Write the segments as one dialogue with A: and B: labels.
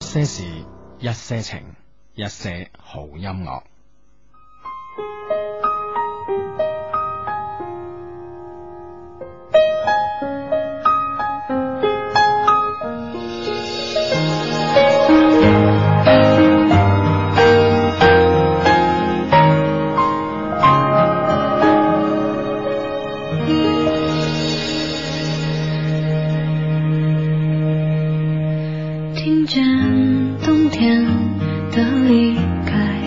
A: 些事，一些情，一些好音樂。
B: 听见冬天的离开，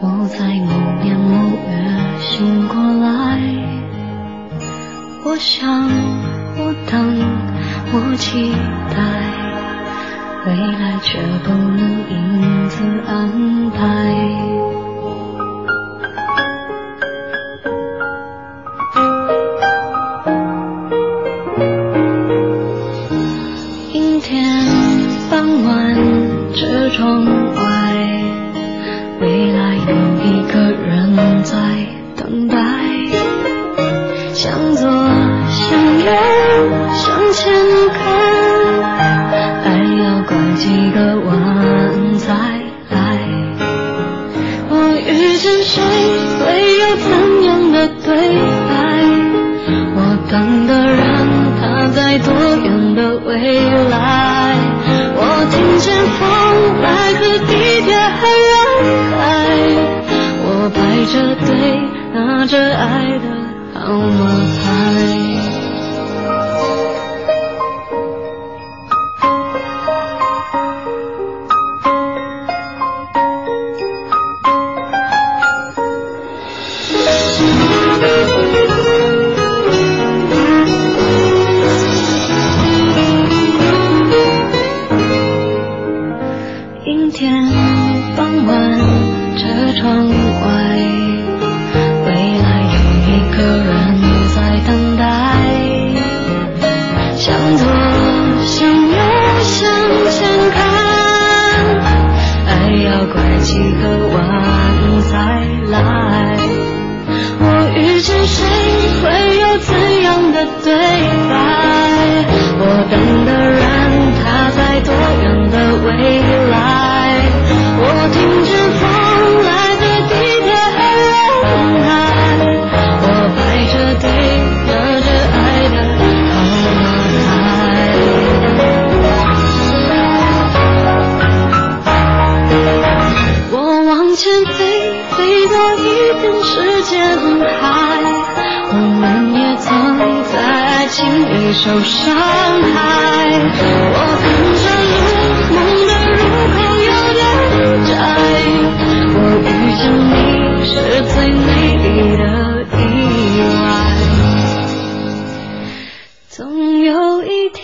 B: 我在某年某月醒过来。我想，我等，我期待，未来却不能因此安排。阴天傍晚，车窗外，未来有一个人在等待。向左，向右，向前看，还要拐几个弯才来。我遇见谁，会有怎样的对白？我等的人，他在多远的未来？我听见风来自地铁和人海，我排着队拿着爱的号码牌。阴天傍晚，车窗外，未来有一个人在等待。向左，向右，向前看，爱要拐几个弯才来。我遇见谁，会有怎样的对白？我等的人，他在多远的未来？我听见风来自地铁和人海，我排着队拿着爱的号码牌。我往前飞，飞过一片时间海。我们也曾在爱情里受伤害。我看着路，梦的入口有点窄。我遇见你是最美丽的意外。总有一天，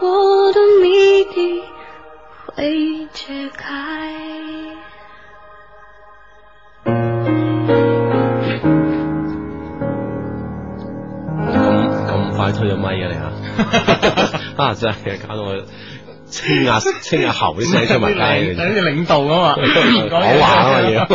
B: 我的谜底会揭开。
C: 咁咁快推咗咪嘅你吓， 啊真係搞到我 清下清下喉 啲聲出埋街
A: 等你領導啊嘛，
C: 好話啊嘛要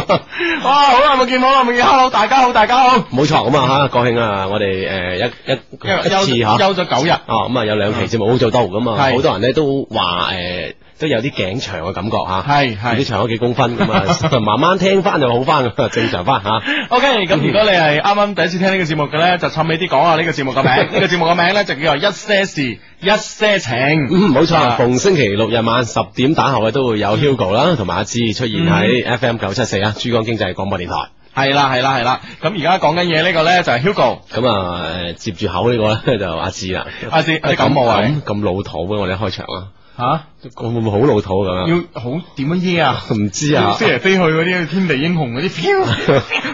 A: 哇，好耐冇見，好耐冇見，hello，大家好，大家好，
C: 冇錯咁啊吓，國慶啊，我哋诶一一
A: 因為休
C: 一次吓。
A: 休咗九日，
C: 哦，咁啊有兩期節目好做到噶嘛，
A: 係
C: 好多人咧都話诶、呃都有啲頸長嘅感覺吓，
A: 係
C: 唔知
A: 係。
C: 長咗幾公分咁啊， 慢慢聽翻就好翻，正常 翻吓。
A: OK，咁如
C: 嗯
A: 果你係啱啱第一次聽呢個節目嘅咧，就趁尾啲講下呢個節目嘅 名。呢個節目嘅名咧就叫做一些事一些情。
C: 嗯，冇
A: 啊
C: 錯，逢星期六日晚十點打後嘅都會有 Hugo 啦，同埋阿芝出現
A: 嗯
C: 喺 FM 九七四啊，珠江經濟廣播電台。
A: 啊係啦係啦係啦。咁而家講緊嘢呢個咧就係 Hugo
C: 咁啊，诶，接住口呢 個咧就阿芝啦。哎
A: 阿志，你感冒啊？
C: 咁咁老土嘅我哋開場啊，
A: 吓，
C: 會唔會好老土咁啊？
A: 要好點樣耶啊？
C: 唔知啊，
A: 飛嚟 飛去嗰啲天地英雄嗰啲，飄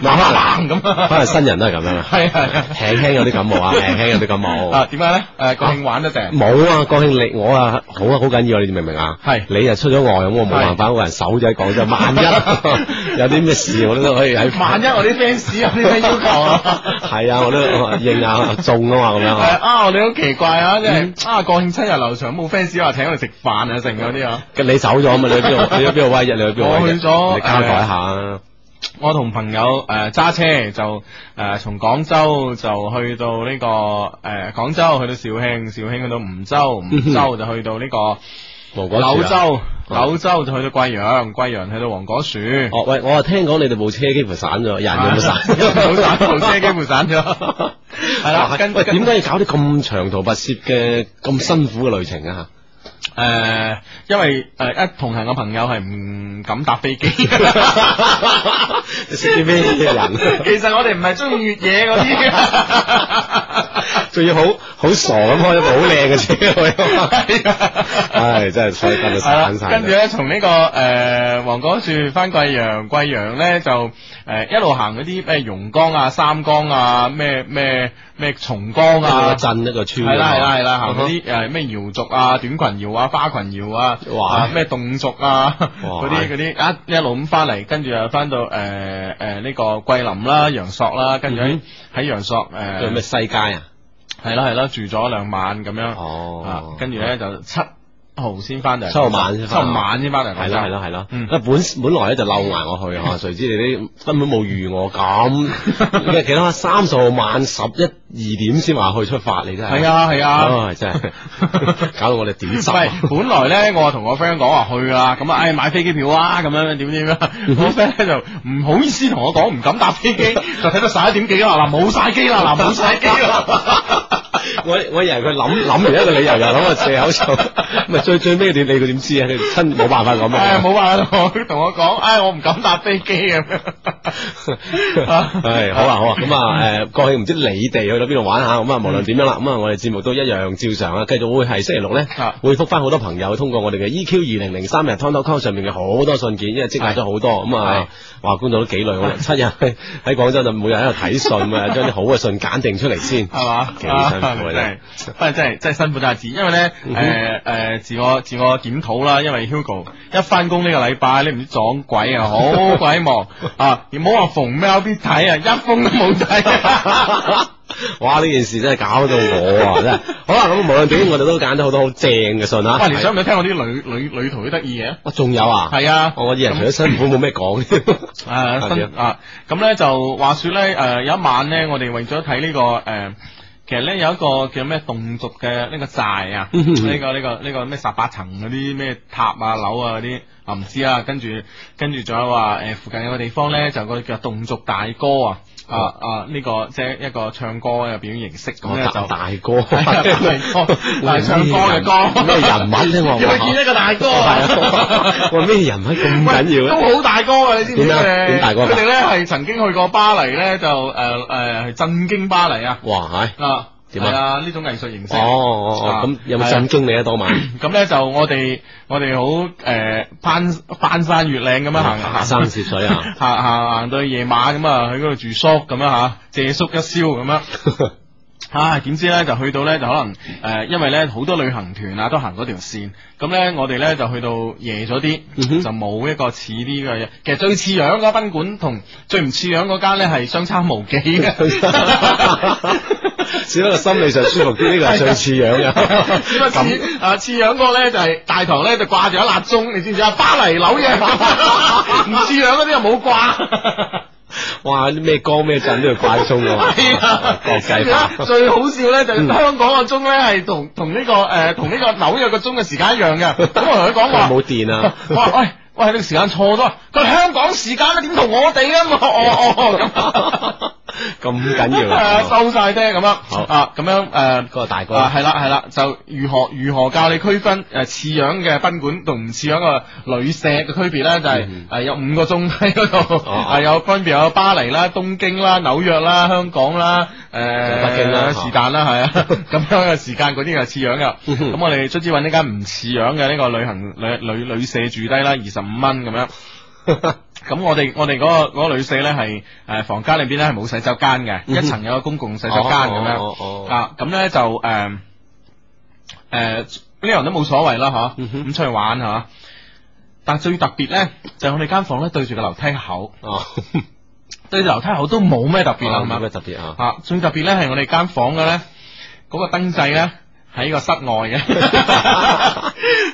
C: 嗱可能
A: 嘭 咁啊
C: 可能新人都係咁樣啊。
A: 係係
C: 輕輕有啲感冒 啊，輕輕有啲感冒。
A: 啊，點解咧？誒，國慶玩得成，
C: 冇啊，國慶你我啊，好啊，好緊要啊，你明唔明啊？
A: 係
C: 你就出咗外，咁我冇辦法，我個人守咗喺廣州，萬 一有啲咩事，我都可以喺。
A: 萬一我啲 fans 有啲咩要求啊？
C: 係啊，我都應下中啊嘛，咁樣
A: 係
C: 啊。
A: 啊，我哋好奇怪啊，即
C: 嗯
A: 係啊，國慶七日流長冇 fans 話請我哋食飯啊，成嗰啲啊。
C: 咁你走咗啊嘛？你去邊 度？你去邊度威日？你去邊度威日？
A: 我去咗呃
C: 你交代一下啊。
A: 我同朋友誒揸、車就誒從廣州就去到
C: 嗯
A: 呢、個誒、廣州去到肇慶，肇慶去到梧州，梧州就去到呢、個
C: 黃果樹啊
A: 柳州，
C: 啊
A: 柳州就去到貴陽，貴陽去到黃果樹，人
C: 哦，喂，我啊聽講你哋部車幾乎散咗，人有冇散？
A: 啊冇散，部車幾乎散 咗。 係啦，
C: 哇
A: 跟
C: 哦喂，
A: 跟
C: 點解要搞啲咁長途跋涉嘅咁辛苦嘅旅程 啊？
A: 诶、因為诶、一同行嘅朋友係唔敢搭 飛機。
C: 你識啲咩 人？
A: 其實我哋唔係中意越野嗰 啲，
C: 仲要好好傻咁開一部好靚嘅車去，
A: 係啊
C: 唉，真係衰得你
A: 係啦
C: 散晒。
A: 跟住咧，從呢、個诶黃果樹翻貴陽，貴陽咧就诶、呃一路行嗰啲咩榕江啊、三江啊、咩咩咩松 江
C: 一
A: 啊
C: 個。鎮一個
A: 系
C: 村，
A: 啦系啦系啦，行嗰
C: 嗯
A: 啲诶咩瑶族啊、短裙瑶啊、花裙瑶啊，
C: 哇
A: 啊咩侗族啊，
C: 哇
A: 嗰啲嗰啲一一路咁翻嚟，跟住又翻到诶诶呢個桂林啦、陽朔啦，跟住喺
C: 嗯
A: 喺陽朔
C: 哼
A: 诶
C: 叫咩西街啊？
A: 係啦係啦，住咗兩晚咁樣。啊
C: 哦，
A: 跟住咧就七號先翻嚟，
C: 七號晚先
A: 七
C: 返
A: 號
C: 嚟
A: 晚先翻嚟，
C: 係啦係。啦係啦，
A: 嗯
C: 本本來咧就漏埋我 去嚇，誰知你啲根本冇預我 咁，你係幾多三十號晚十一二點先話去出發，你真係哦
A: 係，啊係啊，
C: 唉 真係搞到我哋點 執
A: 喂
C: 啊，
A: 本來咧我同我 friend 講話去啦，咁啊，唉買飛機票啊，咁樣點點啦，
C: 嗯
A: 我 friend 咧就唔好意思同我講，唔敢搭飛 機，就睇到十一點幾啦，嗱冇晒機啦，嗱冇晒機啦，
C: 我我以為佢諗諗完一個理由，又諗個借口做，咪最最尾你你佢點知啊？佢真冇辦法 咁
A: 唉
C: 啊！
A: 哎冇辦法同我同我講，唉我唔敢搭飛機咁 樣，
C: 係好啊好啊，咁啊誒，國慶唔知你哋去到邊度玩下，咁啊無論點樣啦，咁啊我哋節目都一樣照常啊，繼續會係星期六咧
A: 嗯啊，
C: 會覆翻好多朋友通過我哋嘅 EQ 二零零三日 t o n t o c o m 上面嘅好多信件，因為積壓咗好
A: 嗯
C: 多，咁啊話觀眾都幾累， 我哋七日喺廣州就每日喺度睇信啊，將啲好嘅信揀定出嚟先，
A: 係嘛？
C: 幾辛苦啊
A: 啊
C: 真係
A: 真係，不過真係真係辛苦大字，因為咧
C: 嗯哼
A: 誒誒自我自我檢討啦，因為 Hugo 一翻工呢個禮拜，你唔知撞鬼啊，好鬼忙啊！唔好話逢 mail 必睇啊，一封都冇 睇。
C: 哇！呢件事真係搞到我啊，真係好啦，咁無論點，我哋都揀咗好多好正嘅信啊。
A: 喂，你想唔想聽我啲旅旅旅途啲得意嘢？
C: 哇，仲有啊？
A: 係啊，
C: 我以為除咗辛苦冇咩講添。
A: 啊
C: 啊
A: 新
C: 點
A: 啊，咁咧就話說咧，诶、有一晚咧，我哋為咗睇呢個诶、誒其實咧有一個叫咩侗族嘅呢個寨啊，呢、
C: 嗯哼
A: 個呢、個呢、個咩十八層嗰啲咩塔啊樓啊嗰啲，啊唔知啊，跟住跟住仲有話诶、誒附近有個地方咧，就有個叫侗族大歌啊，啊啊呢、個即係一個唱歌嘅表演形式咁
C: 我
A: 咧
C: 哦大
A: 就。
C: 大哥，
A: 係 啊大哥
C: 我係
A: 唱歌嘅歌
C: 咩人物咧？我
A: 要見一個 大哥啊！
C: 係啊，我咩人物咁緊要咧？
A: 都好大哥啊！你知唔知
C: 點
A: 佢
C: 啊
A: 哋？
C: 點大哥
A: 佢哋咧係曾經去過巴黎咧，就呃誒誒去震驚巴黎啊！
C: 哇，係
A: 啊，
C: 點啊
A: 係啊？呢種藝術形式。
C: 哦哦哦，咁有冇震驚你啊？當晚
A: 咁咧就我哋我哋好誒攀攀山越嶺咁樣行
C: 爬山涉水啊！
A: 行行行到夜晚咁啊，去嗰度住宿咁樣吓，借宿一宵咁樣。啊，點知咧就去到咧就可能誒、呃因為咧好多旅行團啊都行嗰條線，咁咧我哋咧就去到夜咗啲，
C: 嗯哼
A: 就冇一個似啲嘅嘢。其實最似樣嗰間賓館同最唔似樣嗰間咧係相差無幾嘅。
C: 只不過心理上舒服啲，呢個係最似樣嘅。
A: 啊只不過似啊似樣嗰個咧就係、大堂咧就掛住一粒鐘，你知唔知啊？巴黎紐 約，唔似樣嗰啲又冇掛。
C: 哇！啲咩江咩鎮都要掛鐘 㗎 嘛，
A: 係啊，
C: 國際 化。
A: 最好笑咧就係
C: 嗯
A: 香港個鐘咧係同同呢個誒同呢個紐約個鐘嘅時間一樣嘅。咁我同佢講話
C: 佢冇電啊
A: 我話喂喂，你個時間錯咗。佢話香港時間咧點同我哋啊？我哦哦
C: 咁
A: 咁，
C: 緊
A: 係
C: 要
A: 啊
C: 啊！
A: 收晒啫咁樣
C: 好
A: 啊咁樣誒。
C: 嗰個大哥嗯
A: 啊，系啦系啦，就如何如何教你區分诶似樣嘅賓館同唔似樣嘅旅社嘅區別咧，就係
C: 嗯
A: 誒有五個鐘 喺嗰度，
C: 哦
A: 啊有分別有巴黎啦、東京啦、紐約啦、香港啦、誒
C: 北京啦
A: 是但啦，係 啊，咁樣嘅時間嗰啲係似樣嘅。
C: 嗯哼
A: 咁我哋卒之揾一間唔似樣嘅呢個旅行旅旅旅社住低啦，二十五蚊咁樣。
C: 哦
A: 咁我哋我哋嗰、個嗰、個旅社咧係誒房間裏邊咧係冇洗手間 嘅，
C: 嗯哼
A: 一層有個公共洗手間咁樣。
C: 哦哦哦
A: 啊，咁咧就誒誒呢樣都冇所謂啦吓，
C: 嗯
A: 咁、
C: 哼
A: 出去玩吓、但最特別咧，就係我哋間房咧對住個樓梯口，
C: 哦，
A: 對住樓梯口都冇咩特別啦，係嘛、
C: 咩特別啊？
A: 啊，最特別咧係我哋間房嘅咧，嗰、個燈掣咧喺個室外嘅，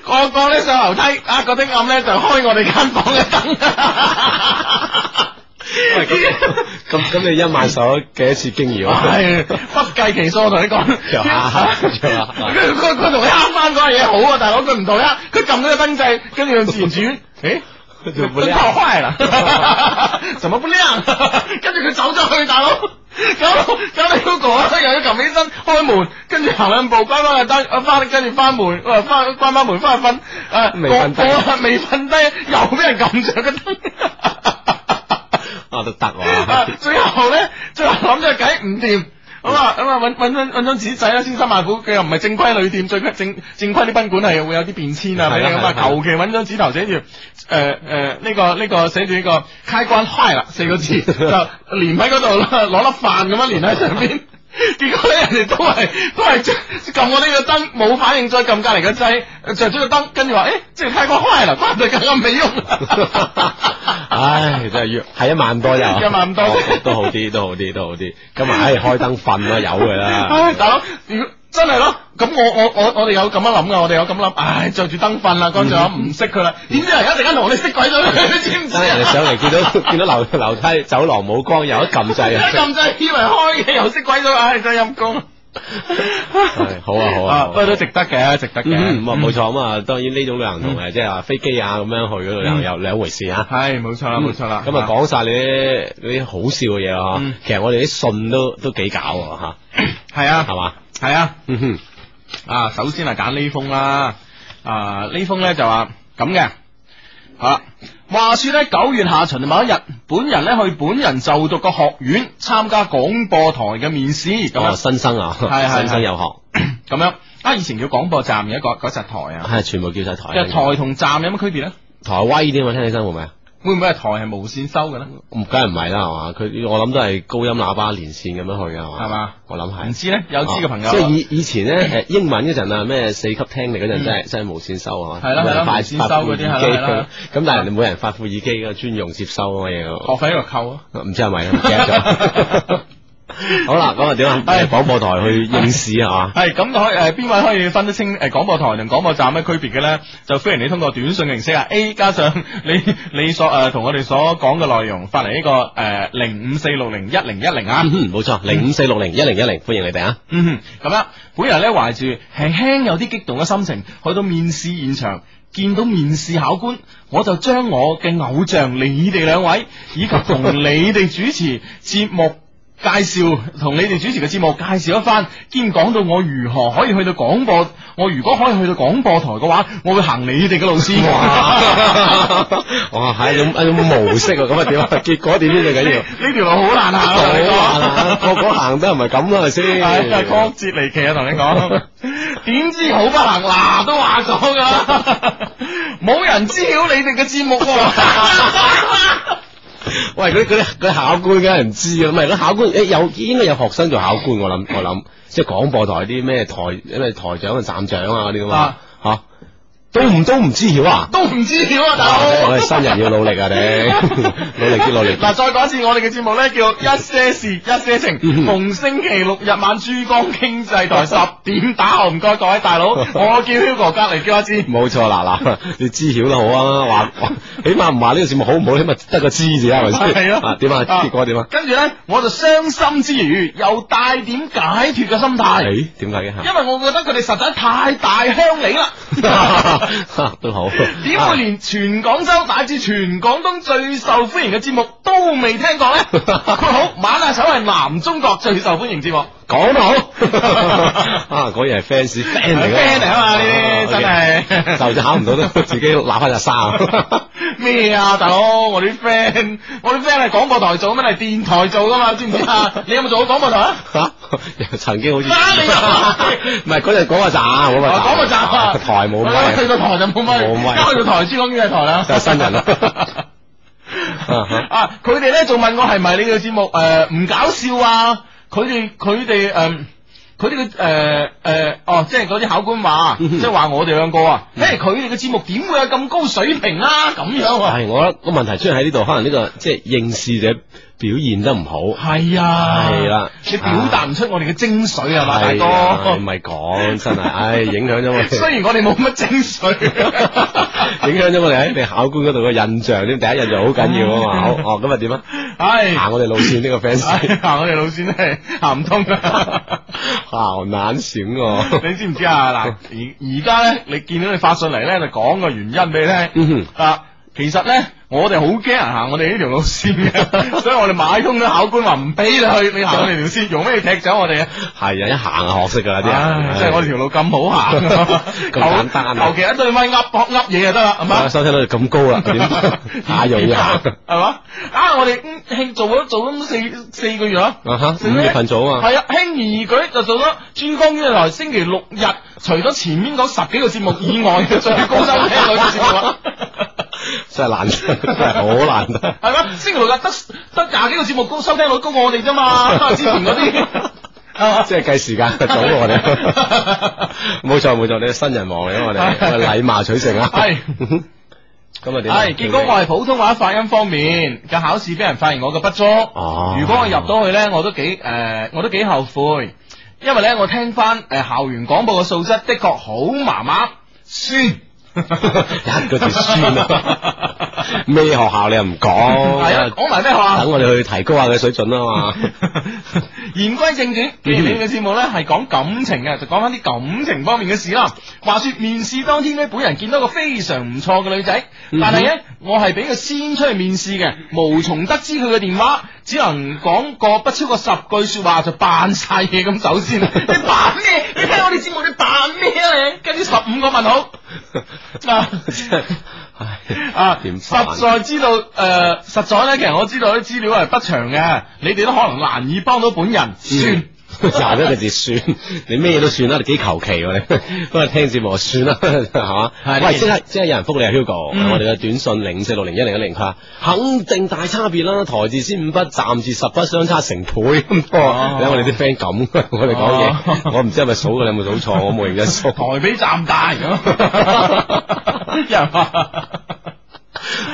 A: 個個咧上樓梯啊，覺得暗咧就開我哋間房嘅燈。
C: 喂 咁咁咁，你一晚受咗幾多次經驗啊？
A: 系不計其數，我同你講，
C: 又下又下
A: 佢佢佢同你啱翻嗰樣嘢好啊，大佬佢唔同 啦，佢撳咗個燈掣，跟住用自然轉，诶。
C: 就不
A: 燈
C: 亮
A: 泡壞了， 怎麼不亮？ 跟住佢走咗去，大佬，搞搞你 Hugo 啊咧，又要撳起身開門，跟住行兩步關翻個燈，翻跟住翻門，喂翻關翻門翻去瞓，诶
C: 未瞓低
A: 未瞓低，又俾人撳着個燈。
C: 啊都得
A: 啊
C: 喎，
A: 最後咧，最後諗咗計唔掂。咁啊咁啊，揾揾張揾張紙仔啦，千辛萬苦，佢又唔係正規旅店，最正正規啲賓館係會有啲便簽啊，
C: 係
A: 俾
C: 啦
A: 你咁啊
C: 係，啦
A: 求其揾張紙頭寫住誒誒呢個呢個寫住呢個開關開啦四個字，就連喺嗰度啦攞粒飯咁樣連喺上邊。結果咧，人哋都係都係着撳我呢個燈冇反應，再撳隔離個掣，着咗個燈，跟住話誒，即係開關開啦，關對更加美容。
C: 唉，真係要係一萬多 又
A: 一萬多
C: 哦都好啲，都好啲，都好啲。今日唉開燈瞓啦，有佢啦。
A: 唉，大佬，如果真系咯，咁我我我我哋有咁樣諗噶，我哋有咁諗，唉，着住燈瞓啦，乾脆我
C: 嗯
A: 唔識佢啦，點知人啊一陣間同我哋識鬼 咗，你知唔知
C: 等人哋
A: 啊？
C: 上嚟 見到 見到樓樓梯走廊冇光，又一撳掣
A: 一
C: 啊！
A: 撳掣以為開嘅，又識鬼咗，唉，真係陰公。
C: 係好啊 好啊好啊
A: 不過都值得嘅，值得嘅，
C: 嗯咁啊冇錯咁啊，當然呢種旅行同誒即係話飛機啊咁樣去嗰度又
A: 嗯
C: 又兩回事啊。
A: 係冇錯啦，冇錯啦。
C: 咁啊，講晒你啲你啲好笑嘅嘢啊
A: 嗯，
C: 其實我哋啲信都都幾搞啊
A: 係
C: 吓，
A: 啊，
C: 係嘛？
A: 係啊。
C: 嗯哼，
A: 啊，首先係揀呢封啦。啊，呢封咧就話咁嘅。好啦，話說咧九月下旬某一日，本人咧去本人就讀個學院參加廣播台嘅面試，咁
C: 咁啊，
A: 樣
C: 新生啊，
A: 係係
C: 新生有學，
A: 咁樣啊，以前叫廣播站嘅一個嗰隻台啊，
C: 係全部叫晒台
A: 嘅台同站有乜區別咧？
C: 台威添啊，聽起身會唔會啊？
A: 會唔會係台係無線收嘅咧？
C: 唔，梗係唔係啦，係嘛？佢我諗都係高音喇叭連線咁樣去啊嘅，
A: 係
C: 係嘛？
A: 嘛？
C: 我諗
A: 唔
C: 係。
A: 知咧，有知嘅朋友
C: 啊即係以以前咧，誒英文嗰陣啊，咩四級聽力嗰陣真係真係無線收啊嘛，
A: 嗯係啦係啦
C: 有人發
A: 無線收嗰啲係啦
C: 發副耳機
A: 係啦
C: 咁但係人哋每人發副耳機嘅專用接收嘅嘢
A: 學，費喺度扣 啊。
C: 唔知係咪唔記得 咗。好啦，咁啊點啊？
A: 係
C: 廣播台去應試啊係嘛？
A: 係咁可以誒邊位可以分得清誒廣播台同廣播站咩區別嘅咧？就歡迎你通過短信形式啊 A 加上 你你所誒同、我哋所講嘅內容發嚟呢個誒零五四六零一零一零啊。
C: 嗯哼冇錯，零五四六零一零一零，歡迎你哋啊！
A: 嗯哼，咁啦，本人咧懷住輕輕有啲激動嘅心情去到面試現場。見到面試考官，我就將我嘅偶像你哋兩位，以及同你哋主持節目介紹，同你哋主持嘅節目介紹一番，兼講到我如何可以去到廣播，我如果可以去到廣播台嘅話，我會行你哋嘅路線。
C: 哇，係一種一種模式啊！咁 啊點啊？結果點先最緊要？
A: 呢條路好難行啊！你講
C: 個個行得唔係咁啦，係咪先？
A: 系啊，曲折離奇啊，同你講，點知好不行，嗱都話咗噶啦，冇人知曉你哋嘅節目喎。
C: 喂，嗰啲嗰啲嗰啲考官梗係唔知啊，唔係嗰啲考官，誒有應該有學生做考官，我諗我諗，即係廣播台啲咩台咩台長啊、站長啊嗰啲咁啊，嚇都唔都唔知 曉啊！
A: 都唔知曉啊，大佬。
C: 我哋新人要努力啊，你 努力啲努力啲，
A: 嗱，再講一次，我哋嘅節目咧叫一些事一些情，
C: 嗯
A: 逢星期六日晚珠江經濟台十點打後，唔該各位大佬，我叫 Hugo 隔離叫阿芝。
C: 冇錯嗱嗱，你知曉都好啊，話話起碼唔話呢個節目好唔好，起碼得個知字啊，係咪先？
A: 係咯
C: 啊點啊？結果點啊？
A: 跟住咧，我就傷心之餘，又帶點解脱嘅心態。
C: 誒點哎解嘅嚇
A: 因為我覺得佢哋實在太大鄉里啦。
C: 都好，
A: 點會連全廣州乃至全廣東最受歡迎嘅節目都未聽過呢？佢好，馬下手係南中國最受歡迎節目
C: 講得好 啊！果然係 fans fan 嚟㗎
A: friend 嚟啊嘛，呢啲
C: OK
A: 真係。
C: 啊就就考唔到都 自己揦翻隻沙。
A: 咩啊，大佬！我啲 friend，我啲 friend 係廣播台做，咩係電台做噶嘛？知唔知啊？你有冇做過廣播台啊？
C: 吓，曾經好似
A: 啊你又
C: 唔係嗰陣嗰個站，嗰個站，
A: 講個站啊，
C: 台冇
A: 我去
C: 咪，
A: 到台就冇咪，
C: 冇咪
A: 而家去到台珠江經濟台啦。
C: 就係新 人啦。
A: 啊！佢哋咧仲問我係咪你個節目誒唔、搞笑啊？佢哋佢哋誒。佢哋嘅誒誒哦，即係嗰啲考官話，
C: 嗯哼
A: 即係話我哋兩個啊，誒佢哋嘅節目點會有咁高水平啊？咁樣啊，
C: 係我覺得個問題出現喺呢度，可能呢個即係應試者表現得唔好，
A: 系啊，
C: 係啦
A: 你表達唔出我哋嘅精髓啊嘛，大
C: 係啊
A: 哥
C: 唔。係講真係，唉，影響咗我 哋，
A: 雖然我哋冇乜精 髓，
C: 影響咗我哋喺你考官嗰度嘅印象，你第一印象好緊要啊嘛，好，哦，咁啊點啊？
A: 唉，
C: 行我哋路線呢個 fans
A: 唉哎行我哋路線咧行唔通 啊！
C: 好難閃喎，
A: 你知唔知啊？嗱，而而家咧，你見到你發信嚟咧，就講個原因俾你聽
C: 嗯
A: 啊。其實咧，我哋好驚人行我哋呢條路線 嘅，所以我哋買通咗考官話唔俾你去，你行我哋條線，用咩踢走我哋啊？
C: 係啊，一行啊學識㗎啦啲
A: 唉
C: 人，
A: 即係我哋條路咁好行，
C: 咁簡單 啊
A: 求求其一堆咪噏噏嘢就得啦，係咪
C: 啊？收聽率咁高啦， 點 下又要行
A: 係嘛？啊，我哋嗯慶做咗做咗四四個月啦。
C: 啊哈，五月份早啊嘛，
A: 嗯系啊，輕而易舉就做咗珠江電視台星期六日，除咗前面嗰十幾個節目以外嘅最高收聽率嘅節目啊啦，
C: 真係難得，真係 好啊難得。
A: 係咪？星期六日得得廿幾個節目高收聽率高過我哋啫嘛，之前嗰 啲。
C: 即係計時間早過我 哋，冇錯冇錯，你係新人王嚟啊！我哋
A: 係
C: 我哋禮貌取勝啊！
A: 係
C: 咁啊點啊？
A: 係，結果我係普通話發音方面嘅考試俾人發現我嘅不足。
C: 哦
A: 如果我入到去呢，我都幾誒、呃我都幾後悔，因為呢，我聽翻誒、呃校園廣播嘅素質的確好麻麻，酸。
C: 一個字酸 啊！哦咩學校你又唔講？
A: 係啊，講埋咩話？
C: 等我哋去提高下佢水 準啊嘛！
A: 言歸正傳，既然你嘅節目呢係講感情嘅，就講翻啲感情方面嘅事啦。話說面試當天呢，本人見到個非常唔錯嘅女仔，
C: 嗯
A: 但係呢，我係俾佢先出去面試嘅，無從得知佢嘅電話，只能講過不超過十句說話就扮晒嘢咁走先。你扮咩？你聽我哋節目你扮咩啊你？跟住十五個問號。啊
C: 唉
A: 啊，
C: 點辦
A: 實 在知道誒、呃，實在咧，其實我知道啲資料係不詳嘅，你哋都可能難以幫到本人。算
C: 嗯，又一個字算，你咩都算啦，你幾求其喎你， 不過聽節目就算啦， 係嘛？
A: 係
C: 喂，即係即係有人覆你啊，Hugo，
A: 嗯
C: 我哋嘅短信零四六零一零一零，佢話肯定大差別啦，台字先五筆，站字十筆，相差成倍咁多。
A: 哦
C: 你睇我哋啲 friend 咁，我哋講
A: 哦
C: 嘢，我唔知係咪數嘅，你有冇數錯？我冇認真數。
A: 台比站大 咁，有人話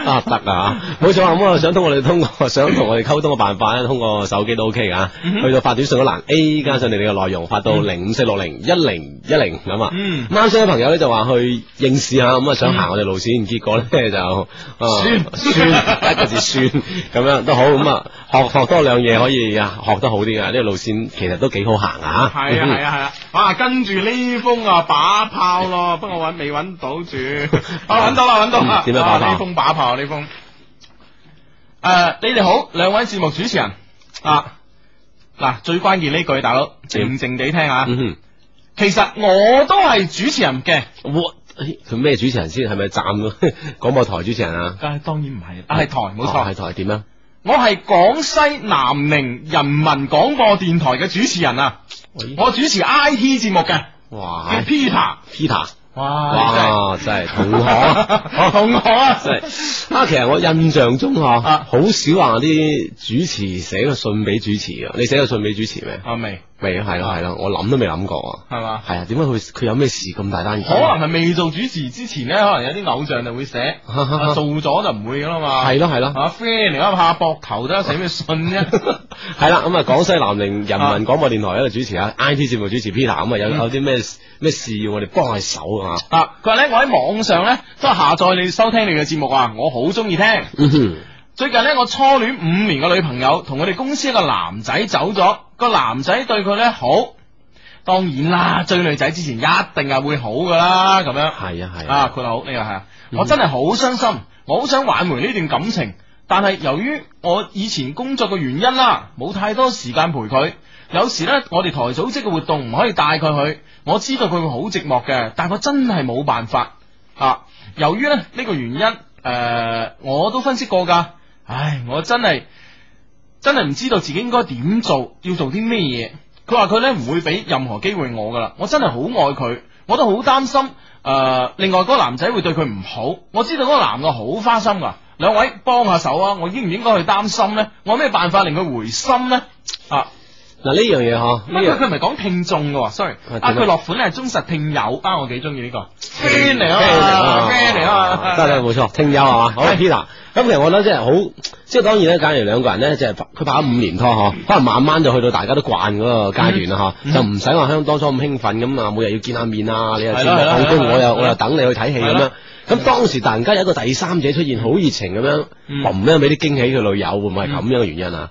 C: 啊得啊，冇錯啊！咁啊，想通我哋通過想同我哋溝通嘅辦法咧，通過手機都 OK 噶，
A: 嗯
C: 去到發短信嗰欄 A 加上你哋嘅內容，發到零五四六零一零一零咁啊。
A: 嗯
C: 啱先嘅朋友咧就話去應試下，咁啊想行我哋路線，結果咧就啊
A: 酸
C: 酸一個字酸咁樣都好咁啊，學學多兩嘢可以啊，學得好啲噶，呢個路線其實都幾好行啊。
A: 係啊係啊係啊，哇！跟住呢封啊把炮咯，不過揾未揾到住，啊揾到啦揾到啦，
C: 嗯點樣把炮
A: 啊呢封把炮呢封，誒、你哋好，兩位節目主持人啊，嗱最關鍵呢句，大佬靜靜地聽下。
C: 嗯哼。
A: 其實我都係主持人嘅，
C: 我哎佢咩主持人先？係咪站 廣播台主持人啊？
A: 但係當然唔係，啊係台冇
C: 哦係
A: 錯，
C: 台點啊？
A: 我係廣西南寧人民廣播電台嘅主持人啊，我主持 I T 節目嘅，
C: 哇
A: 叫 Peter，
C: ，Peter，
A: 啊哇，
C: 哇，真係同 學，
A: 同我啊，
C: 真係啊！其實我印象中嗬，
A: 啊
C: 好少話啲主持寫個信俾主持嘅。你寫個信俾主持咩？
A: 阿未
C: 未啊，係咯係咯，我諗都未諗過
A: 係
C: 啊。
A: 嘛？
C: 係啊，點解佢佢有咩事咁大單嘢？
A: 可 能係未做主持之前咧，可能有啲偶像就會寫，啊做咗就唔會噶啦嘛。
C: 係咯係咯，
A: 啊，friend 嚟啊，下膊頭都寫咩信 啫？
C: 係啦。咁啊，廣西南寧人民廣播電台一個主持啊，I T 節目主持 Peter 咁啊，有
A: 啊嗯
C: 有啲咩咩事要我哋幫下手啊？
A: 啊，佢話咧，我喺網上咧都係下載你收聽你嘅節目啊，我好中意聽。
C: 嗯哼，
A: 最近咧，我初戀五年嘅女朋友同我哋公司一個男仔走咗，個男仔對佢咧好，當然啦，追女仔之前一定係會好噶啦，咁樣
C: 係啊
A: 啊，
C: 係啊，
A: 佢話好呢個係啊，
C: 嗯
A: 我真係好傷心，我好想挽回呢段感情，但係由於我以前工作嘅原因啦，冇太多時間陪佢。有時咧，我哋台組織嘅活動唔可以帶佢去，我知道佢會好寂寞嘅，但我真係冇辦法啊。由於咧呢、呢個原因，誒、我都分析過㗎。唉，我真係真係唔知道自己應該點做，要做啲咩嘢。佢話佢咧唔會俾任何機會我噶啦，我真係好愛佢，我都好擔心。誒、另外嗰個男仔會對佢唔好，我知道嗰個男嘅好花心噶。兩位幫下手啊！我應唔應該去擔心呢？我有咩辦法令佢回心呢？啊！
C: 嗱呢樣嘢嗬，呢
A: 乜佢
C: 樣
A: 佢唔係講聽眾嘅喎，sorry，
C: 啊點啊
A: 啊佢落款係忠實聽友，啊我幾中意呢個 friend 嚟啊
C: friend
A: 嘛
C: 嚟啊
A: ，friend 嚟啊嘛，啦，
C: 得啦，冇錯，聽友係嘛？好
A: 係
C: ，Peter。咁其實我覺得即係好，即係當然咧，假如兩個人咧，即係佢拍咗五年拖嗬，可能慢慢就去到大家都慣嗰個階段啦
A: 嗯
C: 嗬，就唔使話香當初咁興奮咁啊，每日要見下面啊，你又
A: 係
C: 接
A: 啦
C: 我
A: 係啦
C: 放
A: 係啦
C: 工，我
A: 係啦
C: 又我又等你去睇戲
A: 係
C: 咁樣
A: 啦。
C: 咁當時突然間有一個第三者出現，好熱情咁樣，
A: 嗯
C: 嘣咧俾啲驚喜佢女友，會唔會係咁樣嘅原因啊？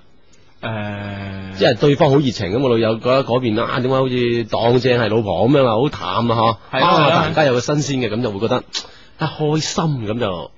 A: 诶，
C: 即係對方好熱情咁，個女友覺得嗰邊啊，點解好似當正係老婆咁樣啊，好淡啊
A: 係啦係
C: 嗬，
A: 啦
C: 啊突然間有個新鮮嘅，咁就會覺得啊開心咁就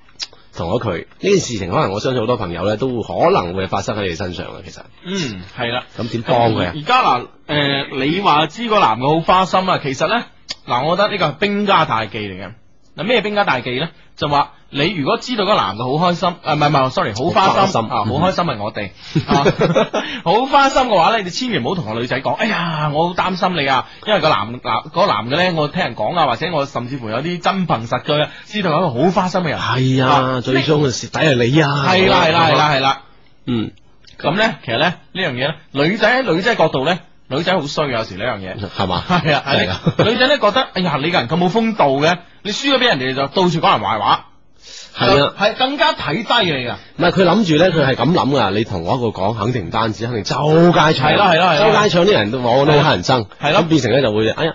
C: 同咗佢呢件事情，可能我相信好多朋友咧都會可能會發生喺你身上啊嘅，其實
A: 嗯，系啦。
C: 咁點幫佢啊
A: 而？家嗱，诶、你話知個男嘅好花心啊，其實咧，嗱，我覺得呢個係兵家大忌嚟嘅。嗱，咩兵家大忌咧？就話你如果知道個男嘅好開心，啊，唔係唔係，sorry，好
C: 好
A: 花
C: 花
A: 心
C: 心
A: 啊，好開心係我哋， 啊好花心嘅話咧，你千祈唔好同個女仔講，哎呀，我好擔心你啊，因為個男男嗰個男嘅咧，我聽人講啊，或者我甚至乎有啲真憑實據啊，知道有一個好花心嘅人，
C: 係啊，最終嘅蝕底係你啊！
A: 係啦係啦係啦，係啦。
C: 嗯，
A: 咁咧，其實咧呢樣嘢咧，女仔喺女仔角度咧，女仔好衰嘅啊有時呢樣嘢。
C: 係嘛？
A: 系啊，
C: 真係
A: 係
C: 㗎
A: 女仔咧覺得，哎呀，你個人咁冇風度嘅，你輸咗俾人哋就到處講人壞話，
C: 係啊。
A: 係更加睇低你噶，
C: 唔係佢諗住咧，佢係咁諗噶。你同我一個講，肯定唔單止，肯定周街唱。
A: 係啦係啦係啦
C: 周街唱啲人都我都好乞人憎。
A: 係咯
C: 咁變成咧就會，哎呀，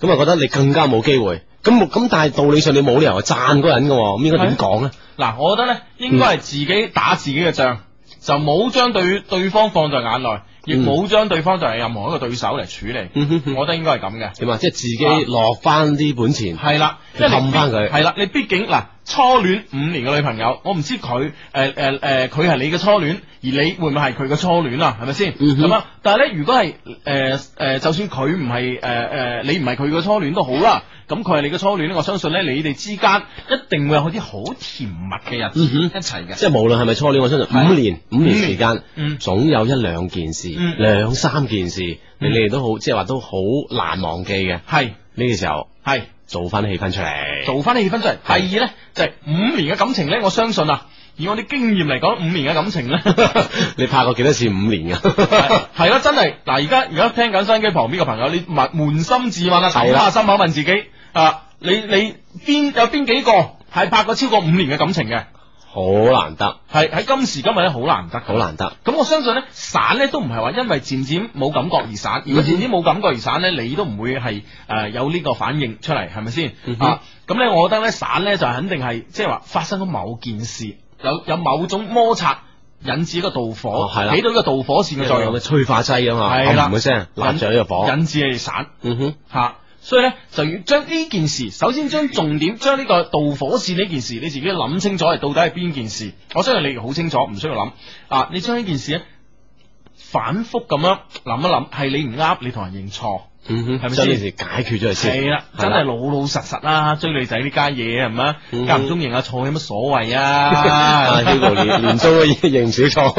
C: 咁啊覺得你更加冇機會。咁咁但係道理上你冇理由讚嗰個人噶，咁應該點講咧？
A: 嗱，我覺得咧應該係自己打自己嘅仗，就冇將對對方放在眼內，亦
C: 嗯
A: 冇將對方作為任何一個對手嚟處理。
C: 嗯哼哼
A: 我覺得應該係咁嘅。
C: 點啊？即係自己落翻啲本錢。
A: 係啦，
C: 你氹返佢
A: 系啦，你畢竟嗱初戀五年嘅女朋友，我唔知佢诶诶诶，誒佢、係你嘅初戀，而你會唔會係佢嘅初戀啊？係咪先？
C: 嗯哼
A: 咁啊、但係咧，如果係诶诶，就算佢唔係诶诶，你唔係佢嘅初戀都好啦，咁佢係你嘅初戀咧，我相信咧，你哋之間一定會有啲好甜蜜嘅日子
C: 嗯哼
A: 一齊嘅。
C: 即係無論係咪初戀，我相信
A: 係
C: 五年五年時間，
A: 嗯
C: 總有一兩件事、
A: 嗯
C: 兩三件事，你
A: 嗯
C: 哋都好，即係話都好難忘記嘅。
A: 係
C: 呢個時候
A: 係。
C: 做翻氣氛出嚟。
A: 做翻啲氣氛出嚟。第二咧就係、五年嘅感情咧，我相信啊，以我啲經驗嚟講，五年嘅感情咧。
C: 你拍過幾多次五年 啊？
A: 系啦，真系嗱，而家而家听紧收音机旁边嘅朋友，你扪扪心自问啊，
C: 係
A: 揼
C: 啦
A: 下心口问自己啊，你你边有边几个系拍过超过五年嘅感情嘅？
C: 好難得，
A: 系喺今时今日咧，好難得，
C: 好。難得。
A: 咁我相信咧，散咧都唔係話因為漸漸冇感覺而散。如
C: 嗯
A: 果漸漸冇感覺而散咧，你都唔會係誒、呃有呢個反應出嚟，係咪先
C: 嗯哼
A: 啊？咁咧，我覺得咧，散咧就肯定係即係話發生咗某件事，有有某種摩擦引致一個導火
C: 哦，係啦
A: 起到一個導火線嘅作用
C: 嘅，催化劑啊嘛，
A: 係啦
C: 冚一 聲
A: 引
C: 揦着呢個火，
A: 引致你哋散
C: 嗯哼，
A: 嚇。所以咧，就要將呢件事，首先將重點，將呢個導火線呢件事，你自己諗清楚係到底係邊件事。我相信你好清楚，唔需要諗啊！你將呢件事咧反覆咁樣諗一諗，係你唔啱，你同人認錯，
C: 嗯哼，
A: 係咪先
C: 將呢件事解決咗佢先，
A: 係啦，真係老老實實啦。追女仔呢家嘢係咪？
C: 嗯
A: 間唔中認下錯有乜所謂
C: 啊
A: 啊
C: ，Hugo 年年租都已經認唔少錯。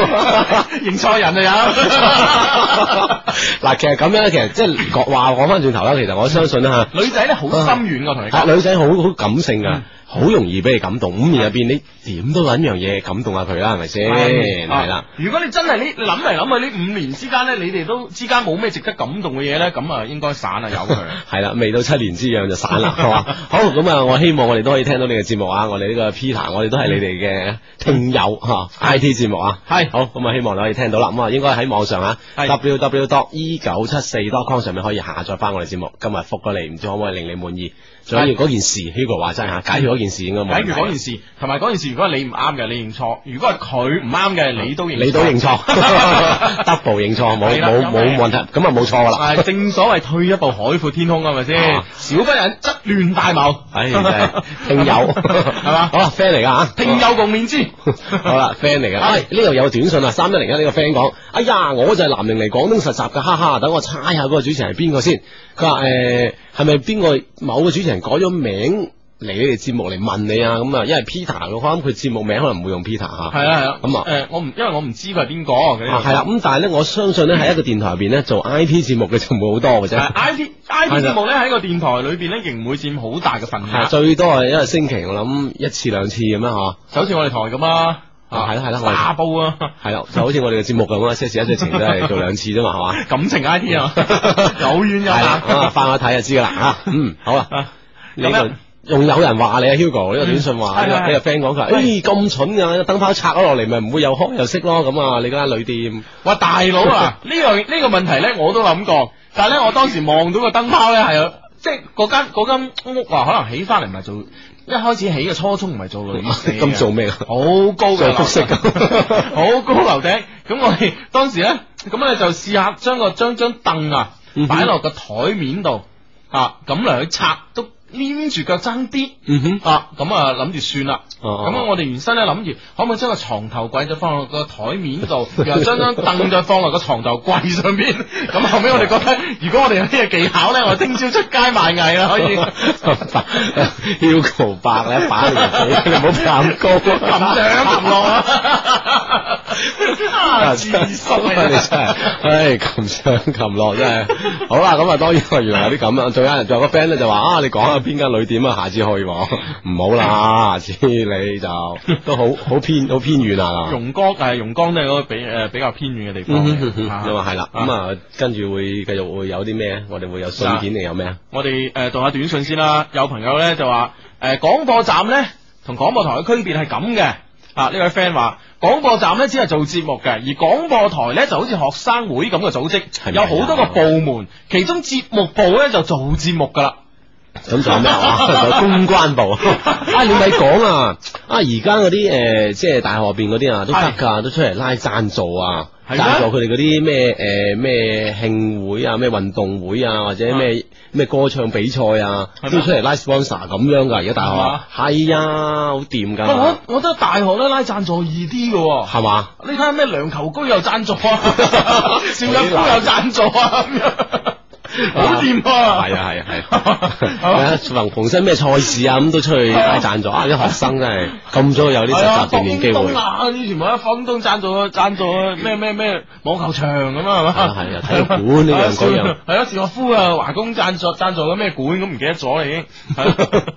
A: 認錯人啊
C: 嗱，其實咁樣咧，其實即係講話講翻轉頭啦，其實我相信啦
A: 有，女仔咧好心軟噶，同你
C: 嚇，啊
A: 講，
C: 女仔好好感性噶
A: 嗯，
C: 好容易俾你感動。五年入邊，你點都揾樣嘢感動下佢啦，係咪先？係哎啦
A: 啊。如果你真係呢你諗嚟諗去呢五年之間咧，你哋都之間冇咩值得感動嘅嘢咧，咁啊應該散啊，由 佢。
C: 系啦，未到七年之痒就散啦， 係嘛？好咁啊！我希望我哋都可以聽到你嘅節目啊！我哋呢個 Peter，我哋都係你哋嘅
A: 嗯
C: 聽友吓，I T 節目啊，
A: 係
C: 好咁啊！希望你可以聽到啦。咁啊，應該喺網上啊
A: 係
C: ，w w dot e 九七四 dot com 上面可以下載翻我哋節目。今日覆過你，唔知可唔可以令你滿意？最緊要嗰件事，Hugo 話齋吓，解決嗰件事應該冇
A: 嗯解
C: 問題。
A: 決嗰件事，同埋嗰件事，如果係你唔啱嘅，你認錯；如果係佢唔啱嘅，你都認錯，
C: 啊你都 認錯，double 認錯，冇
A: 係啦
C: 冇
A: 咁
C: 冇
A: 係
C: 問題，咁啊冇錯㗎啦。
A: 係正所謂退一步海闊天空啊，係咪先
C: 啊？
A: 小不忍則亂大謀，
C: 唉，真係聽 友
A: 係嘛
C: 好啦，friend 嚟噶啊吓，
A: 聽友共勉之。
C: 啊好啦，friend 嚟噶，
A: 係
C: 喂，呢度有短信啊，三一零一呢個 friend 講，哎呀，我就係南寧嚟廣東實習嘅，哈哈，等我猜下嗰個主持人係邊個先。佢話誒係咪邊個某個主持人改咗名嚟你哋節目嚟問你啊？咁啊，因為 Peter 嘅，我諗佢節目名可能唔會用 Peter 嚇。
A: 係啊係啊，
C: 咁啊
A: 誒我唔因為我唔知佢係邊個佢呢
C: 啊，
A: 個
C: 係啦，咁但係咧，我相信咧喺一個電台入邊咧做 I T 節目嘅就唔會好多嘅 啫。
A: I T I T
C: 係啦啊
A: 節目咧喺個電台裏邊咧，仍唔會佔好大嘅份
C: 係啊
A: 額，
C: 最多係一個星期，我諗一次兩次咁樣嗬。
A: 就好似我哋台咁啊，
C: 啊係啦係啦我哋
A: 沙煲啊，
C: 係啦，就好似我哋嘅節目咁啊，一些事一些情都係做兩次啫嘛，係嘛？
A: 感情 I T 啊，有冤有
C: 係啦，咁啊
A: 啊，
C: 翻去睇就知噶啦吓。嗯，好啦，
A: 啊
C: 呢
A: 咁樣
C: 個仲有人話你啊，Hugo 呢個短信話
A: 嗯
C: 呢
A: 係係
C: 個呢個 friend 講佢話，
A: 喂
C: 誒咁蠢㗎，燈泡拆咗落嚟咪唔會又開又熄咯，咁啊你嗰間 旅店
A: 哇大佬 啊！呢樣呢個問題咧，我都諗過，但係咧，我當時望到個燈泡咧係有，即係嗰間嗰間屋啊，可能起翻嚟唔係做一開始起嘅初衷唔係做旅社嘅
C: 咁做咩啊？
A: 好高嘅
C: 做
A: 樓
C: 複式
A: 頂
C: 咁
A: 好高樓頂。咁我哋當時咧，咁咧就試下將個將張凳啊
C: 嗯哼
A: 擺落個台面度啊，咁嚟去拆都黏住腳爭啲。
C: 嗯哼，
A: 啊，咁啊諗住算啦。
C: 哦哦
A: 咁啊，我哋原身咧諗住可唔可以將個床頭櫃就放落個台面 度，然後將張凳再放落個床頭櫃上邊。咁後尾我哋覺得，如果我哋有呢個技巧咧，我聽朝出街賣藝啦，可以。
C: Hugo 白你一把年紀，你唔好咁高啊
A: 咁樣咁落啊！ 啊，自信啊
C: 你真係，唉，擒上擒落真係。好啦，咁啊，當然原來有啲咁啊，仲有人仲有個 friend 咧就話啊，你講下邊間旅店啊，下次去喎， 唔好啦，下次你就都好好偏好偏遠啊。
A: 榕江誒，榕江都係嗰個比誒比較偏遠嘅地方嚟。
C: 咁
A: 啊
C: 啊係啦，咁啊跟住會繼續會有啲咩？我哋會有信件定有咩啊？
A: 我哋诶读下短信先啦。有朋友咧就話诶广播站咧同廣播台嘅區別係咁嘅。啊！呢位 friend 話廣播站咧只係做節目嘅，而廣播台咧就好似學生會咁嘅組織，
C: 係咪
A: 有
C: 啊
A: 好多個部門，其中節目部咧就做節目噶啦。
C: 咁仲有 咩啊？仲有公關部啊！你咪講啊！啊，而家嗰啲诶，即係大學入边嗰啲啊，都得㗎，都出嚟拉贊助啊，
A: 係咩
C: 贊助佢哋嗰啲咩诶咩慶會啊、咩運動會啊，或者咩咩歌唱比賽啊，
A: 係咩
C: 都出嚟拉 sponsor 咁樣㗎。而家大學啊係啊，好掂
A: 喂
C: 㗎
A: 我，我覺得大學咧拉贊助易啲嘅喎。
C: 係嘛？
A: 你睇下咩梁球居有贊助啊， 邵逸夫有贊助啊，咁樣好掂啊！
C: 係啊係 啊係啊！逢逢身咩賽事啊，咁都出去拉贊助啊！啲學生真係咁早有啲
A: 係
C: 實習
A: 啊，
C: 鍛炼機會。
A: 啊，呢全部喺廣東贊助啊贊助咩咩咩網球場咁啊，係嘛？
C: 啊係啊體育館呢樣嗰樣
A: 係啊，邵逸夫啊，華工贊助贊助咗咩館咁唔記得咗啦已 經。係啊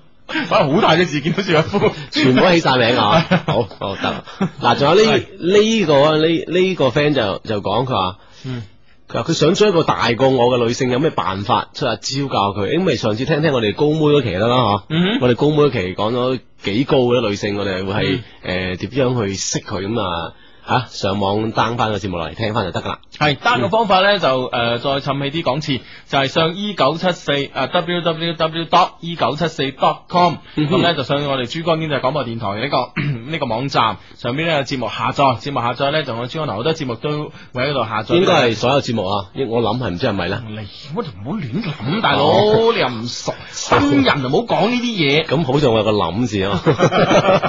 A: 反正好大隻字見到邵逸夫，
C: 全部都起晒 名啊！好，好得啦。嗱，仲有呢
A: 係
C: 呢個啊呢呢個 friend 就就講佢話，
A: 嗯
C: 佢話佢想追一個大過我嘅女性有咩辦法出下招教佢？因為上次聽聽我哋高妹嗰期得啦嗬，
A: 嗯哼
C: 我哋高妹嗰期講咗幾高嘅女性，我哋會係
A: 嗯
C: 誒點樣去識佢咁啊？吓上網 down 翻個節目落嚟聽翻就得噶啦。
A: 係單個方法咧就誒、呃再氹氣啲講次，就係、上 e 九七四啊 www dot e 九七四 dot com
C: 嗯
A: 咁
C: 哼
A: 咧就上我哋珠江經濟廣播電台嘅呢、個 呢個網站上邊咧有節目下載，節目下載咧就我珠江台好多節目都會喺嗰度下載。哎
C: 應該係所有節目啊，應我諗係唔知係咪啦。
A: 你乜就唔好亂諗，大
C: 哦
A: 佬你又唔熟，新人就唔好講呢啲嘢。
C: 咁好在我有個諗字啊，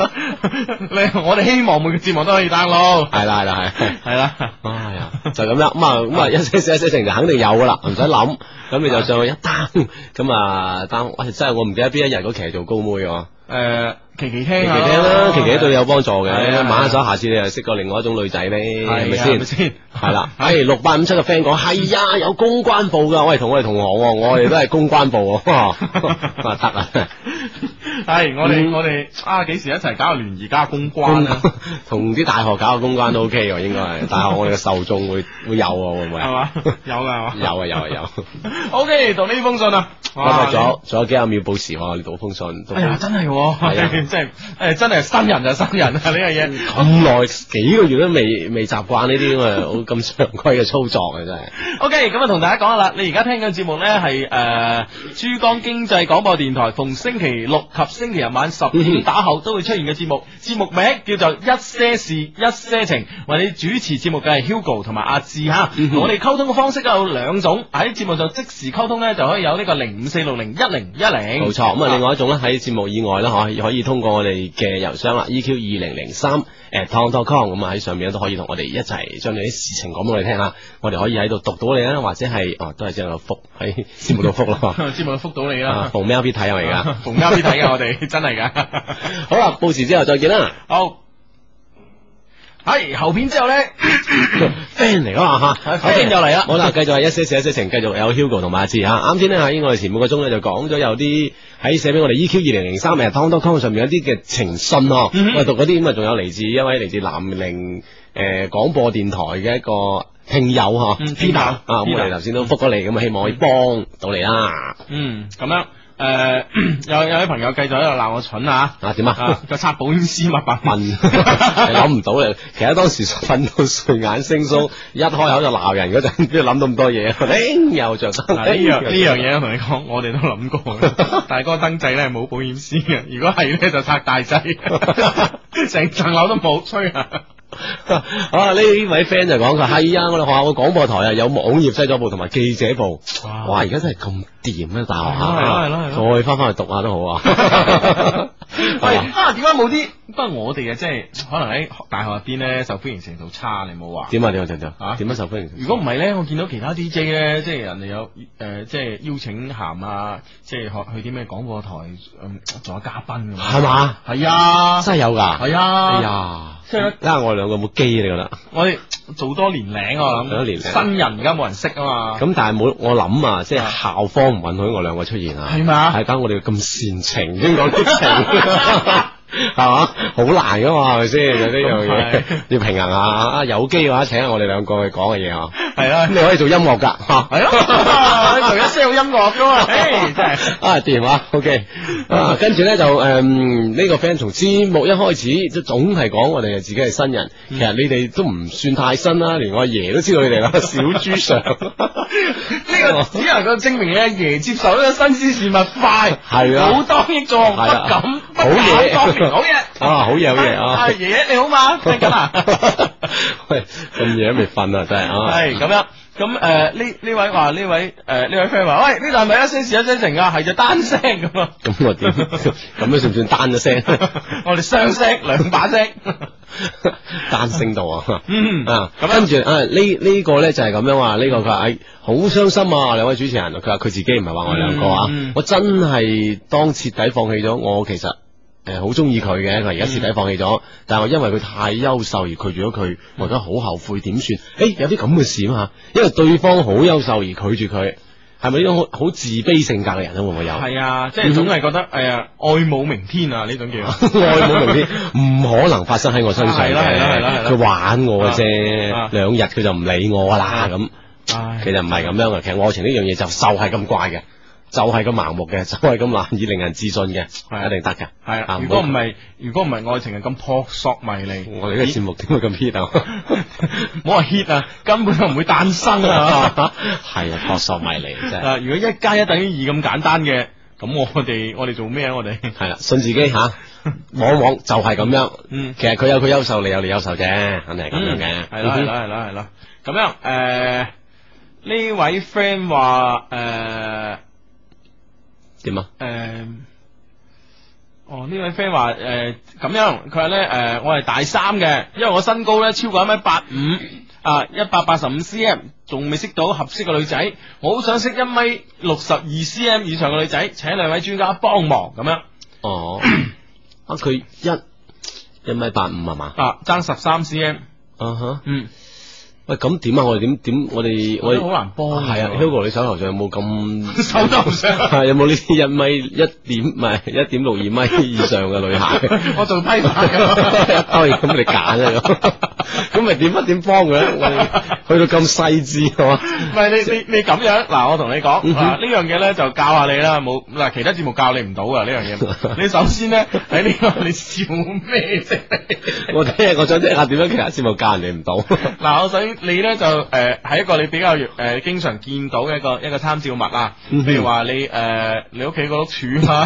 A: 你我哋希望每個節目都可以 download，
C: 係啦係啦係。
A: 係啦。
C: 哎呀，就咁啦，咁啊，咁啊，一些事一些情就肯定有噶啦，唔使諗，咁你就上去一單，咁啊單，喂，真係我唔記得邊一日嗰期做高妹喎，
A: 誒，琪琪
C: 琪
A: 聽
C: 琪
A: 啊
C: 聽啦，琪琪對你有幫助
A: 係啊
C: 嘅，晚下手，下次你又識過另外一種女仔咧，係咪
A: 係啊係咪
C: 先？
A: 先？
C: 係啦，係六八五七嘅 friend 講係啊，有公關部噶，喂，同我哋同行喎，我哋都係公關部喎，啊得啊，
A: 係我哋
C: 嗯
A: 我哋啊，幾時一齊搞下聯誼加公關啊？
C: 同啲大學搞個公關都 OK 喎，應該係，大學我哋嘅受眾會會有喎，會唔會
A: 係
C: 啊？
A: 嘛？有啦，係嘛
C: 有啊有啊有。
A: ？OK，讀呢封信啊。
C: 我
A: 哇
C: 咪仲有仲有幾廿秒報時喎，我哋讀封信，讀
A: 哎呀，真係喎，
C: 係啊 嗯
A: 真係誒，真係新人就新人啊！呢樣嘢。
C: 咁耐幾個月都未未習慣呢啲咁嘅好咁常規嘅操作嘅真係。
A: OK，咁啊同大家講下啦，你而家聽緊嘅節目呢係诶珠江經濟廣播電台逢星期六及星期日晚十點打後都會出現嘅節目，節目名叫做一些事一些情，為你主持節目嘅係 Hugo 同埋阿志哈。
C: 嗯哼
A: 我哋溝通嘅方式都有兩種，喺節目上即時溝通呢，就可以有呢個零五四六零一零一零。
C: 冇錯，咁啊，另外一種咧喺節目以外咧，可以可以通過我哋嘅郵箱啦，EQ 二零零三 at t o n t o com，咁啊喺上面都可以同我哋一齊將你啲事情講俾我哋聽啦。我哋可以喺度讀到你啦，或者係哦都係將個覆喺節目度 覆咯。
A: 節目就覆到你
C: 啊
A: 啦，，
C: 逢喵必睇啊，我而 家。
A: 逢交必睇嘅我哋真係噶。
C: 好啦，報時之後再見啦。
A: 好，係後片之後呢。
C: friend 嚟啊嘛吓，
A: 係 friend 又嚟啦
C: 好啦，繼續係一些事一些情，繼續有 Hugo 同埋阿志吓。啱先咧啊喺我哋前半個鐘咧就講咗有啲喺寫俾我哋 EQ 二零零三嘅 t o n t o c o m 上面有啲嘅情信嗬，
A: 嗯哼
C: 我讀嗰啲咁啊，仲有嚟自一位嚟自南寧誒廣播電台嘅一個聽友嗬
A: 嗯
C: p e t e
A: 聽友
C: 啊，咁我
A: Peter
C: 哋頭先都覆咗你，咁啊希望可以幫到你啦。
A: 嗯，咁樣诶有有啲朋友繼續喺度鬧我蠢啊，
C: 啊 點啊
A: 啊？個拆保險絲密白
C: 問，你諗唔到你。其實當時瞓到睡眼惺忪，一開口就鬧人嗰陣，邊度諗到咁多嘢？叮又着燈，
A: 嗱呢
C: 叮
A: 樣
C: 又
A: 呢樣嘢，我同你講，我哋都諗過嘅，但係嗰個燈掣咧係冇保險絲嘅，如果係咧就拆大 掣，成層樓都冇吹啊！
C: 啊！呢位 friend 就講佢係啊，我哋學校嘅廣播台啊有網頁製作部同埋記者部，哇！ 而家真係咁掂啊，
A: 係咯係咯
C: 大
A: 係
C: 學啊，再翻翻去讀下都好啊。
A: 喂
C: 係嘛
A: 啊，點解冇啲？不過我哋嘅啊即係可能喺大學入邊咧受歡迎程度差，你冇話。
C: 點啊？點啊？點啊點
A: 啊
C: 啊？點樣受歡迎？
A: 如果唔係咧，我見到其他 DJ 咧，即係人哋有誒、呃即係邀請函啊，即係學去啲咩廣播台嗯做下嘉賓咁。
C: 係？嘛？
A: 係啊，
C: 真係有㗎。
A: 係啊。
C: 哎呀！
A: 即係
C: 睇下我哋兩個有冇機你覺得？
A: 我哋做多年領啊我諗，
C: 做多年領
A: 新人而家冇人識啊嘛。
C: 咁但係冇，我諗啊，即係校方唔允許我兩個出現啊。
A: 係嘛
C: 係等我哋咁煽情先講激情，係嘛？好難噶嘛，係咪先？呢樣
A: 咁係
C: 嘢要平衡下。啊，有機嘅話請下我哋兩個去講嘅嘢啊。
A: 係啦
C: 咁你可以做 音樂㗎，啊嚇
A: 係咯，你做一 sell 音樂噶 嘛，誒真係。
C: 啊，掂啊，OK，啊，跟住咧就诶，嗯呢、個 friend 從節目一開始即總係講我哋係自己係新人，
A: 嗯
C: 其實你哋都唔算太新啦，連我阿爺都知道你哋啦，小豬上，
A: 呢個只能夠證明你阿爺接受呢個新鮮事物快，
C: 係啊
A: 好當益壯，不
C: 係啊
A: 敢不
C: 好嘢
A: 敢當年好嘢。
C: 啊，好嘢好嘢
A: 阿
C: 啊！
A: 爺你好哎 嘛？聽緊啊？
C: 喂，咁夜都未瞓啊，真係啊！
A: 係哎咁樣。咁誒呢呢位話呢位誒呢位 friend 話，喂呢度係咪一些事一些情啊？係就單聲咁 啊！
C: 咁我點？咁樣算唔算單一聲？
A: 我哋雙聲兩把聲。
C: 單聲道啊！
A: 嗯
C: 啊，
A: 咁
C: 跟住啊呢呢個咧就係咁樣話，呢個佢話哎好傷心啊，兩位主持人，佢話佢自己唔係話我哋兩個啊
A: 嗯嗯，
C: 我真係當徹底放棄咗，我其實誒好中意佢嘅，佢而家徹底放棄咗，但係我因為佢太優秀而拒絕咗佢，我而家好後悔，點算？誒有啲咁嘅事嘛，因為對方好優秀而拒絕佢，係咪呢種好好自卑性格嘅人啊？會唔會有？
A: 係啊，即係總係覺得誒愛慕明天啊呢種 叫。
C: 愛慕明天唔可能發生喺我身上
A: 係
C: 嘅，
A: 啦係啦係啦係啦
C: 佢玩我嘅啫
A: 啊啊，啊
C: 兩日佢就唔理我啦咁。
A: 唉
C: 其實唔係咁樣嘅，其實愛情呢樣嘢就就係咁怪嘅，就係咁盲目嘅， 就係咁難以令人置信嘅，
A: 啊
C: 一定得嘅。
A: 系啊，
C: 啊
A: 如果唔係，如果唔係愛情係咁撲朔迷離，
C: 我哋 呢個節目點會咁 hit 啊？
A: 唔好話 hit 啊，根本就唔會誕生 啊！
C: 係啊，撲朔迷離真係。
A: 啊，如果一加一等於二咁簡單嘅，咁我哋我哋做咩啊？我哋
C: 係啦，信自己吓，往往就係咁樣。
A: 嗯
C: 其實佢有佢優秀，你有你優秀啫，肯定係咁樣嘅。嗯
A: 係啦係啦係啦係啦，咁樣呃诶呢位 friend 話诶
C: 點啊？
A: 诶。呃哦，呢位 friend 話誒咁樣，佢話咧誒，我係大三嘅，因為我身高咧超過一米八五，啊一百八十五 cm，仲未識到合適嘅女仔，我好想識一米六十二 cm 以上嘅女仔，請兩位專家幫忙咁樣，
C: 哦，啊佢一一米八五係嘛？
A: 啊爭十三 cm，
C: 啊哈，
A: 嗯，
C: 喂咁點啊？我哋點點？我哋我
A: 我
C: 哋
A: 都好難幫㗎
C: 係啊，Hugo 你手頭上有冇咁
A: 手都唔上
C: 係有冇呢啲一米一點唔係一點六二米以上嘅女孩？
A: 我做批發㗎，
C: 當然咁你揀啦咁，咁咪點乜點幫佢咧？我哋去到咁細緻係嘛？
A: 唔係你你你咁樣嗱，我同你講啊
C: 嗯哼
A: 嗱呢樣嘢咧就教下你啦，冇嗱其他節目教你唔到啊呢樣 嘢。你首先咧喺呢個你笑咩啫？
C: 我聽我想聽下點樣其他節目教人哋唔到。
A: 嗱，我想你咧就誒係、一個你比較誒、呃、經常見到嘅一個一個參照物啦，
C: 嗯
A: 譬如話你誒、呃你屋企嗰碌柱 啦，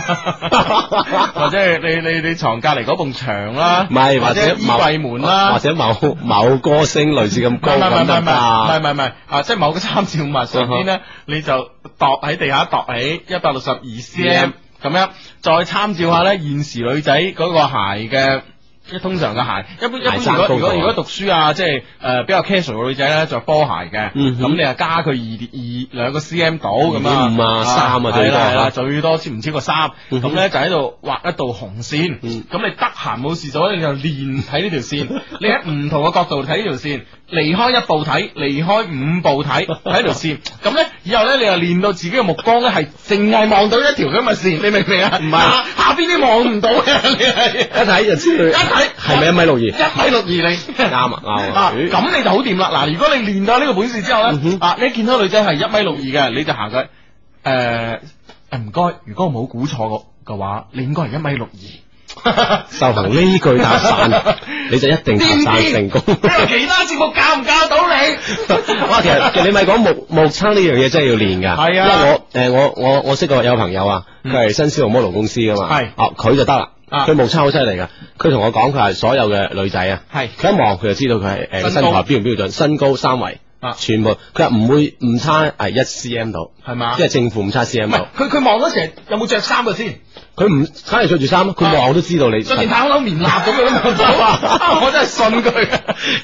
A: 或者係你你你床隔離嗰埲牆啦，
C: 唔係，
A: 或
C: 或
A: 者
C: 者
A: 衣
C: 某
A: 櫃門啦，
C: 或者某某歌星類似咁
A: 唔係唔係唔係唔係
C: 高咁得
A: 唔
C: 㗎。
A: 係唔係啊！即係某個參照物上邊咧，你就度喺地下度起一百六十二 cm 咁樣，再參照下咧現時女仔嗰個鞋嘅。即係通常嘅鞋，一般一般
C: 鞋踭
A: 如果
C: 高
A: 如果
C: 度啊
A: 如果讀書啊，即係誒比較 casual 嘅女仔咧，着波鞋嘅，
C: 嗯哼
A: 咁你啊加佢二二兩個 cm 到咁啊，
C: 2.5啊3啊
A: 係
C: 最多
A: 啦
C: 啊
A: 係啦，最多唔超過三，
C: 嗯
A: 咁
C: 哼
A: 咧就喺度畫一道紅線，咁你
C: 嗯
A: 得閒冇事做咧，你就練睇呢條線，你喺唔同嘅角度睇呢條線，離開一步睇，離開五步睇，睇條線，咁咧以後咧你又練到自己嘅目光咧係淨係望到一條咁嘅線，你明唔明啊？
C: 唔係
A: 下下邊啲望唔到嘅，你係。
C: 一睇就知佢
A: 一睇
C: 係咪一米六
A: 一
C: 二？
A: 米六二你啱
C: 啊啱啊咦
A: 咁你就好掂啦。嗱，如果你練到呢個本事之後
C: 嗯
A: 咧，
C: 哼
A: 啊，你一見到女仔係一米六二嘅，你就行佢誒诶唔該，如果我冇估錯個嘅話，你應該係一米六二。
C: 受行呢句搭讪，你就一 定搭讪成功。
A: 其他節目教唔教到你？
C: 哇，其實其實你咪講目目測呢樣嘢真係要練㗎。
A: 係啊嗯
C: 因為我诶我我我識個有朋友啊，佢係新思路 model 公司㗎嘛。
A: 係
C: 哦，佢就得啦。
A: 啊
C: 佢目測好犀利㗎。佢同我講，佢係所有嘅女仔啊，
A: 係
C: 佢一望佢就知道佢係诶
A: 身
C: 身
A: 高
C: 材標唔標準，身高三圍
A: 啊，
C: 全部佢話唔會唔差係一 cm 度，
A: 係嘛？
C: 即係正負唔差 cm
A: 唔
C: 度
A: 係。佢佢望嗰時有冇着衫嘅先？
C: 佢唔梗係着住衫啦，佢望都知道你。
A: 着件太空褸棉衲咁樣望到 啊！我真係信佢。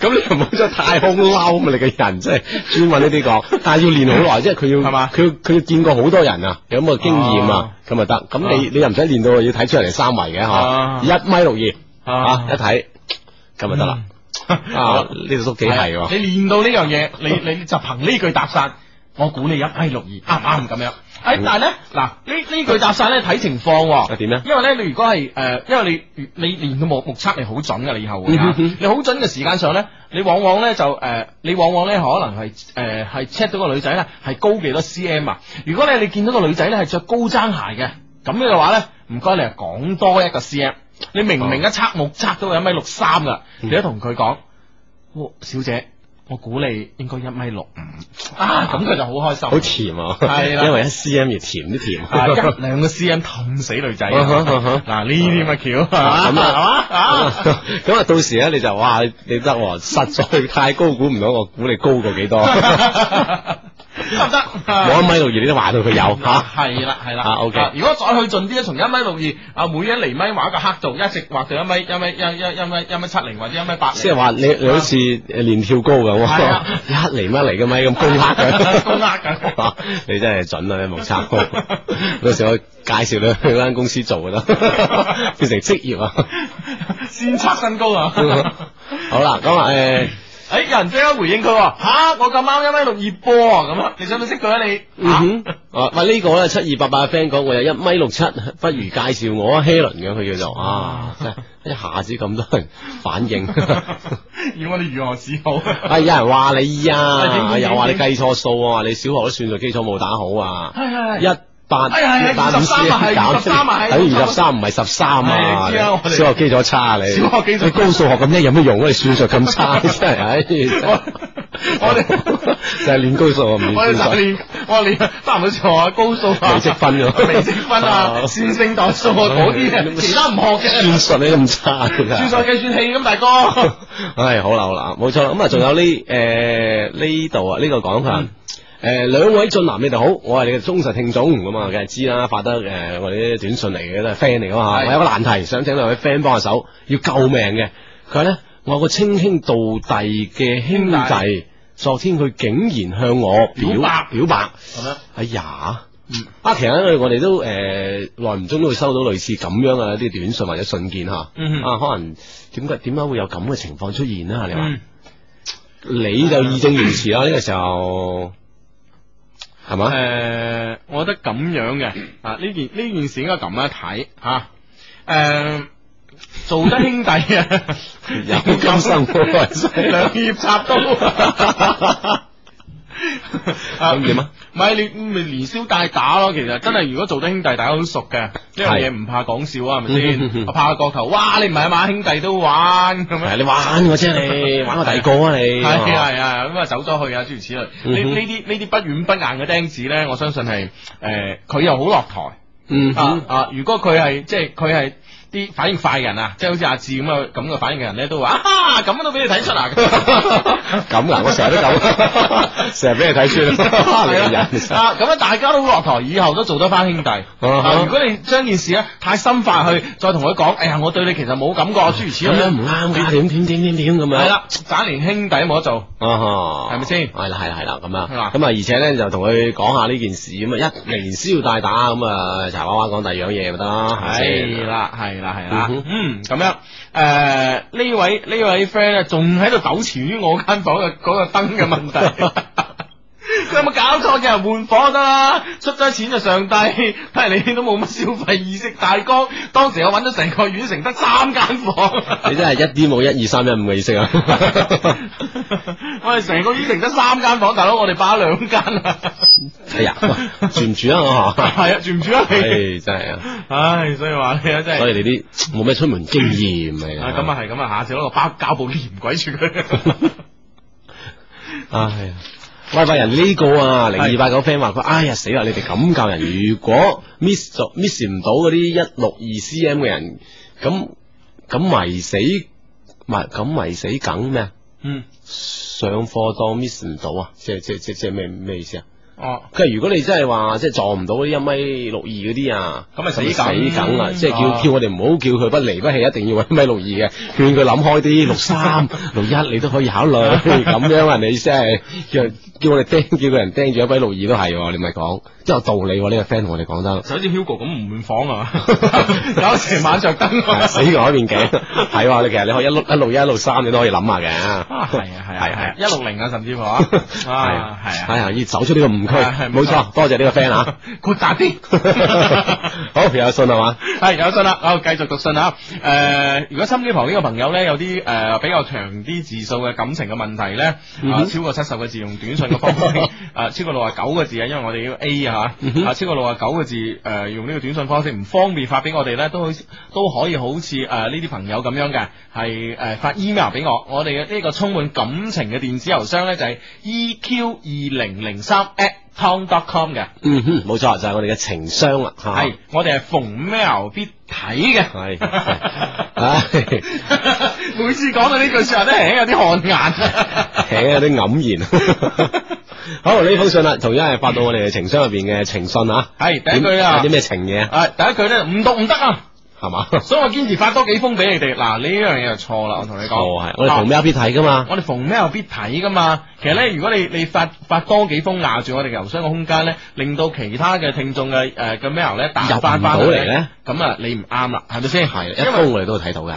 C: 咁你又唔好真係太空嬲嘛！你個人真係專揾呢啲講， 但係要練好耐，即係佢要
A: 係嘛
C: 佢要佢要見過好多人啊，有咁嘅經驗啊，咁咪得。咁你
A: 啊
C: 你又唔使練到要睇出人哋三圍嘅
A: 啊
C: 嗬，一米六二
A: 啊
C: 啊，一睇咁咪得啦。
A: 嗯
C: 啊，呢度都幾係
A: 你
C: 喎。
A: 練到呢樣嘢，你你就憑呢句搭訕，我估你一米六二，啱唔啱咁樣？誒，但係咧，嗱呢呢句搭訕咧睇情況喎。
C: 嗯啊點咧
A: 因為咧，你如果係誒、呃因為你你練到目目測你好準㗎，你以後會
C: 嗯
A: 啊
C: 哼哼
A: 你好準嘅時間上咧，你往往咧就誒、呃你往往咧可能係誒係 check 到個女仔咧係高幾多 cm 啊？如果咧你見到個女仔咧係着高踭鞋嘅，咁嘅話咧，唔該你係講多一個 cm。你明明一測目測到佢一米六三噶，
C: 嗯
A: 你都同佢講。我小姐，我估你應該一米六五啊，咁佢就好開心，
C: 好甜啊！
A: 係啦
C: 因為一 cm 而甜啲甜。
A: 啊一兩個 cm 氹死女仔，
C: 啊哈啊哈
A: 嗱呢啲咪橋係嘛係
C: 咁 啊
A: 嘛啊！
C: 咁啊，到時咧你就哇，你得喎，實在太高估唔到，我估你高過幾多，
A: 啊 得唔得？
C: 我一米六二你都話到佢有吓。
A: 系啦系啦
C: 啊，OK
A: 如果再去盡啲咧，從一米六二啊，每一厘米畫一個刻度，一直畫到一米一米一一一米一米七零或者一米八零，
C: 即係話你你好似練跳高咁
A: 啊係啊
C: 喎， 一厘米嚟嘅米咁高 握嘅，
A: 高握嘅
C: 哇 你真係準啊！你目測， 到時我介紹你去嗰間公司做嘅啦， 變成職 業啊！
A: 先測身高 啊！
C: 好啦，咁啊誒，
A: 诶、哎有人即刻回應佢喎，吓、我咁啱一米六二波咁啊，你想唔想識佢啊你？
C: 嗯哼，啊喂呢個咧七二八八嘅 friend 講，我有一米六七，不如介紹我啊希倫嘅佢叫做啊，真係一下子咁多人反 應。
A: 要我哋如何是好？
C: 啊！有人話你啊，
A: 點點點
C: 又話你計錯數啊，話你小學啲算術基礎冇打好啊。
A: 係
C: 一八
A: 哎呀係
C: 八五 C
A: 23啊係23啊係
C: 等於二十三唔係十三啊！
A: 係知啊我哋
C: 小學基礎差啊你，
A: 小學基礎
C: 你高數學咁叻有咩用啊？你算術咁差真係，唉！
A: 我 哋
C: 就係練高數啊，唔
A: 我
C: 練
A: 哋
C: 算
A: 就
C: 術。
A: 練，我練得唔到數啊，高數啊，
C: 微積分啊
A: 微積分啊，線性代數啊， 嗰啲 啊，其他唔學嘅，
C: 算術你咁差真係
A: 算數計算器咁，大哥。
C: 唉，好啦好啦，冇錯啦。咁啊，仲有呢
A: 嗯
C: 诶呢度啊，呢個講法。诶，兩位俊男，你哋好，我係你嘅忠實聽眾咁
A: 嗯
C: 啊，梗係知啦，發得诶我哋啲短信嚟嘅都係 friend 嚟噶嘛。
A: 係
C: 我有個難題，想請兩位 friend 幫下手，要救命嘅。佢話咧，我有個稱兄道弟嘅
A: 兄
C: 兄弟，昨天佢竟然向我
A: 表白
C: 表白，
A: 咁樣
C: 哎呀！
A: 嗯
C: 啊，其實咧，我哋都誒耐唔中都會收到類似咁樣嘅一啲短信或者信件嚇，
A: 嗯哼
C: 啊，可能點解點解會有咁嘅情況出現啦？你話、
A: 嗯，
C: 你就義正言辭啊啦，呢、個時候係嘛？
A: 诶，我覺得咁樣嘅啊，呢件呢件事應該咁樣睇吓，诶，做得兄弟啊，
C: 有今生冇來世
A: 兩肋插 刀。
C: 咁點啊？
A: 唔係你嗯咪連消帶打咯，其實真係如果做得兄弟，大家都熟嘅呢樣嘢，
C: 係
A: 唔怕講笑啊，係咪
C: 嗯嗯嗯
A: 先？我拍個膊頭，哇！你唔係啊嘛，兄弟都玩咁
C: 係
A: 樣。
C: 你玩我啫，你玩我第二個啊你，
A: 係啊係啊，咁啊走咗去啊，諸如此類。
C: 嗯
A: 呢
C: 哼
A: 呢啲呢啲不軟不硬嘅釘子咧，我相信係誒佢又好落台。
C: 嗯
A: 啊
C: 哼，
A: 啊！如果佢係即係佢係啲反應快嘅人啊，即係好似阿志咁嘅咁嘅反應嘅人咧，都話啊咁都俾你睇出 啊！
C: 咁啊，我成日都 咁，成日俾你睇穿啦， 你個人
A: 啊咁啊，大家都好落台，以後都做得翻兄弟。啊如果你將件事咧太深化去，再同佢講，哎呀，我對你其實冇感覺，諸如此
C: 咁樣
A: 類。
C: 唔啱㗎，點點點點點咁樣。
A: 係啦，盞連兄弟都冇得做。
C: 啊
A: 係咪先
C: 系啦，系啦，系啦，咁
A: 係
C: 啊
A: 嘛，
C: 咁啊，而且咧就同佢講下呢件事，咁啊一連消帶打，咁啊柴娃娃講第二樣嘢咪得啦，係咪先
A: 係啦，係啦，係啦
C: 嗯哼，
A: 嗯，咁樣，诶，呢位呢位 friend 咧，仲喺度糾纏於我間房嘅嗰個燈嘅問題。 佢有冇搞錯嘅？換火得啦，出咗錢就上帝， 睇嚟你都冇乜消費意識，大哥。當時我揾咗成個縣城得三間房，
C: 你真係一啲冇一二三一五嘅意識啊！
A: 我哋成個縣城得三間房，大佬我哋霸兩間啊！
C: 哎呀，喂住唔住啊？我
A: 系啊，住唔住啊
C: 唉，
A: 你？
C: 真係啊！
A: 唉，所以話你啊，真係。
C: 所以你啲冇咩出門經驗嚟
A: 啊，咁啊係咁啊，下次攞個包膠布黏鬼住 佢。
C: 唉哎呀，喂喂人呢個啊，零二八九 friend 話佢，哎呀死啦！你哋咁教人，如果 miss 咗 miss 唔到嗰啲一六二 cm 嘅人，咁咁迷死迷咁迷死梗咩啊？
A: 嗯，
C: 上課當 miss 唔到啊？即係即係即係即係咩咩意思啊？
A: 哦，
C: 佢話如果你真係話即係撞唔到嗰啲一米六二嗰啲啊，
A: 咁咪死
C: 死
A: 梗
C: 梗啦！即係
A: 啊
C: 叫叫我哋唔好叫佢不離不棄，一定要一米六二嘅，勸佢諗開啲，六三、六一你都可以考慮咁樣啊！你真係叫叫我哋盯，叫個人盯住一米六二都係喎，你咪講，真有道理喎！呢個 friend 同我哋 講得。
A: 就好似 Hugo 咁唔換房啊， 搞成晚着燈
C: 係
A: 啊。
C: 死改變頸，係喎！你其實你可以一六一六一一六三，你都可以諗下嘅。
A: 啊，係啊，係
C: 係
A: 啊
C: 啊，
A: 一六零啊，甚 至乎啊，啊，係啊，
C: 係啊，要走出呢個誤區
A: 係啊係，冇
C: 冇
A: 錯
C: 錯，多謝呢個 friend 啊！
A: 豁達啲。
C: 好，有信係嘛？
A: 系哎有信啦，好繼續讀信啊！诶、如果心機旁呢個朋友咧有啲诶、誒比較長啲字數嘅感情嘅問題咧，
C: 嗯
A: 啊
C: 哼
A: 超過七十個字用短信嘅方式， 啊超過六啊九個字啊，因為我哋要 A 啊
C: 嗯哼
A: 啊超過六啊九個字诶、誒用呢個短信方式唔方便發俾我哋咧，都好似都可以好似诶呢啲朋友咁樣嘅，係诶、誒發 email 俾我，我哋嘅呢個充滿感情嘅電子郵箱咧就係 EQ 二零零三 at tom.com 嘅。
C: 嗯哼，冇錯，就係我哋嘅情商啦，嚇
A: 系，哎我哋系逢 mail 必睇嘅。
C: 啊 係係
A: 每次講到呢句说話都係有啲汗眼。
C: 係有啲黯然。好，呢封信啦，同樣係發到我哋嘅情商入邊嘅情信啊。
A: 係第一句啊
C: 點有啲咩情嘢啊？
A: 啊，第一句咧唔讀唔得啊，
C: 係嘛？
A: 所以我堅持發多幾封俾你哋。嗱，呢樣嘢就錯啦，我同你講。
C: 哦，係，我哋
A: 啊
C: 同 m a 必睇噶嘛。
A: 我哋逢 mail 必睇噶嘛。其實咧，如果你你發發多幾封壓住我哋郵箱嘅空間咧，令到其他嘅聽眾嘅誒嘅 mail 咧彈
C: 入唔
A: 翻翻
C: 到嚟呢，
A: 咁啊你唔啱啦，係咪先？
C: 係，一
A: 因為
C: 封我哋都會睇到㗎。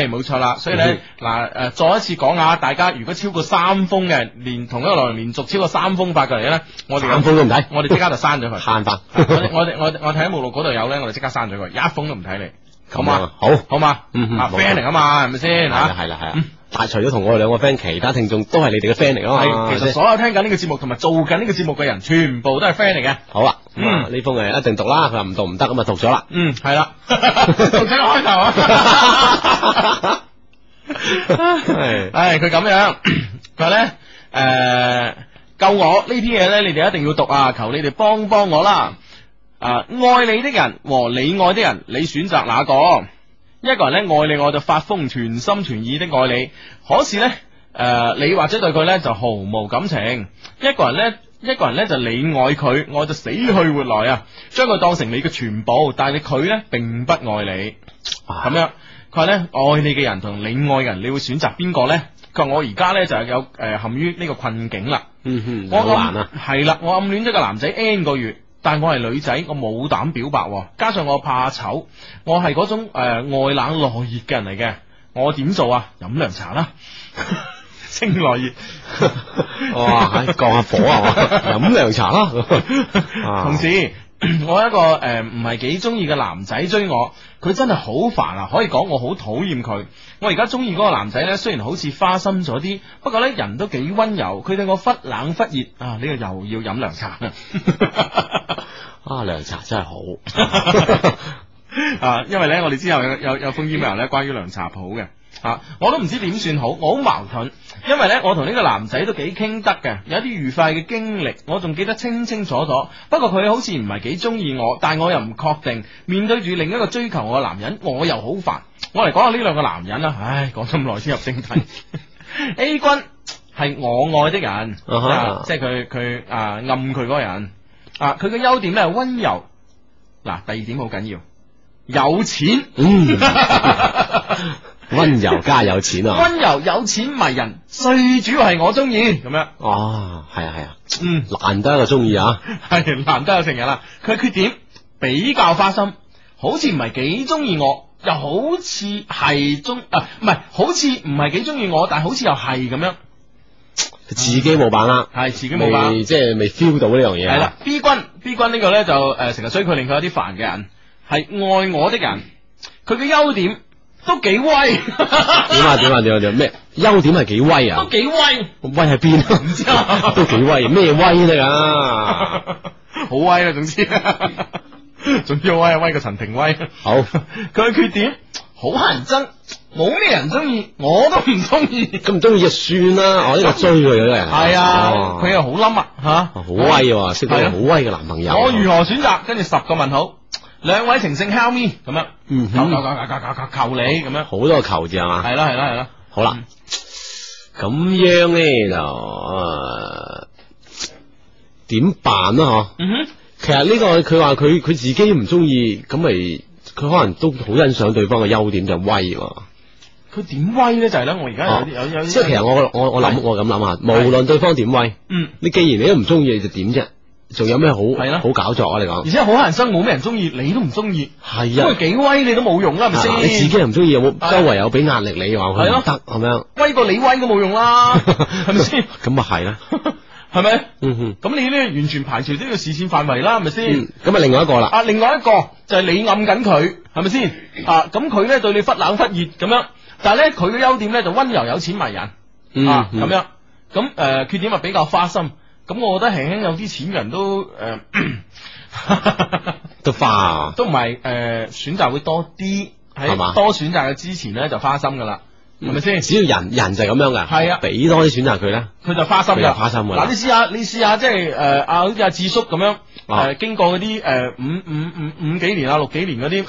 A: 系冇錯啦，所以
C: 嗯
A: 咧嗱诶，再一次講下，大家如果超過三封嘅，連同一個內容連續超過三封發過嚟嘅咧，我哋
C: 三封都唔睇
A: 我哋即刻就刪咗 佢。
C: 慳翻
A: 我哋我哋我哋我睇喺目錄嗰度有咧，我哋即刻刪咗佢，一封都唔睇你，好
C: 咁
A: 嘛
C: 啊？好，
A: 好嘛？
C: 嗯嗯
A: 啊
C: 冇錯
A: ，friend 嚟啊嘛，係咪
C: 係
A: 先
C: 啦，
A: 吓？
C: 係啦，係啦
A: 嗯。
C: 但係除咗同我哋兩個 friend，其他聽眾都係你哋嘅 friend 嚟㗎嘛。
A: 係，其實
C: 哦即係
A: 所有聽緊呢個節目同埋做緊呢個節目嘅人，全部都係 friend 嚟嘅。
C: 好啦，
A: 嗯
C: 咁啊呢封誒一定讀啦。佢話唔讀唔得，咁啊讀咗啦。
A: 嗯，係 啦，讀咗開頭 啊。
C: 係
A: 唉，佢咁樣，佢話咧，诶、救我呢啲嘢咧，你哋一定要讀啊！求你哋幫幫我啦！啊，爱你的人和你愛的人，你選擇哪個？一個人咧愛你，我就發瘋，全心全意的愛你。可是咧，诶、你或者對佢咧就毫無感情。一個人咧。一個人咧就你愛佢，愛到死去活來啊！將佢當成你嘅全部，但係佢咧並不愛你。咁樣，佢話咧愛你嘅人同你愛嘅人，你會選擇邊個咧？佢話我而家咧就係有誒、呃陷於呢個困境啦。
C: 嗯
A: 我
C: 哼，好難啊。！
A: 係啦，我暗戀咗個男仔 N 個月，但我係女仔，我冇膽表白喎，加上我怕醜，我係嗰種誒、呃外冷內熱嘅人嚟嘅，我點做啊？飲涼茶啦， 清內 熱。
C: 哇，係降下火啊！ 飲涼茶啦。啊
A: 同時，我有一個诶唔係幾中意嘅男仔追我，佢真係好煩啊！可以講我好討厭佢。我而家中意嗰個男仔呢，雖然好似花心咗啲，不過呢人都幾温柔。佢對我忽冷忽熱啊！呢、個又要飲涼茶 啦。
C: 啊，涼茶真係好，
A: 啊，因為呢，我哋之後有有有封 email 咧，關於涼茶鋪嘅。啊！我都唔知點算好，我好矛盾，因為呢，我同呢個男仔都幾傾得嘅，有啲愉快嘅經歷，我仲記得清清楚楚。不過佢好似唔係幾中意我，但我又唔確定。面對住另一個追求我嘅男人，我又好煩。我嚟講下呢兩個男人啦，唉，講咁耐先入正題。A 君係我愛的人，
C: 哈
A: 啊即係佢佢啊暗佢嗰個人啊，佢嘅優點咧係温柔。嗱，第二點好緊要，有錢。
C: 嗯， 温柔加有錢 啊，
A: 温柔有錢迷人，最主要係我中意咁樣。
C: 哦，係啊係啊，
A: 嗯，
C: 難得一個中意啊，
A: 係難得有情人啦。佢缺點比較花心，好似唔係幾中意我，又好似係中啊，唔係好似唔係幾中意我，但係好似又係咁樣，
C: 自己冇把握，
A: 係自己冇把握。
C: 未即係未 feel 到呢樣嘢
A: 係啦
C: 啊，
A: ，B 君 B 君呢個呢，就诶成日追佢，令佢有啲煩嘅人，係愛我的人，佢嘅優點都幾威，
C: 點啊點啊點啊點啊咩優點係幾威
A: 都
C: 啊？
A: 幾威。
C: 威喺邊啊？啊
A: 知啊
C: 都幾威，咩威得㗎？
A: 好威啊啦，總之， 總之好威，威過陳廷威。
C: 好，
A: 佢嘅缺點好乞人憎，冇咩人中意，我都唔中意。
C: 咁唔中意就算啦，我哦呢個追佢嘅人
A: 係啊，
C: 哦
A: 佢又好冧啊，吓，
C: 好威喎，識到
A: 係
C: 個
A: 啊
C: 好威嘅男朋友。
A: 我如何選擇？跟住十個問號，兩位情聖 help me 咁樣，啊
C: 嗯
A: 求求
C: 哼，
A: 求求求求求你咁樣，
C: 好多個求字係嘛？
A: 係啦係啦係啦，
C: 好啦
A: 嗯，
C: 咁樣咧就誒點辦啦？嗬，
A: 嗯哼，
C: 其實呢個佢話佢佢自己唔中意，咁咪佢可能都好欣賞對方嘅優點就係威喎。
A: 佢點威咧？就係咧，我而家有啲有有
C: 哦即係其實我我我諗我咁諗下，無論對方點威，
A: 嗯，
C: 你既然你都唔中意，你就點啫？仲有咩好
A: 係啦
C: 好搞作啊？
A: 而
C: 你講
A: 且好乞人憎，冇咩人中意，你都唔中意，
C: 係
A: 因為
C: 啊，
A: 幾威你都冇用啦，係咪
C: 嗱
A: 先？
C: 啊你自己又唔中意，有冇
A: 係啊
C: 周圍有俾壓力你話佢
A: 係
C: 唔
A: 咯
C: 得咁樣？
A: 威過你威都冇用 啦，係咪先？
C: 咁啊係啦，
A: 係咪？
C: 嗯哼，
A: 咁你呢完全排除呢個視線範圍啦，係咪先？
C: 嗯咁啊另外一個啦，
A: 啊，另外一個就係你暗緊佢，係咪先？啊，咁佢咧對你忽冷忽熱咁樣，但係咧佢嘅優點咧就温柔有錢迷人、
C: 嗯
A: 啊
C: 嗯
A: 咁樣，咁誒、呃缺點啊比較花心，咁我覺得輕輕有啲錢人都誒、 呃
C: 都花啊。
A: 都唔係誒選擇會多啲，
C: 係嘛嗯
A: 喺多選擇嘅之前咧就花心噶啦，係咪先？
C: 只要人人就係咁樣噶，
A: 係啊
C: 俾多啲選擇佢啦。
A: 佢就花心
C: 佢就
A: 㗎，
C: 花心㗎啦
A: 嗱，你試下，你試下，即係誒啊，好似阿智叔咁樣，
C: 啊
A: 誒經過嗰啲誒五五五五幾年啊、六幾年嗰啲，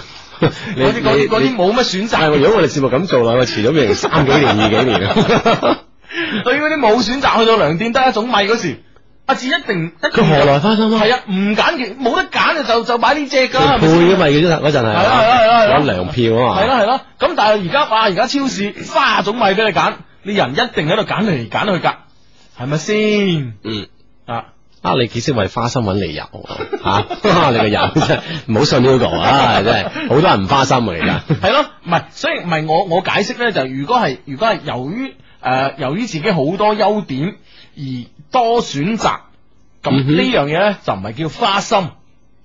C: 你
A: 嗰啲嗰
C: 你
A: 啲嗰
C: 你
A: 啲冇乜選
C: 但係
A: 擇，
C: 如果我哋節目咁做落去，遲早變成三幾年、二幾 年啦。
A: 對於嗰啲冇選擇去到糧店得一種米嗰時，阿智一定一
C: 佢何來花心啊？
A: 係啊，唔揀嘅，冇得揀就就就買呢只㗎，
C: 佢
A: 係
C: 配
A: 咪先
C: 嘅嘛，嗰陣嗰陣係
A: 係啦係啦係啦係啦
C: 有糧票啊嘛。
A: 係咯係咯，咁但係而家哇，而家超市花種米俾你揀，你人一定喺度揀嚟揀去㗎，係咪先
C: 嗯。
A: 啊？
C: 啊！你幾識為花心揾理由啊？ 嚇！你個人真係唔好信 Hugo 啊！真係好多人唔花心嚟 㗎。
A: 系咯，唔系，所以唔系我我解釋咧，就如果係如果係由於诶、呃由於自己好多優點而多選擇，咁
C: 嗯哼
A: 呢樣嘢咧就唔係叫花心，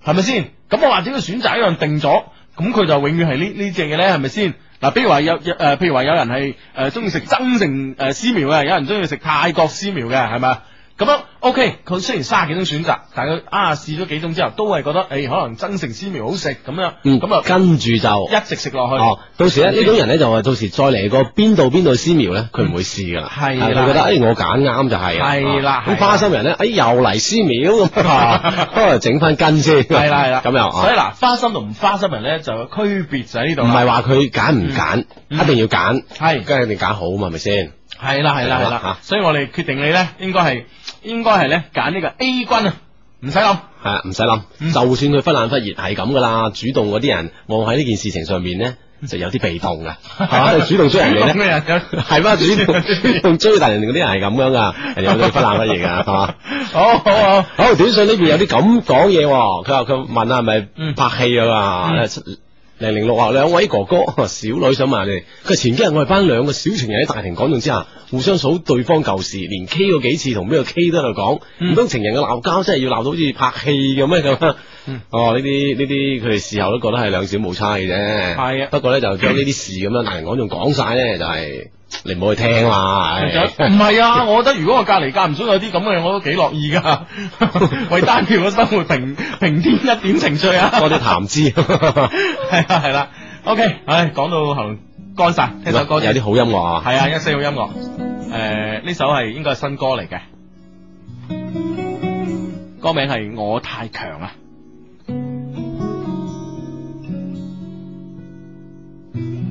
A: 係咪先？咁我或者佢選擇一樣定咗，咁佢就永遠係呢呢只嘅咧，係咪先？嗱，譬如話有有诶、譬如話有人係诶中意食增城诶絲苗嘅，有人中意食泰國絲苗嘅，係咪？咁樣 OK，佢雖然卅幾種選擇，但係佢啊試咗幾種之後，都係覺得誒、可能增城絲苗好食咁樣，
C: 嗯，
A: 咁啊
C: 跟住就
A: 一直食落去。
C: 哦，到時咧呢種人咧就話，到時再嚟個邊度邊度絲苗咧，佢唔會試噶啦，
A: 係
C: 啊
A: 啦
C: 佢覺得誒我揀啱就係啊，
A: 係啦
C: 啊
A: 係
C: 咁
A: 啦
C: 花心人咧，誒又嚟 絲苗咁啊，不如整翻根先，
A: 系啦系啦，
C: 咁又
A: 所以
C: 啊
A: 嗱，花心同唔花心人咧就有區別就喺呢度
C: 唔
A: 啦。
C: 係話佢揀唔揀，
A: 嗯
C: 一定要揀，
A: 係
C: 梗係一定揀好嘛，係咪先？
A: 係啦係啦係
C: 係啦啊嚇
A: 啦，所以我哋決定你咧應該係應該係咧揀呢個 A 君啊，唔使諗。
C: 係啊，唔使諗，
A: 嗯
C: 就算佢忽冷忽熱係咁噶啦，主動嗰啲人往往喺呢件事情上面咧
A: 嗯
C: 就有啲被動 噶，係嘛？你主動追人哋
A: 咁
C: 咧。
A: 嘅人有
C: 係嘛，主動 主動追但人哋嗰啲人係咁樣噶，人哋有啲忽冷忽熱噶，係嘛？
A: 好好好，
C: 好，哦短信呢邊有啲咁講嘢喎，佢話佢問啊下係咪
A: 嗯
C: 拍戲啊嘛
A: 嗯，
C: 零零六啊，兩位哥哥小女想問下你哋，佢話前幾日我哋班兩個小情人喺大庭廣眾之下互相數對方舊事，連 K 過幾次，同邊個 K 都喺度講，
A: 嗯
C: 唔通情人嘅鬧交真係要鬧到好似拍戲咁咩咁啊
A: 嗯？
C: 哦，呢啲呢啲佢哋事後都覺得係兩小無猜嘅啫，
A: 係啊
C: 不過咧就將呢啲事咁樣大庭廣眾講晒咧，就係你唔好去聽啦，唉
A: 唔係啊，我覺得如果我隔離間唔中有啲咁嘅，我都幾樂意 噶，為單調嘅生活平平添一點情趣啊。
C: 多啲談 資。
A: 係啊啦係啦，OK，唉，講到喉嚨乾晒，聽首歌
C: 有
A: 先
C: 啲好音樂啊！
A: 系啊，一四好音樂，诶、呢首係應該係新歌嚟嘅，歌名係我太強啊。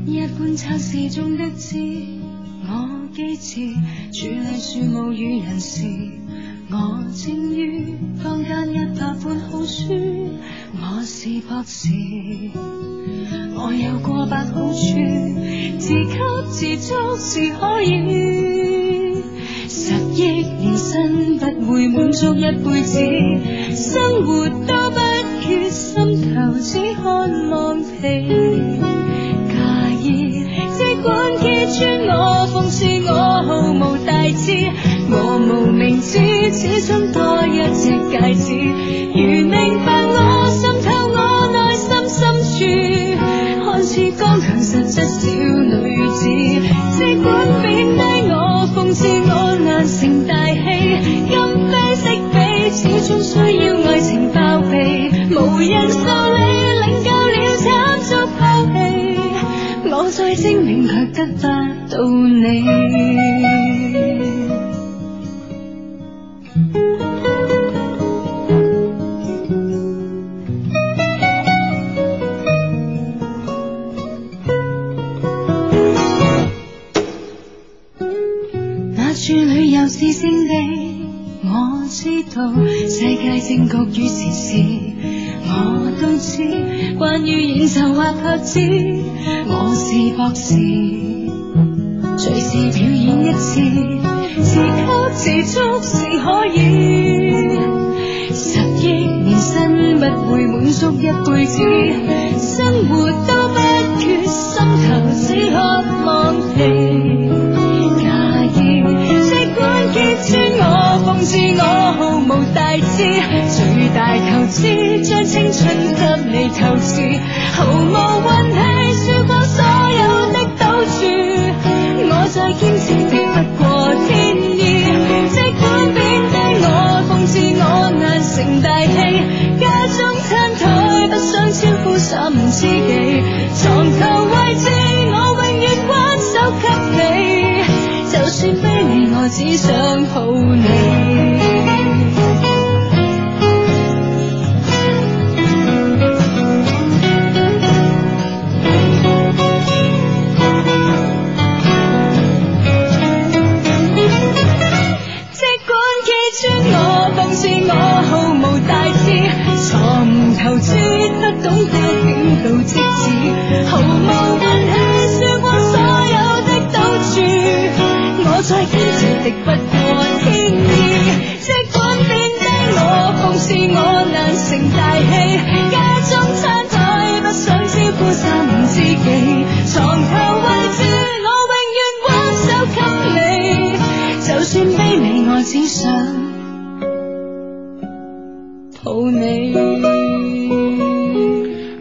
B: 一般測試中得知，我機智，處理事務與人事，我精於坊間一百本好書，我是博士，我有過百好處，自給自足是可以。十億年薪不會滿足一輩子，生活都不缺，心頭只渴望平。假意，只管揭穿我，諷刺我毫無大志，我無名指，只想多一隻戒指。如明白我，滲透我內心深處，看似剛強實質小女子，只管貶低我，諷刺我難成大器，今非昔比，始終需要愛情吧。到你。那處女又是勝地，我知道世界正局與時事，我都知關於演奏或拍子，我是博士，隨時表演一次，自給自足是可以。十億年薪不會滿足一輩子，生活都不缺，心頭只渴望你嫁衣。即管揭穿我，諷刺我，毫無大志，最大求知將青春給你透支，毫無運氣，輸光所有的賭注。我再堅持敵不過天意，即管貶低我，諷刺我難成大器。家中餐台不想超乎三五知己，床頭位置我永遠關手給你，就算非你我只想抱你。即管揭穿我，諷刺我毫無大志，傻唔投資，不懂得點到即止，毫無運氣，輸光所有的賭注，我再堅持敵不過天意，即管貶低我，諷刺我難成大器，家中餐台不想招呼三五知己，床頭位置我永遠挽手給你。就算非你，我只想抱你。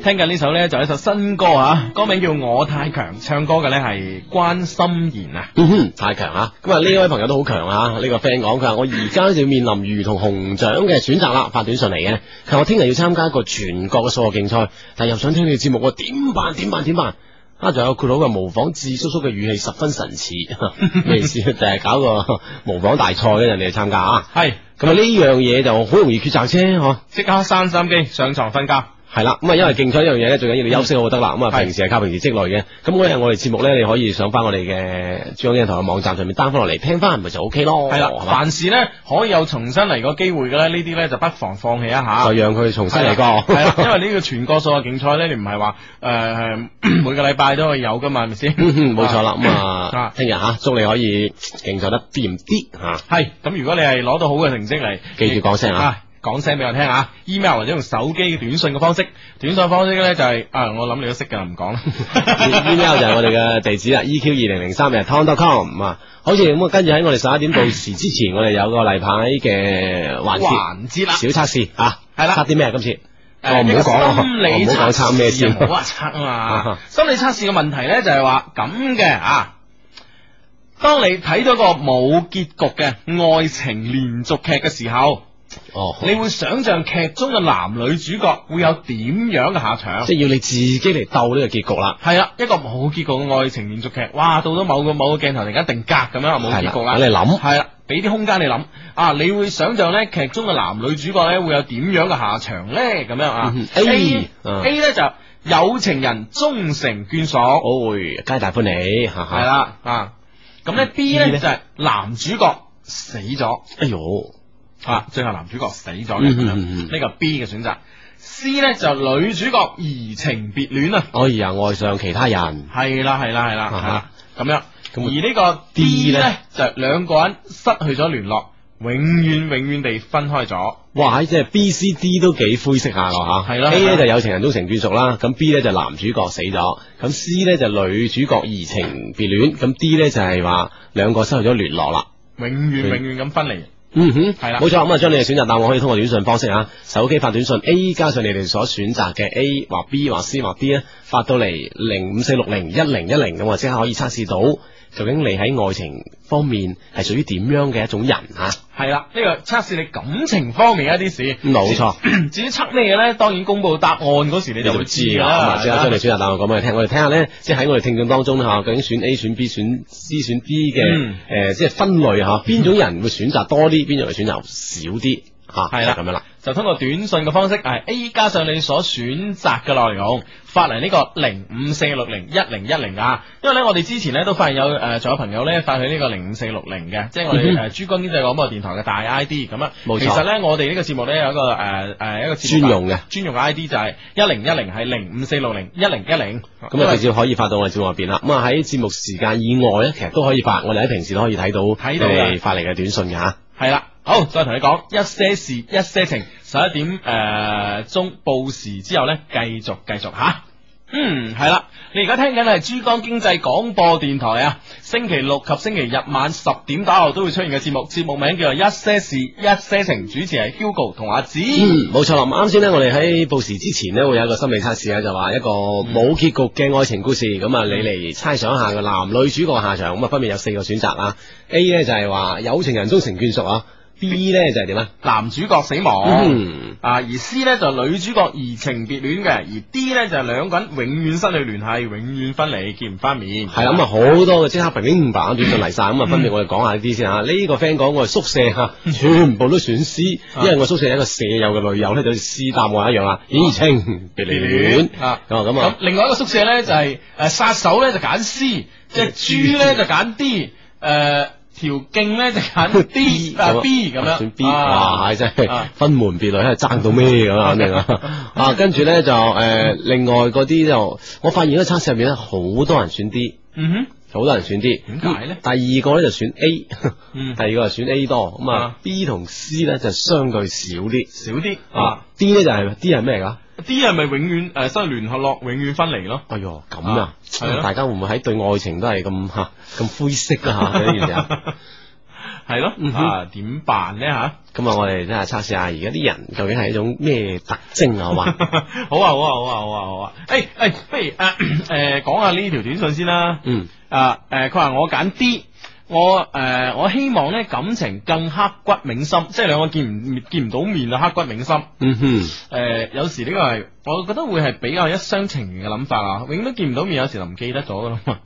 A: 听紧呢首咧就係一首新歌啊，歌名叫《我太強》，唱歌嘅咧係關心妍啊。
C: 嗯哼，太強啊！咁啊，呢位朋友都好強啊！呢、個 friend 講佢話：我而家就面臨如同紅獎嘅選擇啦，發短信嚟嘅。佢話我聽日要參加一個全國嘅數學競賽，但又想聽你嘅節目，我點辦？點辦？點辦？啊！仲有佢佬嘅模仿智叔叔嘅語氣十分神似， 咩意思？就係搞個模仿大賽咧，人哋去參加啊！
A: 係，
C: 咁啊，呢樣嘢就好容易抉擇啫，嗬、
A: 即刻閂心機，上床瞓覺。
C: 系啦，咁啊，因為競賽呢樣嘢咧，最緊要你休息好就得啦。咁啊，
A: 係
C: 平時係靠平時積累嘅。咁嗰日我哋節目咧，你可以上翻我哋嘅珠江電台嘅網站上面 down 翻落嚟聽翻，咪就 O K 咯。
A: 係啦，
C: 係嘛
A: 凡事咧可以有重新嚟個機會嘅咧，呢啲咧就不妨放棄一下。
C: 就讓佢重新嚟 過。
A: 係啦，因為呢個全國數學競賽咧，你唔係話诶 每個禮拜都可以有噶嘛，係咪先？
C: 嗯冇錯啦。咁啊
A: 啊，
C: 聽日吓，祝你可以競賽得掂啲吓。
A: 係，咁如果你係攞到好嘅成績嚟，
C: 記住講聲啊！
A: 講聲俾我聽啊！email 或者用手機短信嘅方式，短信方式咧就係啊，我諗你都識㗎啦，唔講 啦。
C: email 就係我哋嘅地址啦，eq 二零零三嘅 tom.com 啊。好似咁啊，跟住喺我哋十一點到時之前，我哋有個例牌嘅環節
A: 環節啦，
C: 小測試啊。
A: 係啦
C: 測啲咩啊今次？
A: 誒
C: 哦唔好講啊
A: 心理測試
C: 哦唔好講
A: 啊
C: 參咩先
A: 唔好話測啊
C: 啊
A: 嘛。心理測試嘅問題咧就係話咁嘅啊。當你睇到個冇結局嘅愛情連續劇嘅時候，
C: 哦，
A: 你會想象劇中嘅男女主角會有點樣嘅下場？
C: 即係要你自己嚟鬥呢個結局啦。
A: 係啦，一個冇結局嘅愛情連續劇，哇，到咗某個某個鏡頭突然間定格咁樣，冇結局啦
C: 係啦。等你諗
A: 係啦，俾啲空間你諗啊，你會想象咧劇中嘅男女主角咧會有點樣嘅下場咧？咁樣啊
C: 嗯哼
A: A
C: 啊
A: A 咧就有情人終成眷屬，
C: 我會皆大歡喜，哈哈。
A: 係，啦啊。咁咧 B 咧
C: 嗯 B 呢
A: 就係男主角死咗
C: 哎呦，
A: 啊，最後男主角死咗嘅
C: 嗯
A: 咁樣，
C: 嗯嗯
A: 呢個 B 嘅選擇。C 咧就女主角移情別戀啊，
C: 哎呀，愛上其他人，
A: 係啦係啦係啦
C: 啊
A: 係啦，咁樣。
C: 咁
A: 而
C: 啊
A: 呢個 D
C: D 呢
A: 咧就兩個人失去咗聯絡，永遠永遠地分開咗。
C: 哇，即係 B、C、D 都幾灰色下咯吓。
A: 係啦
C: A
A: 係啦
C: 咧就有情人終成眷屬啦，咁 B 咧就男主角死咗，咁 C 咧就女主角移情別戀，咁 D 咧就係話兩個失去咗聯絡啦。
A: 永遠永遠咁分離。
C: 嗯哼，
A: 係啦
C: 冇錯。咁啊，將你嘅選擇答案可以通過短信方式啊，手機發短信 A 加上你哋所選擇嘅 A 啊或 B 或 C 或 D 咧，發到嚟零五四六零一零一零咁啊，即刻可以測試到究竟你喺愛情方面係屬於點樣嘅一種人啊吓？
A: 系啦，呢、個測試你感情方面嘅一啲事，
C: 冇錯。
A: 至於測咩嘢咧，當然公佈答案嗰時你
C: 你就
A: 就
C: 會
A: 會
C: 知
A: 知
C: 㗎
A: 噶
C: 啦。咁
A: 啦
C: 啊，即刻將你選擇答案講俾你聽。我哋聽下咧，即係喺我哋聽眾當中嚇，究竟選 A、選 B、選 C、選 D 嘅誒、
A: 嗯
C: 即係分類嚇，邊種人會選擇多啲，邊種人選擇少啲嚇，
A: 係啦
C: 就咁樣啦。
A: 就通過短信嘅方式，係 A 加上你所選擇嘅內容，發嚟呢個零五四六零一零一零啊。因為咧，我哋之前咧都發現有誒，仲、有朋友咧發去呢個零五四六零嘅，即係我
C: 嗯
A: 哋
C: 哼
A: 誒珠江經濟廣播電台嘅大 I D 咁啊。
C: 冇錯
A: 其實咧，我哋呢個節目咧有一個誒誒、一個節目
C: 專用嘅
A: 專用 I D 就係一零一零係零五四六零一零一零。
C: 咁啊，直接可以發到我哋節目入邊啦。咁啊，喺節目時間以外咧，其實都可以發，我哋喺平時都可以睇到
A: 睇到
C: 你
A: 㗎
C: 哋發嚟嘅短信嘅嚇。
A: 系啦，好，再同你講一些事一些情，十一呃點诶鐘報時之後呢，繼續繼續吓。嗯，係啦，你而家聽緊嘅係珠江經濟廣播電台啊，星期六及星期日晚十點打後都會出現嘅節目，節目名叫做《一些事一些情》，主持係 Hugo 同阿子。
C: 嗯，冇錯啦。咁啱先咧，我哋喺報時之前咧，會有一個心理測試咧，就話一個冇結局嘅愛情故事。咁啊，你嚟猜想一下個男女主角下場。咁啊，分別有四個選擇啦。A 啊咧就係話有情人終成眷屬啊。B 咧就係點啊？
A: 男主角死亡。
C: 嗯，
A: 啊，而 C 呢就女主角移情別戀嘅，而 D 呢就兩個人永遠失去聯繫，永遠分離，見唔翻面。
C: 係啦。咁啊，好多嘅即刻平平白短信嚟晒。咁啊，分別我哋講下呢啲先吓。
A: 嗯
C: 呢個 friend 講我係宿 舍啊，全部都選 C，因
A: 啊
C: 為我宿舍有一個舍友嘅女友咧，就好似 C 答案啊一樣啦，移情別戀。
A: 啊
C: 咁啊，咁
A: 咁
C: 啊，
A: 另外一個宿舍咧就係誒殺手咧就揀 C，只豬咧就揀 D，誒條徑咧就揀 D 啊 B 咁
C: 選
A: 樣
C: B，
A: 啊
C: 哇，係真係
A: 啊
C: 分門別類，喺度爭到咩咁 啊，肯定啊！啊，跟住咧就诶，另外嗰啲就，我發現嗰個測試入面咧，好多人選 D，
A: 嗯哼，
C: 好多人選 D，嗯
A: 點解咧
C: 第二個咧就選 A，
A: 嗯
C: 第二個就選 A 多，咁啊
A: 啊
C: B 同 C 咧就相對少啲，
A: 少啲
C: 啊
A: 啊
C: D 咧就係 D 係咩㗎？
A: D 係咪永遠誒失聯合落，永遠分離咯？
C: 哎呦，咁啊
A: 啊，係咯
C: 大家會唔會喺對愛情都係咁 吓咁灰色 啊吓？呢件事啊？
A: 係咯
C: 嗯，哼
A: 啊點辦咧嚇？
C: 咁啊，我哋睇下測試下而家啲人究竟係一種咩特徵啊，好 嘛？
A: 好啊好啊好啊好啊好啊！誒誒，不如誒誒講下呢條短信先啦。
C: 嗯。
A: 啊，诶、佢話我揀 D，我诶、誒我希望咧感情更刻骨銘心，即係兩個見唔见唔到面啊，刻骨銘心。
C: 嗯哼，
A: 诶、有時呢個係，我覺得會係比較一廂情願嘅諗法啊，永遠都見唔到面，有時就唔記得咗噶啦嘛。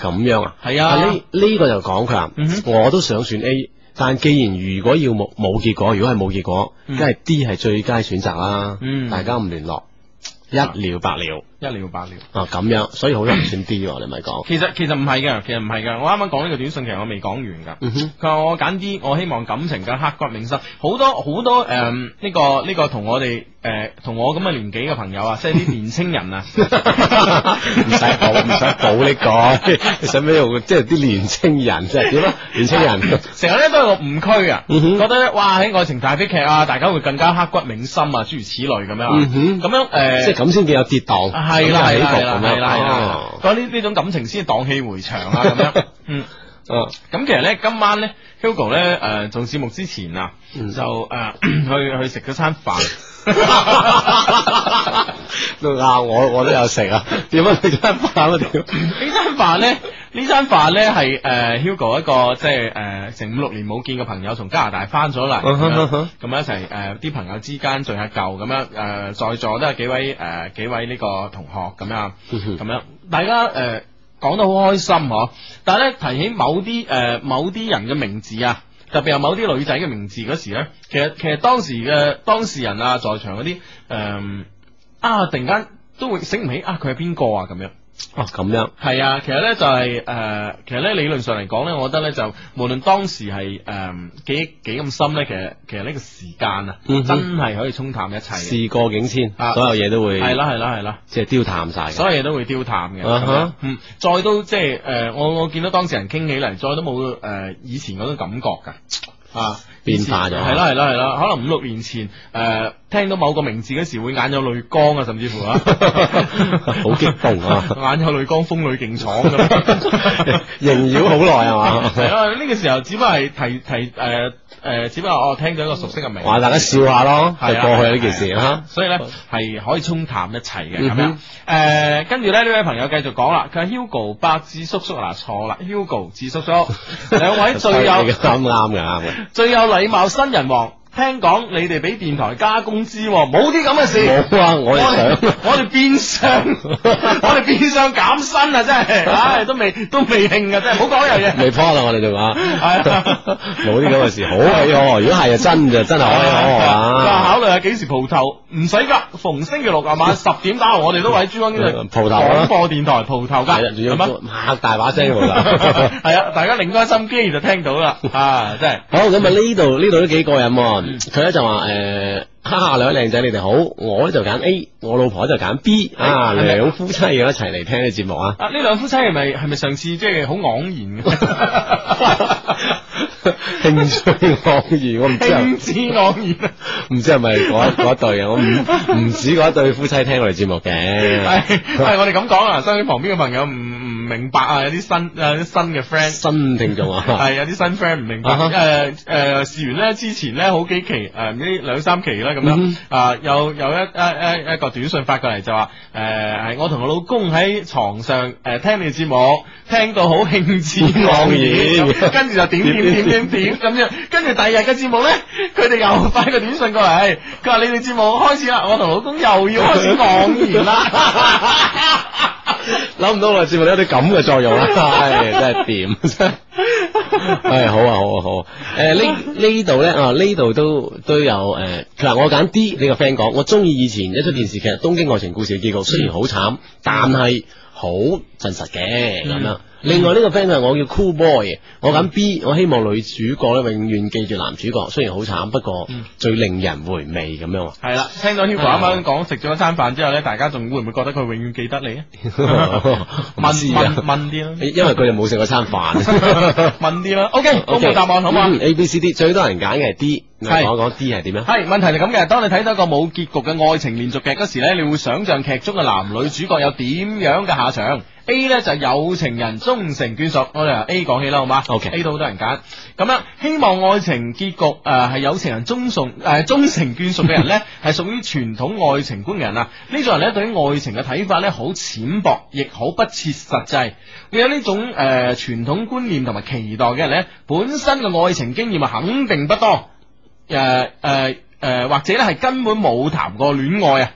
C: 咁樣啊，
A: 係啊
C: 呢呢個就講佢啊
A: 嗯，哼
C: 我都想選 A，但既然如果要冇冇結果，如果係冇結果，
A: 嗯
C: 梗係 D 係最佳選擇啦
A: 嗯，
C: 大家唔聯絡，一了百了
A: 一了百了。
C: 啊，咁樣，所以好多人選 D 喎，你咪講，
A: 其實其實唔係嘅，其實唔係嘅。我啱啱講呢個短信，其實我未講完㗎。
C: 嗯哼，
A: 佢話我揀 D，我希望感情更刻骨銘心。好多好多诶，誒呢、個呢、個同我哋诶同我咁嘅年紀嘅朋友啊，即係啲年青人啊，
C: 唔使補，唔使補呢 個，你使唔使用即係啲年青人即係點啊？年青人。
A: 成日咧都有個誤區啊，
C: 嗯哼
A: 覺得咧哇喺愛情大悲劇啊，大家會更加刻骨銘心啊，諸如此類咁樣啊，
C: 嗯哼
A: 咁樣
C: 即
A: 诶。
C: 係咁先叫有跌宕，
A: 啊係啦
C: 咁
A: 係啦
C: 有起伏
A: 係啦
C: 咁樣
A: 係啦係啦
C: 哦，
A: 嗰呢呢種感情先蕩氣迴腸啊咁 樣，嗯，
C: 嗯
A: 咁其實咧今晚咧 Hugo 咧诶、誒做節目之前啊，
C: 嗯
A: 就诶、 去去食咗餐 飯。
C: 都啱，我我都有食啊，點解你真係 啊屌！
A: 呢餐飯咧，呢餐飯咧係诶 Hugo 一個即係诶成五六年冇見嘅朋友從加拿大翻咗嚟，
C: 嗯哼嗯
A: 咁樣
C: 哼
A: 咁樣一齊诶啲朋友之間聚下舊咁樣诶在座都有幾位诶幾位呢個同學咁樣
C: 嗯哼
A: 咁樣，大家诶講得好開心嗬，但係咧提起某啲诶某啲人嘅名字啊。特別係某啲女仔嘅名字嗰時咧，其實其實當時嘅當事人啊，在場嗰啲誒啊，突然間都會醒唔起啊，佢係邊個啊咁樣。
C: 哦，咁樣，
A: 系啊，其實咧就係呃其實咧理論上嚟講咧，我覺得咧就無論當時係诶幾幾呃咁深咧，其實其實呢個時間啊，
C: 嗯哼
A: 真係可以沖淡一切嘅。
C: 事過境遷，
A: 啊
C: 所有嘢都會
A: 係啦係啦係啦，
C: 即係丟淡晒嘅。
A: 所有嘢都會丟淡嘅。
C: 啊哈
A: 咁樣嗯，再都即係诶，呃我我見到當事人傾起嚟，再都冇诶、呃以前嗰種感覺㗎。啊，
C: 變化咗
A: 係啦係啦係啦，可能五六年前诶。呃聽到某個名字嗰時會眼有淚光啊，甚至乎 啊，
C: 好激動啊
A: 眼有淚光，風裏勁闖 咁。
C: 萦繞好耐係
A: 係
C: 嘛？
A: 啊，呢個時候只不過係提提誒誒，只不過我聽到一個熟悉嘅名，
C: 話大家笑下咯，就
A: 係啊
C: 過去呢件事啊。
A: 所以咧係可以沖淡一切嘅咁樣
C: 嗯。
A: 誒，跟住咧呢位朋友繼續講啦，佢話 Hugo 白智叔叔嗱錯啦，Hugo 智 叔叔兩 位最有
C: 啱啱嘅，啱嘅。
A: 最有禮貌新人王，聽講你哋俾電台加工資喎，冇啲咁嘅事。
C: 冇啊，我哋
A: 哋
C: 想。
A: 我哋變 相，我哋變相減薪啊！真係，唉，都未都未興啊！真係，唔好講呢樣嘢。
C: 未 p 啦，我哋仲話，
A: 係啊
C: 冇啲咁嘅事，好可以可。如果係就真就真係可以可
A: 佢話
C: 啊。
A: 考慮下幾時蒲頭，唔使噶，逢星期六啊 晚十點打後，我哋都會喺珠江經濟
C: 蒲頭
A: 廣
C: 啊
A: 播電台蒲頭噶，
C: 係啦，啊仲要
A: 係咪？
C: 擘大把聲冇啦。
A: 係啊，大家擰開心機就聽到啦，啊，真係。
C: 好，咁啊呢度呢度都幾過癮喎。佢咧就話誒，哈哈兩位靚仔你哋好，我咧就揀 A，我老婆就揀 B，啊
A: 係咪
C: 兩夫妻要一齊嚟聽呢節 目啊。
A: 啊！呢兩夫妻係咪係咪上次即係好昂然嘅？
C: 興趣盎然，我唔知啊係
A: 興致昂然
C: 唔知係咪嗰嗰對啊，我唔唔止嗰一對夫妻聽我哋節目
A: 啊！
C: 嘅，
A: 係係我哋咁講啊，身邊旁邊嘅朋友唔唔明白啊，有啲新有啲新嘅 friend。
C: 新聽眾啊，
A: 系有啲新 friend 唔明白，
C: 啊哈
A: 誒誒事完咧之前咧好幾期誒呢兩三期啦咁
C: 嗯
A: 樣，啊有有一一一一個短信發過嚟就話誒係我同我老公喺床上誒聽你節目，聽到好興致
C: 哎
A: 盎然，跟住就點點點點點咁樣，跟住第二日嘅節目咧，佢哋又發個短信過嚟，佢話你哋節目開始啦，我同老公又要開始盎然 啦。
C: 諗唔到我哋節目有啲咁嘅作用啊， 唉真係掂真係。 唉，好啊，好啊，好啊！誒呢呢度咧啊，呢度都都有誒，佢、話我揀 D 呢個 friend 講，我中意以前一出電視劇《東京愛情故事》嘅結局，雖然好慘，但係好真實嘅咁樣。另外呢個 friend 佢話我叫 Cool Boy，我揀 B，我希望女主角咧永遠記住男主角，雖然好慘，不過
A: 嗯
C: 最令人回味咁 樣啊！
A: 系啦，聽到 Hugo 啱啱講食咗一餐飯之後咧，大家仲會唔會覺得佢永遠記得你啊？
C: 唔
A: 問
C: 知
A: 問
C: 啊，
A: 問啲啦，
C: 因為佢哋冇食過餐飯。
A: 問啲啦。OK，公布答案好嘛？
C: ？A、B、C、D 嗯最多人揀嘅係 D，你
A: 係啊
C: 講講 D 係點樣？啊
A: 係問題就咁嘅，當你睇到一個冇結局嘅愛情連續劇嗰時咧，你會想象劇中嘅男女主角有點樣嘅下場。A 呢就有情人終成眷屬，我哋由 A 講起啦，好嘛
C: OK
A: A 都好多人揀，咁樣希望愛情結局誒係、有情人終送誒 終成眷屬嘅人呢， 係屬於傳統愛情觀嘅人啊。呢種人呢，對於愛情嘅睇法呢，好淺薄，亦好不切實際。會有呢種誒、呃、傳統觀念同埋期待嘅人呢，本身嘅愛情經驗啊，肯定不多。誒誒誒，或者咧係根本冇談過戀愛啊。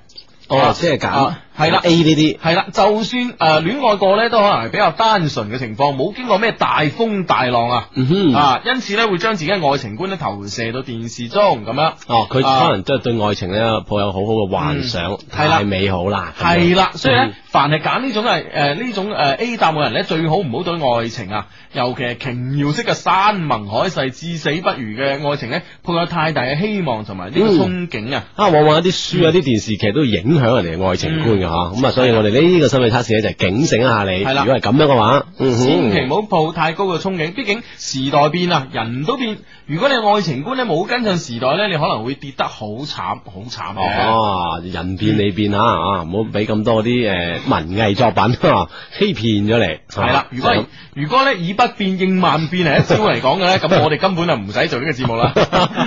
C: 哦，即係揀
A: 啊係啦
C: A 呢啲。
A: 係啦，就算誒、呃、戀愛過咧，都可能係比較單純嘅情況，冇經過咩大風大浪啊。
C: 嗯哼，
A: 啊，因此咧會將自己嘅愛情觀咧投射到電視中咁樣。
C: 哦，佢
A: 啊嗯
C: 可能即係對愛情咧抱有好好嘅幻想，
A: 係啦
C: 太美好啦。咁樣
A: 係啦，所以咧
C: 嗯，
A: 凡係揀呢種係诶呢種诶 A 答案嘅人咧，最好唔好對愛情啊，尤其係瓊瑤式嘅山盟海誓、至死不渝嘅愛情咧，抱有太大嘅希望同埋呢個憧憬啊。
C: 啊，往往一啲書、一啲電視劇都影響人哋嘅愛情觀嘅吓，咁啊，所以我哋呢個心理測試咧就係警醒一下
A: 嗯
C: 你，
A: 係啦
C: 如果係咁樣嘅話，嗯
A: 千祈唔
C: 哼，
A: 好抱太高嘅憧憬，畢竟時代變啦，人都變。如果你愛情觀咧冇跟上時代咧，你可能會跌得好慘，好慘嘅。
C: 哦，人變你變吓，啊，唔好俾咁多啲诶文藝作品 啊欺騙咗你。
A: 係啦，如果係如果咧以不變應萬變係一招嚟講嘅 咧，咁我哋根本就唔使做呢個節目 啦。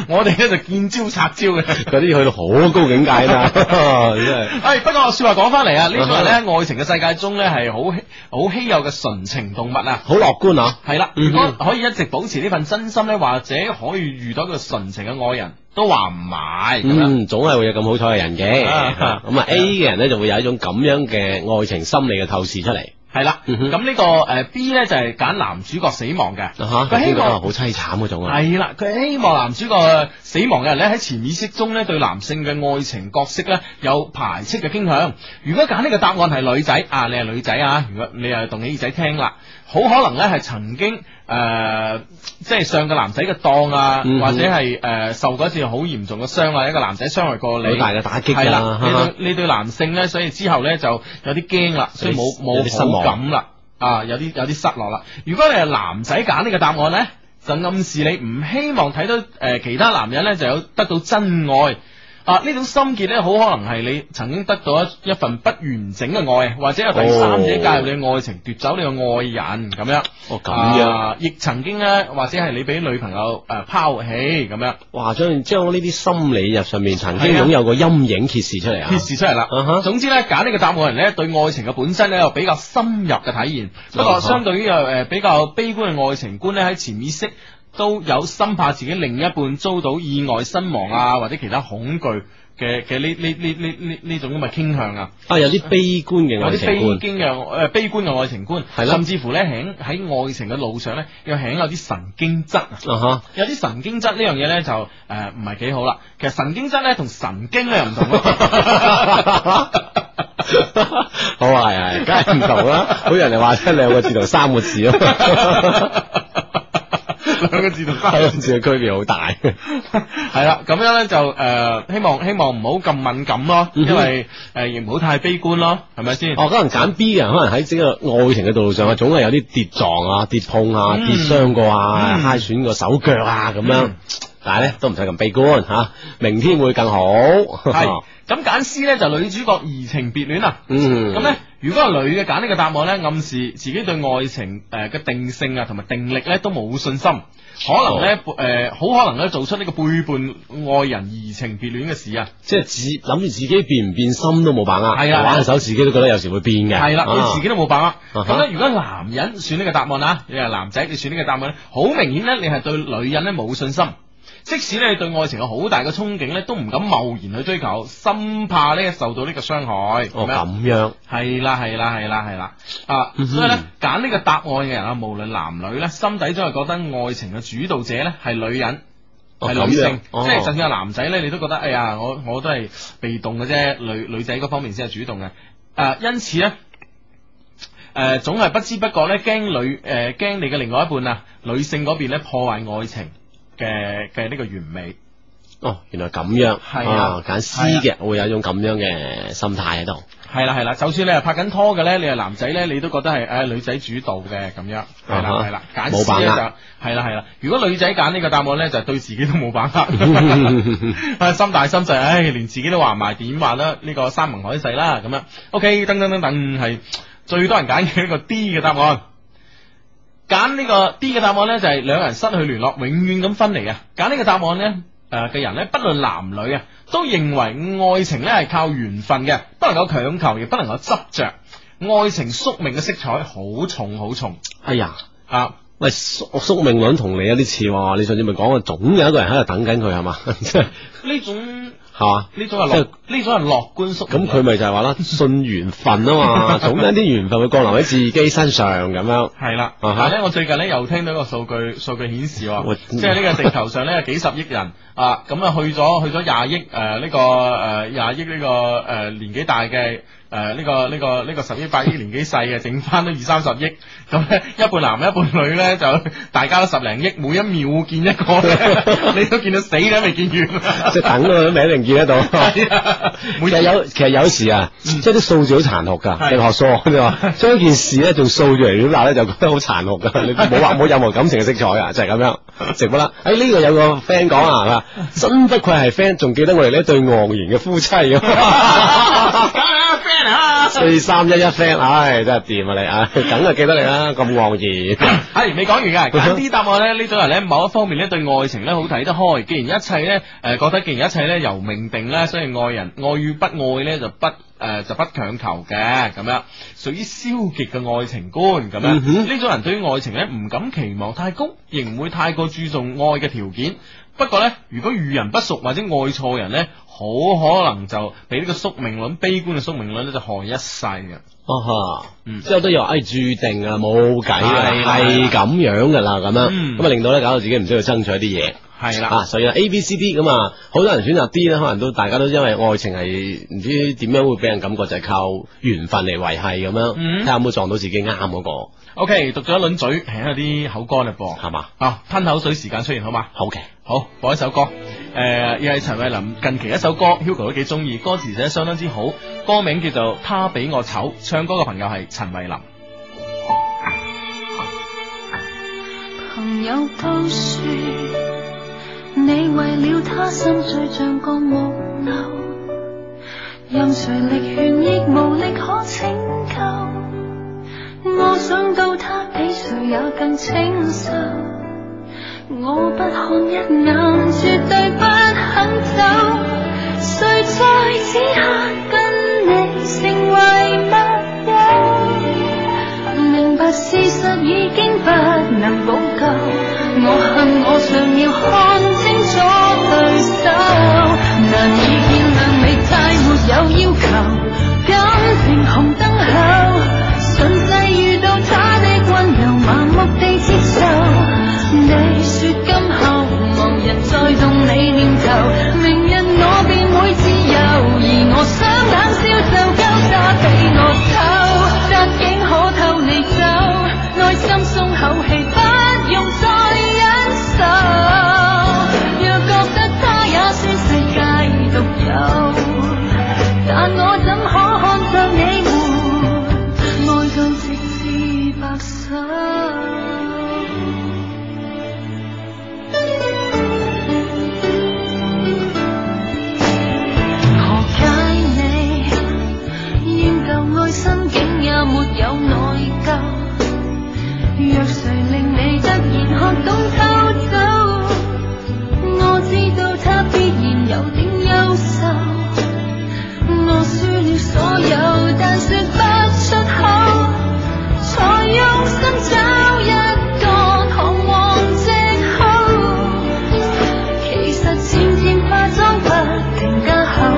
A: 我哋咧就見招拆招嘅。
C: 嗰啲去到好高境界啦， 真係。
A: 唉，哎不過說話講翻嚟啊，呢種人咧，愛情嘅世界中咧係好稀好稀有嘅純情動物啊。
C: 好樂觀啊！
A: 系啦，
C: 嗯
A: 如
C: 哼
A: 果可以一直保持呢份真心咧，或者可以遇到一個純情嘅愛人，都話唔埋咁樣。
C: 嗯，總係會有咁好彩嘅人嘅，
A: 啊
C: 咁啊 A 嘅人咧就會有一種咁樣嘅愛情心理嘅透視出嚟，
A: 系啦，
C: 嗯哼
A: 咁呢、個个诶、呃 B 呢，就係揀男主角死亡嘅，
C: 吓
A: 佢希
C: 呢個
A: 望
C: 好凄慘嗰種啊，
A: 係啦，佢希望男主角死亡嘅人呢，喺潛意識中呢，對男性嘅愛情角色呢，有排斥嘅傾向。如果揀呢個答案係女仔啊，你係女仔啊，如果你又動起耳仔聽啦，好可能呢，係曾經诶、呃即係上個男仔嘅當啊，
C: 嗯
A: 或者係诶、呃受過一次好嚴重嘅傷啊，一個男仔傷害過
C: 好
A: 你。
C: 大嘅打擊
A: 係
C: 㗎
A: 啦，
C: 哈啊哈
A: 呢對呢對男性咧，所以之後咧就有啲驚啦，所以冇
C: 有啲失
A: 冇好
C: 望
A: 感啦，啊，有啲有啲失落啦。如果你係男仔揀呢個答案咧，就暗示你唔希望睇到誒、呃其他男人咧就有得到真愛。啊，呢種心結咧，好可能係你曾經得到一一份不完整嘅愛，或者有第三者介入你嘅愛情，奪走你嘅愛人咁樣。
C: 哦咁樣
A: 啊亦曾經咧，或者係你俾女朋友诶抛弃咁樣，
C: 哇！將將呢啲心理入上面曾經
A: 係啊
C: 擁有個陰影揭示出嚟啊！
A: 揭示出嚟啦。
C: 啊哈！
A: 總之咧，揀呢個答案嘅人咧，對愛情嘅本身咧有比較深入嘅體驗。不過，
C: 啊
A: 相對於誒比較悲觀嘅愛情觀咧，喺潛意識都有深怕自己另一半遭到意外身亡
C: 嗯
A: 啊，或者其他恐懼嘅嘅呢呢呢呢呢呢種咁嘅傾向啊，
C: 啊，有啲悲觀嘅
A: 有
C: 愛
A: 啲
C: 情
A: 悲
C: 觀，
A: 經嘅誒悲觀嘅愛情觀，
C: 係啦
A: 甚至乎咧喺喺愛情嘅路上咧，又喺有啲神經質啊。
C: 啊哈！
A: 有啲神經質呢樣嘢咧就誒呃唔係幾好啦。其實神經質咧同神經咧又唔同咯。
C: 好啊，係係，梗係唔同啦。好似人哋話出兩個字同 三個字啊，
A: 兩個字同三
C: 三個
A: 個字，
C: 字嘅區別好大。
A: 係啦，咁樣咧就誒、呃希望希望唔好咁敏感咯，
C: 嗯哼
A: 因為誒亦唔好太悲觀咯，係咪先？
C: 哦，可能揀 B 嘅人，可能喺整個愛情嘅道路上啊，總係有啲跌撞啊、跌碰啊、
A: 嗯
C: 跌傷過啊、
A: 嗯
C: 揩損個手腳啊咁樣
A: 嗯。
C: 但係咧都唔使咁悲觀吓，明天會更好。
A: 係咁揀 C 咧就女主角移情別戀啊。
C: 嗯，
A: 咁咧，如果係女嘅揀呢個答案咧，暗示自己對愛情誒嘅定性啊，同埋定力咧都冇信心，可能咧
C: 哦
A: 誒好可能咧做出呢個背叛愛人移情別戀嘅事啊，
C: 即係自諗住自己變唔變心都冇把握，
A: 係啊
C: 玩手自己都覺得有時會變嘅，
A: 係啦，
C: 啊
A: 你自己都冇把握。
C: 啊哈
A: 咁咧，如果男人選呢個答案啊，你係男仔，你選呢個答案咧，好明顯咧，你係對女人咧冇信心。即使咧你對愛情有好大嘅憧憬咧，都唔敢貿然去追求，深怕咧受到呢個傷害。
C: 哦
A: 咁樣
C: 咁樣，
A: 係啦係啦係啦係啦啊！
C: 嗯哼
A: 所以咧揀呢個答案嘅人啊，無論男女咧，心底都係覺得愛情嘅主導者咧係女人。
C: 哦
A: 係
C: 咁
A: 女性
C: 樣，哦
A: 即係就算係男仔咧，你都覺得哎呀，我我都係被動嘅啫，女女仔嗰方面先係主動嘅。誒、啊因此咧，誒、總係不知不覺咧，驚女誒驚、你嘅另外一半啊，女性嗰邊咧破壞愛情嘅嘅呢個完美。
C: 哦原來咁樣，
A: 係啊
C: 揀 C 嘅會有一種咁樣嘅心 態喺度，
A: 係啦係啦，就算你係拍緊拖嘅咧，你係男仔咧，你都覺得係誒、女仔主導嘅咁樣，係啦
C: 啊哈
A: 係啦，揀
C: 冇
A: C
C: 把握
A: 咧就係啦係啦。如果女仔揀呢個答案咧，就對自己都冇 把 握，啊心大心細，唉，連自己都話唔埋，點話啦？呢個山盟海誓啦咁樣。OK，等等等等係最多人揀嘅呢個 D 嘅答案。揀呢個 D 嘅答案呢，就係、兩人失去聯絡，永遠咁分離啊！揀呢個答案呢，誒、嘅人呢，不論男女啊，都認為愛情呢係靠緣分嘅，不能夠強求，亦不能夠執着。愛情宿命嘅色彩好重好重
C: 哎呀。
A: 啊！
C: 喂，宿宿命論同你有啲似喎，你上次咪講過，總有一個人喺度等緊佢係嘛， 即係
A: 呢種呢
C: 係嘛，
A: 種係
C: 即
A: 樂
C: 係
A: 呢種係樂觀宿
C: 咁
A: 命論
C: 佢咪就係話啦，信緣分啊嘛，總有一啲緣分會降臨喺自己身上咁樣。
A: 係啦，
C: 啊哈
A: 但係咧，我最近咧又聽到一個數據，數據顯示喎，
C: 我
A: 即係呢個地球上咧有幾十億人啊，咁啊去咗去咗廿億誒呢個誒廿億呢個誒年紀大嘅誒呢個呢個呢個十億八億年紀細嘅，剩翻都二三十億，咁咧一半男一半女咧就 大家都十零億，每一秒見一個咧， 你都見到死都未見完，
C: 即係等佢都未一定見得到。
A: 係啊，
C: 其
A: 每嗯
C: 實有其實有時啊，即係啲數字好殘酷噶。
A: 係
C: 你學數學你 話將件事咧做數字嚟表達咧，就覺得好殘 酷噶。你冇話冇任何感情嘅色彩啊，就係咁樣直不啦。喺呢個有個 friend 講啊，係嘛真不愧係 friend，仲記得我哋呢對昂然嘅夫妻啊咁。
A: friend 啊！
C: 四三一一 friend，唉，真係掂啊你啊，唉梗係記得你啦，咁 昂 然。
A: 系哎未講完嘅，揀 D 答案咧，呢種人咧，某一方面咧對愛情咧好睇得開，既然一切咧，诶、覺得既然一切咧由命定咧，所以愛人愛與不愛咧就不。诶、就不強求嘅咁樣，屬於消極嘅愛情觀咁樣。
C: 嗯
A: 呢、
C: 哼
A: 種人對於愛情咧唔敢期望太高，亦唔會太過注重愛嘅條件。不過咧，如果遇人不淑或者愛錯人咧，好可能就俾呢個宿命論、悲觀嘅宿命論咧就害一世嘅。
C: 啊哈，
A: 嗯
C: 之後都有唉注定啊，冇計啊，
A: 係啦
C: 係咁樣噶啦，咁樣
A: 嗯
C: 咁啊令到咧搞到自己唔需要爭取一啲
A: 係
C: 嘢
A: 啦。
C: 啊，所以咧 A、B、C、D 咁啊，好多人選擇 D 咧，可能都大家都因為愛情係唔知點樣會俾人感覺就係靠緣分嚟維係咁樣，
A: 嗯
C: 睇下有冇撞到自己啱嗰個
A: O、k 讀咗一輪嘴，係有啲口乾嘞噃。
C: 係嘛？
A: 啊，吞口水時間出現好嘛？
C: 好嘅，
A: 好，播一首歌，呃诶、亦係陳慧琳近期一首歌，Hugo 都幾中意，歌詞寫得相當之好，歌名叫做《他比我醜》，唱歌嘅朋友係陳慧琳。
B: 朋友都說，你為了他心碎像個木留，任谁力勸亦無力可拯救。我想到他比誰也更清秀，我不看一眼，絕對不肯走。誰在此刻跟你成為密友？明白事實已經不能補救，我恨我尚要看清楚對手，難以見諒你太沒有要求，感情紅燈後。順勢遇到他的溫柔，麻木地接受。你說今後無人再動你念頭，明日我便會自由，而我雙眼笑就夠他俾我偷，側影可透你走，內心鬆口氣，不用再忍受。若覺得他也算世界獨有，但我怎可看着你活？愛到直至白首。何解你厭舊愛新境也沒有內疚？若誰令你突然學懂偷走，我知道他必然有點優秀。我輸了所有，但說不出口，才用心找一個彷徨藉口。其實漸漸化妝不停加厚，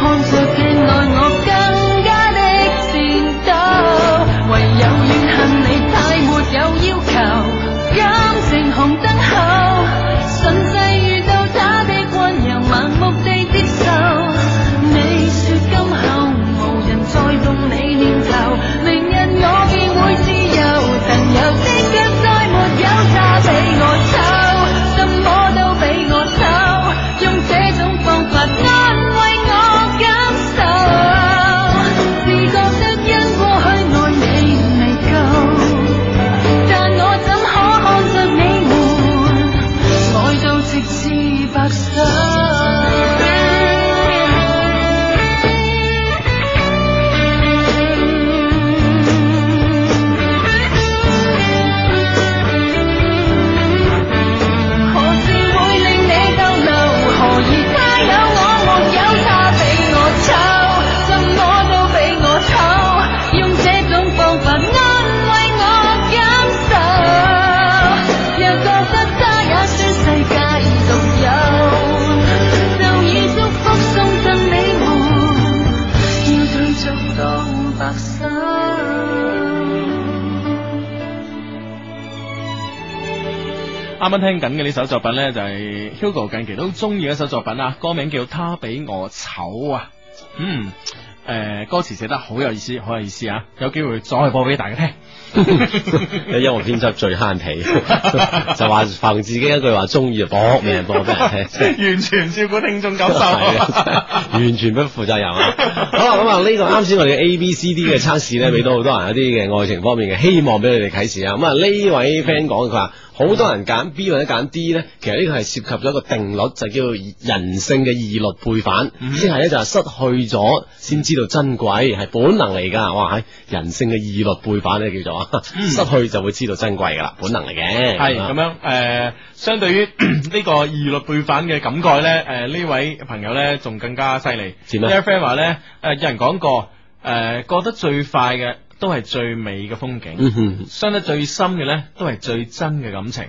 B: 看着鏡內我更加的顫抖。唯有怨恨你太沒有要求，感情紅燈後，順勢遇到他的溫柔，盲目地接受。你說今後無人再動你念頭，明日我便會自由。曾有的腳再沒有他俾我抽，什麼都俾我抽，用這種方法安慰我感受。自覺得因過去愛你未夠，但我怎可看着你活，愛到直至白首。何時會令你逗留？何以他有我沒有？他俾我抽，怎麼都俾我抽，用這種方法安慰我感受。若覺得他也算世界獨有，就以祝福送贈你們，要對足到白首。
A: 啱啱聽緊嘅呢首作品呢，就係 Hugo 近期都中意嘅一首作品啊，歌名叫《他比我醜》啊。嗯，誒、歌詞寫得好有意思，好有意思啊！有機會再播俾大家 聽。
C: 音樂編輯最慳皮， 就話憑自己一句話中意就搏命 播俾人聽，真係
A: 完全照顧聽眾感受。
C: 係啊真係 完全不負責任啊！好啦，咁啊呢個啱先我哋嘅 A B C D 嘅測試咧，俾到好多人一啲嘅愛情方面嘅希望俾你哋啟示啊！咁啊呢位 friend 講佢話。好多人揀 B 或者揀 D 咧，其實呢個係涉及咗一個定律，就叫做人性嘅二律背反，即係咧就係失去咗先知道珍貴，係本能嚟㗎。哇，係人性嘅二律背反咧叫做啊，失去就會知道珍貴㗎啦，本能嚟嘅。
A: 係咁啊樣誒、相對於 呢個二律背反嘅感慨咧，誒、呢位朋友咧仲更加犀利。
C: 點
A: 呢
C: 啊
A: 位 friend 話咧，誒、有人講過，誒、過得最快嘅都係最美嘅風景。
C: 嗯哼。
A: 伤得最深嘅呢，都係最真嘅感情。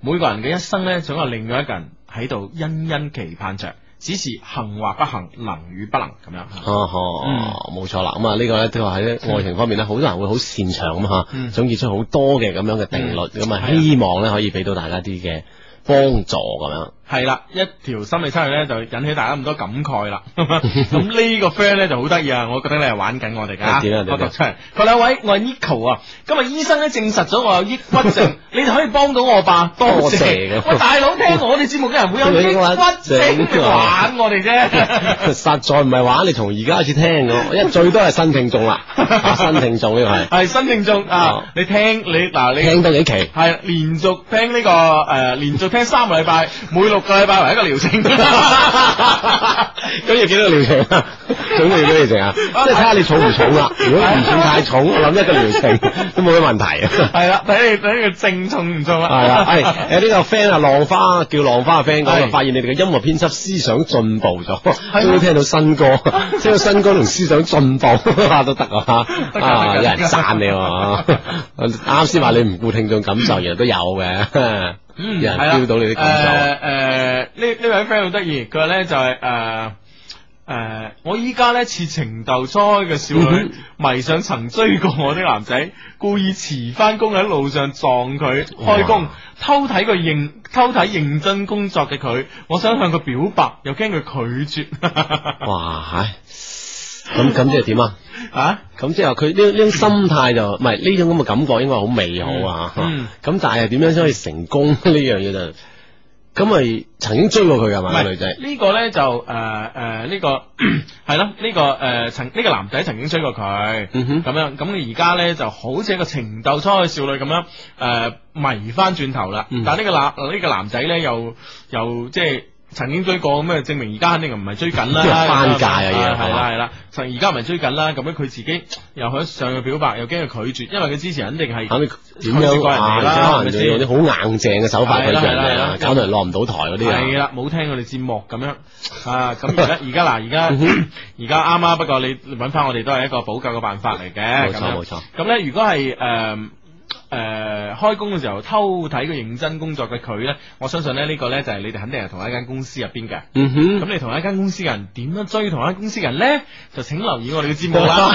A: 每個人嘅一生呢，總有另外一個人喺度殷殷期盼着，只是幸或不幸，能與不能咁樣。
C: 哦，哦冇錯啦，咁啊呢個咧都話喺愛情方面咧，好多人會好擅長咁吓，
A: 嗯
C: 總結出好多嘅咁樣嘅定律，咁啊
A: 係啊
C: 希望咧可以俾到大家啲嘅幫助咁樣。
A: 係啦，一條心理測試呢，就引起大家咁多感慨啦。 咁呢個 friend 呢就好得意啊，我覺得你係玩緊我哋
C: 係點
A: 㗎。
C: 啊點啊
A: 我讀出嚟，佢兩位，我係 Nico 啊，今日醫生呢證實咗我有抑鬱症，你哋可以幫到我吧？多
C: 多謝
A: 謝。
C: 咁
A: 喂，大佬聽我哋節目嘅人會有抑鬱
C: 抑鬱
A: 症
C: 症啊
A: 玩我哋啫。
C: 實在唔係話你從而家開始聽嘅，因為最多係新聽眾啦，啊新聽眾呢個
A: 系
C: 係
A: 新聽眾啊
C: 哦！
A: 你聽你嗱你
C: 聽多 幾期。
A: 係連續聽呢、個 诶、呃，連續聽三個禮拜，每六個禮拜為一個療程。
C: 咁要幾多個療程啊？總共要幾多療程啊？即係睇下你重唔重啦。如果唔算太重，我諗一個療程都冇乜問題啊。
A: 系啦， 睇你睇佢正重唔重啊啦。
C: 系啦，系诶哎呢個 friend 啊，浪花叫浪花嘅 friend 講，
A: 係
C: 就發現你哋嘅音樂編輯思想進步咗，
A: 啊
C: 終於聽到新 歌，聽到新歌同思想進步 都得啊，
A: 得㗎
C: 啊
A: 得㗎
C: 有人讚你喎，啊啱先話你唔顧聽眾感 受，原來都有嘅，有人
A: 嗯係啦
C: feel 到你啲感啊
A: 誒誒呢呢位 friend 好得意，佢話咧就係誒誒，我依家咧似情竇初開嘅少女
C: 嗯，
A: 迷上曾追過我的男仔，故意遲翻工喺路上撞佢，開工
C: 哇
A: 偷睇佢認偷睇認真工作嘅佢，我想向佢表白，又驚佢拒絕
C: 受，哇，唉咁咁即係點啊？
A: 啊！
C: 咁即係話佢呢呢種心態就唔係呢種咁嘅感覺，應該好美好啊！咁、
A: 嗯
C: 但係點樣先可以成功呢樣嘢就咁咪曾經追過佢㗎
A: 唔
C: 嘛？
A: 係
C: 個女仔
A: 呢個咧就誒誒呢個 係咯，呢個誒曾呢個男仔曾經追過佢，
C: 嗯哼
A: 咁樣咁你而家咧就好似一個情竇初開嘅少女咁樣誒迷翻轉頭啦
C: 嗯。
A: 但係呢個男呢個男仔咧又又即係。曾經追過咁啊，證明而家肯定唔係追緊啦，
C: 即係翻界啊
A: 係
C: 要
A: 係啦
C: 係嘛
A: 係啦，就而家唔係追緊啦，咁樣佢自己又想上去表白，又驚佢拒絕，因為佢之前肯定係
C: 肯定點
A: 拒絕
C: 樣
A: 過人
C: 啊？
A: 哋
C: 而且
A: 啦，係
C: 可
A: 咪
C: 能仲要
A: 先
C: 用？啲好硬淨嘅手法
A: 係
C: 去
A: 啦
C: 做
A: 係啦係啦
C: 啊，搞到人落唔到台嗰啲
A: 係
C: 啊！
A: 啦，冇聽我哋節目咁樣啊！咁 而家而家嗱，而
C: 嗯
A: 家而家啱啱，不過你揾翻我哋都係一個補救嘅辦法嚟嘅。
C: 冇錯
A: 啊咁樣
C: 冇錯。
A: 咁咧，如果係誒誒開工嘅時候偷睇佢認真工作嘅佢咧，我相信咧呢個咧就係你哋肯定係同一間公司入邊嘅。
C: 嗯哼
A: 咁你同一間公司嘅人點樣追同一間公司嘅人咧？就請留意我哋嘅節目 啦。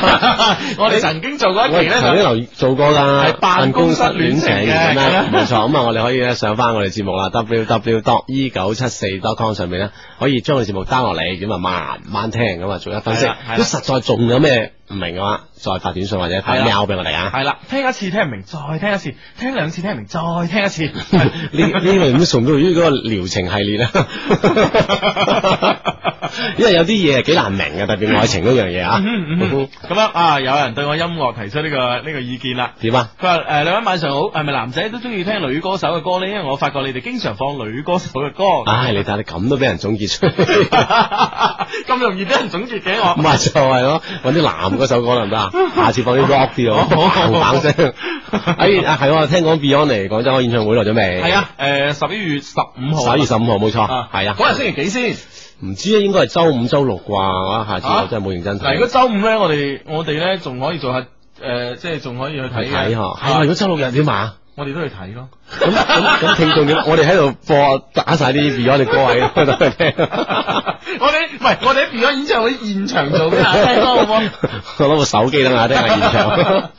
A: 我哋曾經做過一期
C: 我哋
A: 咧
C: 曾經
A: 就。
C: 留意做過啦，
A: 係辦公室戀情嘅
C: 咁樣
A: 咁樣
C: 冇錯。咁啊，我哋可以咧上翻我哋節目啦，www dot e 九七四 dot com 上面咧，可以將我哋節目 down 落嚟，咁啊慢慢聽，咁啊逐一分析。
A: 係啦係啦
C: 如果實在仲有咩唔明嘅話，再發短信或者發
A: 係啦
C: mail 俾我 哋啊。
A: 係啦，聽一次聽唔明，再聽一次，聽兩次聽唔明，再聽一次。
C: 呢呢個咁送到於嗰個療程系 列啦，因為有啲嘢係幾難明嘅，特別愛情嗰樣嘢啊
A: 嗯嗯嗯。咁樣啊，有人對我音樂提出呢、個呢、個意見啦。
C: 點啊？
A: 佢話誒兩位晚上好，係咪男仔都中意聽女歌手嘅歌呢？因為我發覺你哋經常放女歌手嘅歌，
C: 唉，你睇下你咁都俾人總結出嚟。
A: 咁容易俾人總結嘅我。
C: 咪啊就係咯，揾啲男嗰首歌得唔得啊？下次放啲 rock 啲啊咯，
A: 哦
C: 砰砰聲。哎，啊係喎，聽講 Beyond 嚟廣州開演唱會落咗未？
A: 係，啊，誒十一月十五號。
C: 嗯十一月十五號冇錯，
A: 啊
C: 係啊。
A: 嗰日星期幾先？
C: 唔知咧，應該係周五、周六啩。我下次
A: 啊
C: 我真係冇認真
A: 嗱，如果
C: 睇。
A: 周五咧，我哋我哋咧仲可以做下誒，即係仲可以去
C: 睇
A: 睇嘅
C: 睇嗬，係啊！
A: 啊
C: 如果周六日點啊？
A: 我哋都去睇咯。
C: 咁咁咁，聽眾點啊？我哋喺度播打晒啲 Beyond 嘅歌喺度 聽。
A: 我哋唔係我哋喺 Beyond 演唱會現場做 俾大家聽咯，好唔好？
C: 我攞部手機等下聽下現場。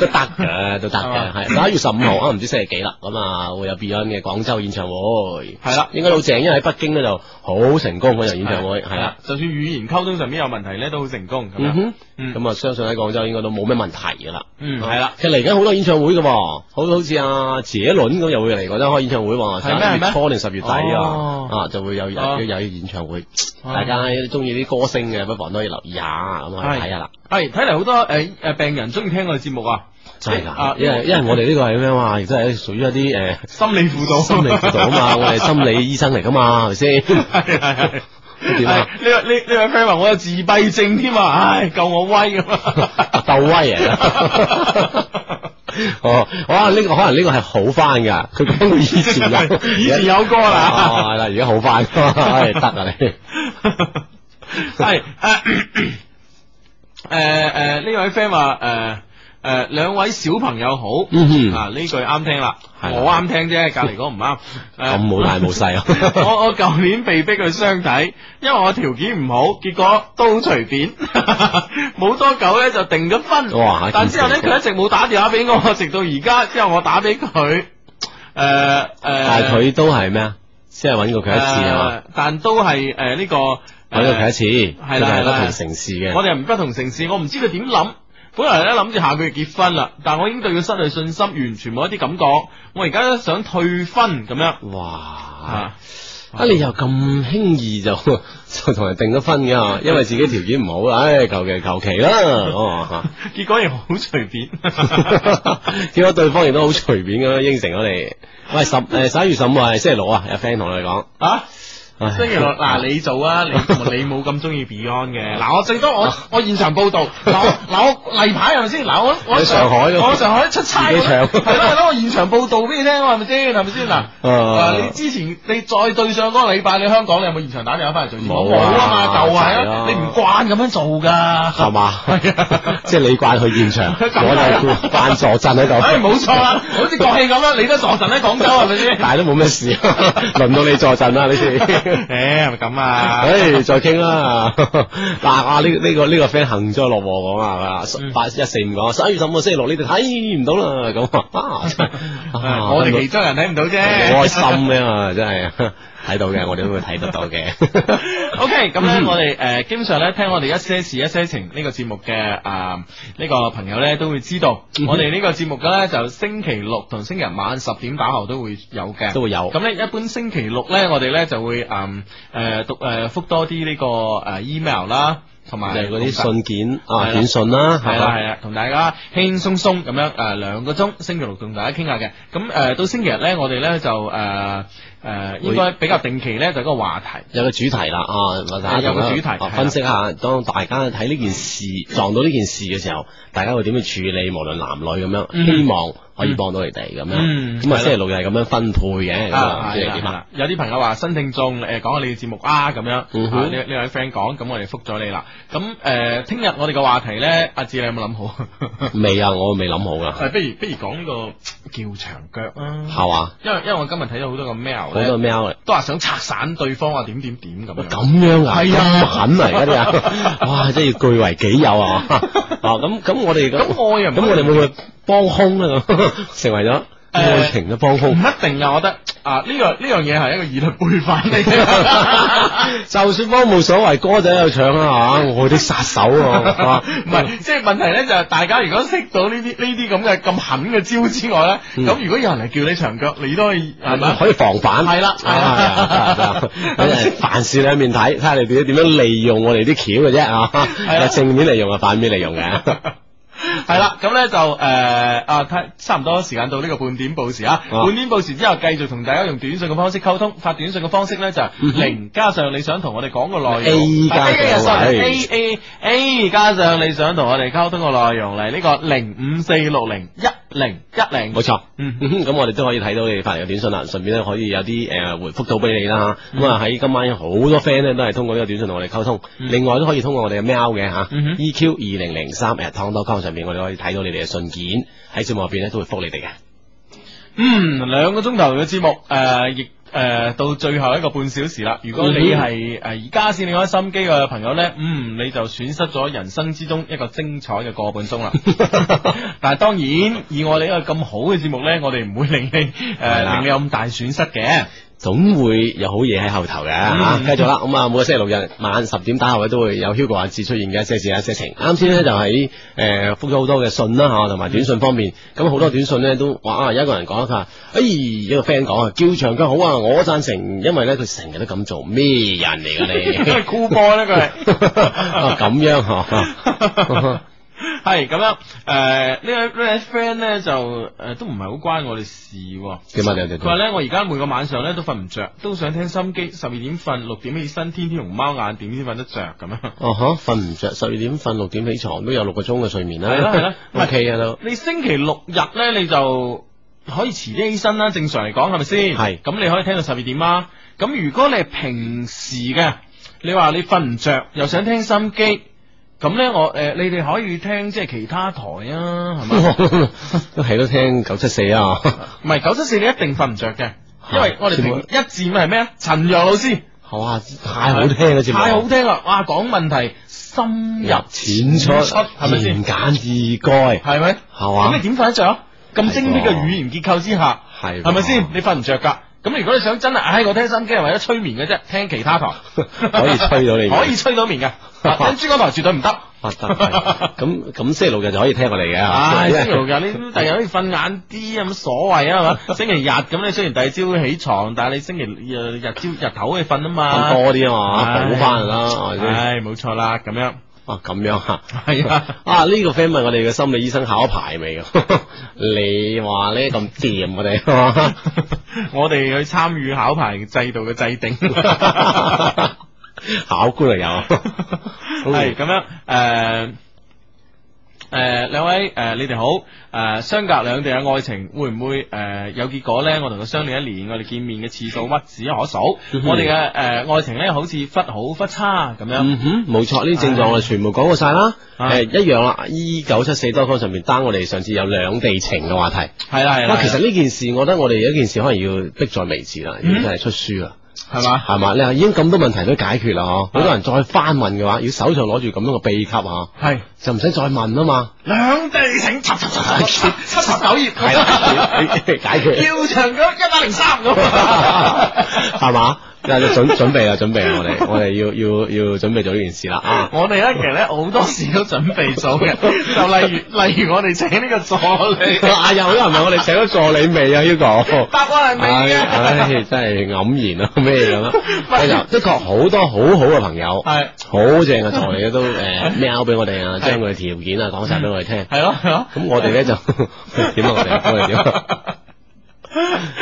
C: 都得嘅，都得嘅，係十一月十五號啊，唔知星期幾啦，咁啊會有 Beyond 嘅廣州演唱會，
A: 係啦
C: 應該好正，因為喺北京咧就好成功嗰場演唱會，係啦，，
A: 就算語言溝通上面有問題咧，都好成功咁
C: 嗯
A: 樣。
C: 哼，
A: 嗯
C: 咁啊相信喺廣州應該都冇咩問題噶啦，
A: 嗯係啦，
C: 其實嚟緊好多演唱會嘅喎，好好似阿謝倫咁又會嚟廣州開演唱會喎，
A: 係咩係
C: 11
A: 咩
C: 月初定十月底
A: 哦
C: 啊，啊就會有有
A: 哦
C: 有演唱會，
A: 哦
C: 大家中意啲歌星嘅不妨都可以留意下，咁啊
A: 係
C: 睇下啦。
A: 係睇嚟好多誒誒病人中意聽我哋節目啊，
C: 真係
A: 啊
C: 噶，因為因為我哋呢個係咩話，亦都係屬於一啲誒、 呃
A: 心理輔導，
C: 心理輔導 啊嘛，我哋係心理醫生嚟噶嘛，係咪先？
A: 係係係。係
C: 點
A: 呢
C: 啊？
A: 位呢呢位 friend 話我有自閉症添啊，唉，夠我威咁啊！
C: 鬥威 啊！ 哦，哇！呢、個可能呢個係好翻噶，佢講到以前有，
A: 以前有歌
C: 哦
A: 啦，
C: 係啦，而家好 翻，唉得啊 你，
A: 係 誒誒哎呃誒呢位 friend 話誒誒兩位小朋友好，
C: 嗯哼
A: 啊呢句啱聽啦，
C: 係啦
A: 我啱聽啫，隔離嗰個唔啱，誒
C: 咁冇大冇細啊！
A: 我我舊年被逼去相睇，因為我條件唔好，結果都隨便， 冇多久咧就定咗婚。
C: 哇
A: 但之後咧
C: 咁
A: 佢一直冇打電話俾我，直到而家之後我打俾佢，呃诶诶，
C: 但係佢都係咩啊？即係揾過佢一次係嘛？
A: 誒呃但都係诶呢個呃
C: 揾過佢一
A: 誒
C: 次，
A: 係
C: 佢
A: 啦
C: 哋係
A: 係啦
C: 不同城市嘅
A: 我。哋係唔不同城市，我唔知佢點諗。本來咧諗住下個月結婚啦，但我已經對佢失去信心，完全冇一啲感覺。我而家想退婚咁樣
C: 哇
A: 啊！！
C: 啊！你又咁輕易就 就同人定咗婚㗎，因為自己條件唔好，唉，求其求其啦，哦，
A: 結果亦好隨 便。
C: 結果對方亦都好呃隨便咁樣應承我哋。喂，十誒十一月十五號係星期六啊，有 friend 同我哋講，
A: 啊，
C: 唉
A: 星期 六嗱你做啊，你你冇咁中意 Beyond
C: 啊
A: 嘅，嗱我最多我我現場報道，嗱我 嗱我例牌係咪先？嗱我我
C: 喺上海嗰度
A: 我上海出差，
C: 自己唱
A: 係咯係咯，我現場報道俾你聽，係咪先？係咪先嗱？
C: 啊
A: 啊你之前你再對上嗰個禮拜，你香港你有冇現場打電話翻嚟做節目？
C: 冇啊
A: 冇啊嘛，就係
C: 係啊
A: 咯，你唔慣咁樣做㗎，
C: 係嘛
A: 係啊？
C: 即係你慣去現場，
A: 咁啊
C: 我就扮傻震喺
A: 唉，
C: 度，
A: 冇錯啦，好似國慶咁啦，你都傻神喺廣州係咪 先？
C: 但係都冇咩事，輪到你坐陣啦，你哋。
A: 诶，係咪咁啊
C: 唉，再 傾啦。嗱啊，呢呢個呢個 friend 幸災樂禍講啊，
A: 嗯
C: 十八一四五講，十一月十五號星期六你哋睇唔到啦，咁啊，真係 啊
A: 我 哋其中人睇唔到啫，
C: 好開心咧啊，真係睇到嘅，我哋都會睇得到嘅。
A: O K，咁
C: 嗯
A: 咧我哋呃诶基本上咧聽我哋一些事一些情呢個節目嘅啊呢個朋友咧都會知道，
C: 嗯哼
A: 我哋呢個節目嘅咧就星期六同星期日晚十點打後都會有嘅，
C: 都會有
A: 咁咧一般星期六咧我哋咧就會嗯诶讀诶覆多啲呢個诶 email 啦，同埋
C: 就係嗰啲
A: 同大
C: 信件
A: 係
C: 啊，
A: 啦
C: 短信啦，
A: 系啦系啦，同大家輕鬆鬆咁樣诶兩個鐘，星期六同大家傾下嘅。咁诶到星期日咧，我哋咧就诶诶應該比較定期咧就有一個話題。
C: 有個主題啦，啊，大家
A: 有個
C: 同
A: 主題
C: 啊
A: 係啦
C: 分析下，當大家睇呢件事撞到呢件事嘅時候，大家會點去處理，無論男女咁樣，
A: 嗯
C: 希望可以幫到你哋咁樣。
A: 嗯
C: 咁
A: 係啦
C: 啊，星期六日係咁樣分配嘅，咁啊，
A: 啊，
C: 唔知
A: 係
C: 係
A: 啦係
C: 點啊
A: 啦？有啲朋友話新聽眾誒講下你嘅節目啊咁樣，啊
C: 嗯
A: 呢
C: 哼
A: 呢位 friend 講，咁我哋覆咗你啦。咁誒，聽日我哋嘅話題咧，阿志你有冇諗 好？
C: 未啊，我未諗好啦，
A: 誒，不如不如講呢個叫長腳啊，
C: 係嘛？
A: 因為因為我今日睇到好多個 mail
C: 好多
A: 咧，
C: 喵嚟，啊
A: 都話想拆散對方啊點點點咁
C: 喂
A: 樣。
C: 咁樣啊，
A: 係啊
C: 咁狠啊，而家啲 人，哇，真係要據為己有啊！啊，咁咁我哋
A: 咁我又唔
C: 咁我哋會唔會幫兇咧？咁 成為咗愛情嘅幫
A: 唔
C: 兇。
A: 一定啊，我覺得啊呢個呢樣嘢係一個以律背反嚟 嘅。
C: 就算幫冇所謂，歌仔又唱啦嚇，我啲殺手 啊，
A: 唔係，即係問題咧，就係大家如果識到呢啲呢啲咁嘅咁狠嘅招之外咧，
C: 嗯
A: 咁、如果有人嚟叫你長腳，你都可以係
C: 係
A: 咪
C: 咪？？啊可以防範？
A: 係啦係啦
C: 啊係啊係啊係啊凡事兩面睇，睇下你點點樣利用我哋啲橋嘅啫啊，
A: 啦
C: 有正面利用啊，反面利用嘅。
A: 係啦，咁咧就誒、呃啊，睇差唔多時間到呢個半點報時啊，
C: 啊
A: 半點報時之後繼續同大家用短信嘅方式溝通，發短信嘅方式咧就係零加上你想同我哋講嘅內容
C: 嗯 A 加上喂
A: A A A 加上你想同我哋溝通嘅內容嚟呢個零五四六零一零一零
C: 冇，錯，
A: 嗯
C: 嗯 咁我哋都可以睇到你哋發嚟嘅短信啦，順便咧可以有啲誒、呃回覆到俾你啦嚇。咁啊喺今晚有好多 friend 咧都係通過呢個短信同我哋溝通，
A: 嗯
C: 另外都可以通過我哋嘅 mail 嘅嚇
A: 嗯哼
C: ，EQ 二零零三誒 t o m c o m 上面我哋可以睇到你哋嘅信件，喺節目入邊咧都會覆你哋嘅。
A: 嗯，兩個鐘頭嘅節目，诶、亦诶、誒到最後一個半小時啦。如果你
C: 嗯哼
A: 係诶而家先你開心機嘅朋友呢，嗯，你就損失咗人生之中一個精彩嘅個半鐘 啦。但係當然，以我哋一個咁好嘅節目呢，我哋唔會令你诶、
C: 係啦
A: 令你有咁大損失 嘅。
C: 總會有好嘢喺後頭嘅嚇，
A: 嗯
C: 繼續啦。咁啊，每個星期六日晚十點打後咧，都會有 Hugo 阿志出現嘅一些事一些情。啱先咧就喺誒覆咗好多嘅信啦嚇，
A: 嗯
C: 同埋短信方面，咁好多短信咧都話啊，有一個人講佢話，哎，有個 friend 講啊，叫長腳好啊，我贊成，因為咧佢成日都咁做，咩人嚟㗎你？
A: 酷波呢，佢係。
C: 啊咁樣呵，
A: 系咁样，诶、呢位呢位 friend 咧就诶、誒都唔係好關我哋事喎。
C: 點啊點啊點啊
A: 佢話咧，我而家每個晚上咧都瞓唔着，都想聽心機，十二點瞓，六點起身，天天熊貓眼點先瞓得着咁樣。
C: 哦呵，瞓唔着，十二點瞓，六點起床，都有六個鐘嘅睡眠啦。
A: 係啦係啦
C: ，OK 啊 都。
A: 你星期六日咧，你就可以遲啲起身啦。正常嚟講係咪先？
C: 係
A: 咁你可以聽到十二點啦。咁如果你係平時嘅，你話你瞓唔着，又想聽心機，咁咧我诶、你哋可以聽即係其他台啊，係咪？
C: 都係都聽九七四啊。
A: 唔係九七四你一定瞓唔着嘅，因為我哋平一至五係咩啊？陳陽老師
C: 哇！太好聽啦，節目
A: 太好聽啦！哇，講問題深入
C: 入淺出，
A: 出係咪先
C: 言簡意賅，
A: 係咪？
C: 係
A: 咁
C: 嘛
A: 你？點瞓得着啊？咁精闢嘅語言結構之下，
C: 係喎
A: 係咪先？你瞓唔着㗎。咁如果你想真係，唉，我聽心機係為咗催眠嘅啫，聽其他台
C: 可以催到 你啊
A: 可以催到眠 嘅。啊聽珠江台絕對唔得。
C: 發達 咁咁星期六日就可以聽我哋嘅，啊
A: 唉，
C: 因為
A: 星期六日你第日可以瞓晏啲，有乜所謂啊？係嘛？星期日咁你雖然第二朝起床，但係你星期呃日日朝日頭去瞓啊嘛。
C: 瞓多啲啊嘛，
A: 唉
C: 補翻啦，係咪先
A: 唉，冇錯啦，咁樣。
C: 啊咁樣吓。
A: 系啊，
C: 啊！呢、個 friend 問我哋嘅心理醫生考咗牌未啊？ 你話咧咁掂啊我哋，
A: 我哋去參與考牌制度嘅制定，係
C: 考官嚟
A: 嗯
C: 有。
A: 咁樣诶。诶，兩位诶，呃你哋好诶，相隔兩地嘅愛情會唔會诶有結果呢？我同佢相戀一年，我哋見面嘅次數屈指可數，
C: 嗯
A: 我哋嘅诶愛情呢，好似忽好忽差咁樣。
C: 嗯哼，冇錯，呢啲症狀我哋全部講過晒啦。
A: 啊
C: 誒，一樣啦。E 九七四 .com 上面 down 我哋上次有兩地情嘅話題。
A: 係啦係啦
C: 哇，，其實呢件事，我覺得我哋有一件事可能要迫在眉睫啦，要
A: 嗯
C: 真係出書啦，
A: 係嘛？
C: 係嘛？你話已經咁多問題都解決啦，嗬，好多人再翻問嘅話，要手上攞住咁樣嘅秘笈嚇，
A: 係
C: 就唔使再問啊嘛。
A: 兩地請插插插插插七十九頁，
C: 係啦， 解 決。
A: 要長腳一百零三咁。啊
C: 系嘛？嗱，準 準備啦，準備啦，我哋我哋要要要準備做呢件事啦啊！
A: 我哋咧其實咧好多事都準備做嘅，就例 如例如我哋請呢個助理，
C: 哎呀，好多人問我哋請咗助理未啊？Hugo，
A: 答案係啊
C: 唉
A: 未嘅，
C: 唉，真係黯然啊，咩咁 啊？
A: 係
C: 其實的確好多好好嘅朋友，
A: 係
C: 好正嘅 助理都诶 mail 俾我哋啊，將佢條件啊講晒俾我哋聽。
A: 係咯係咯。
C: 咁我哋咧就 點啊？我哋我哋點啊？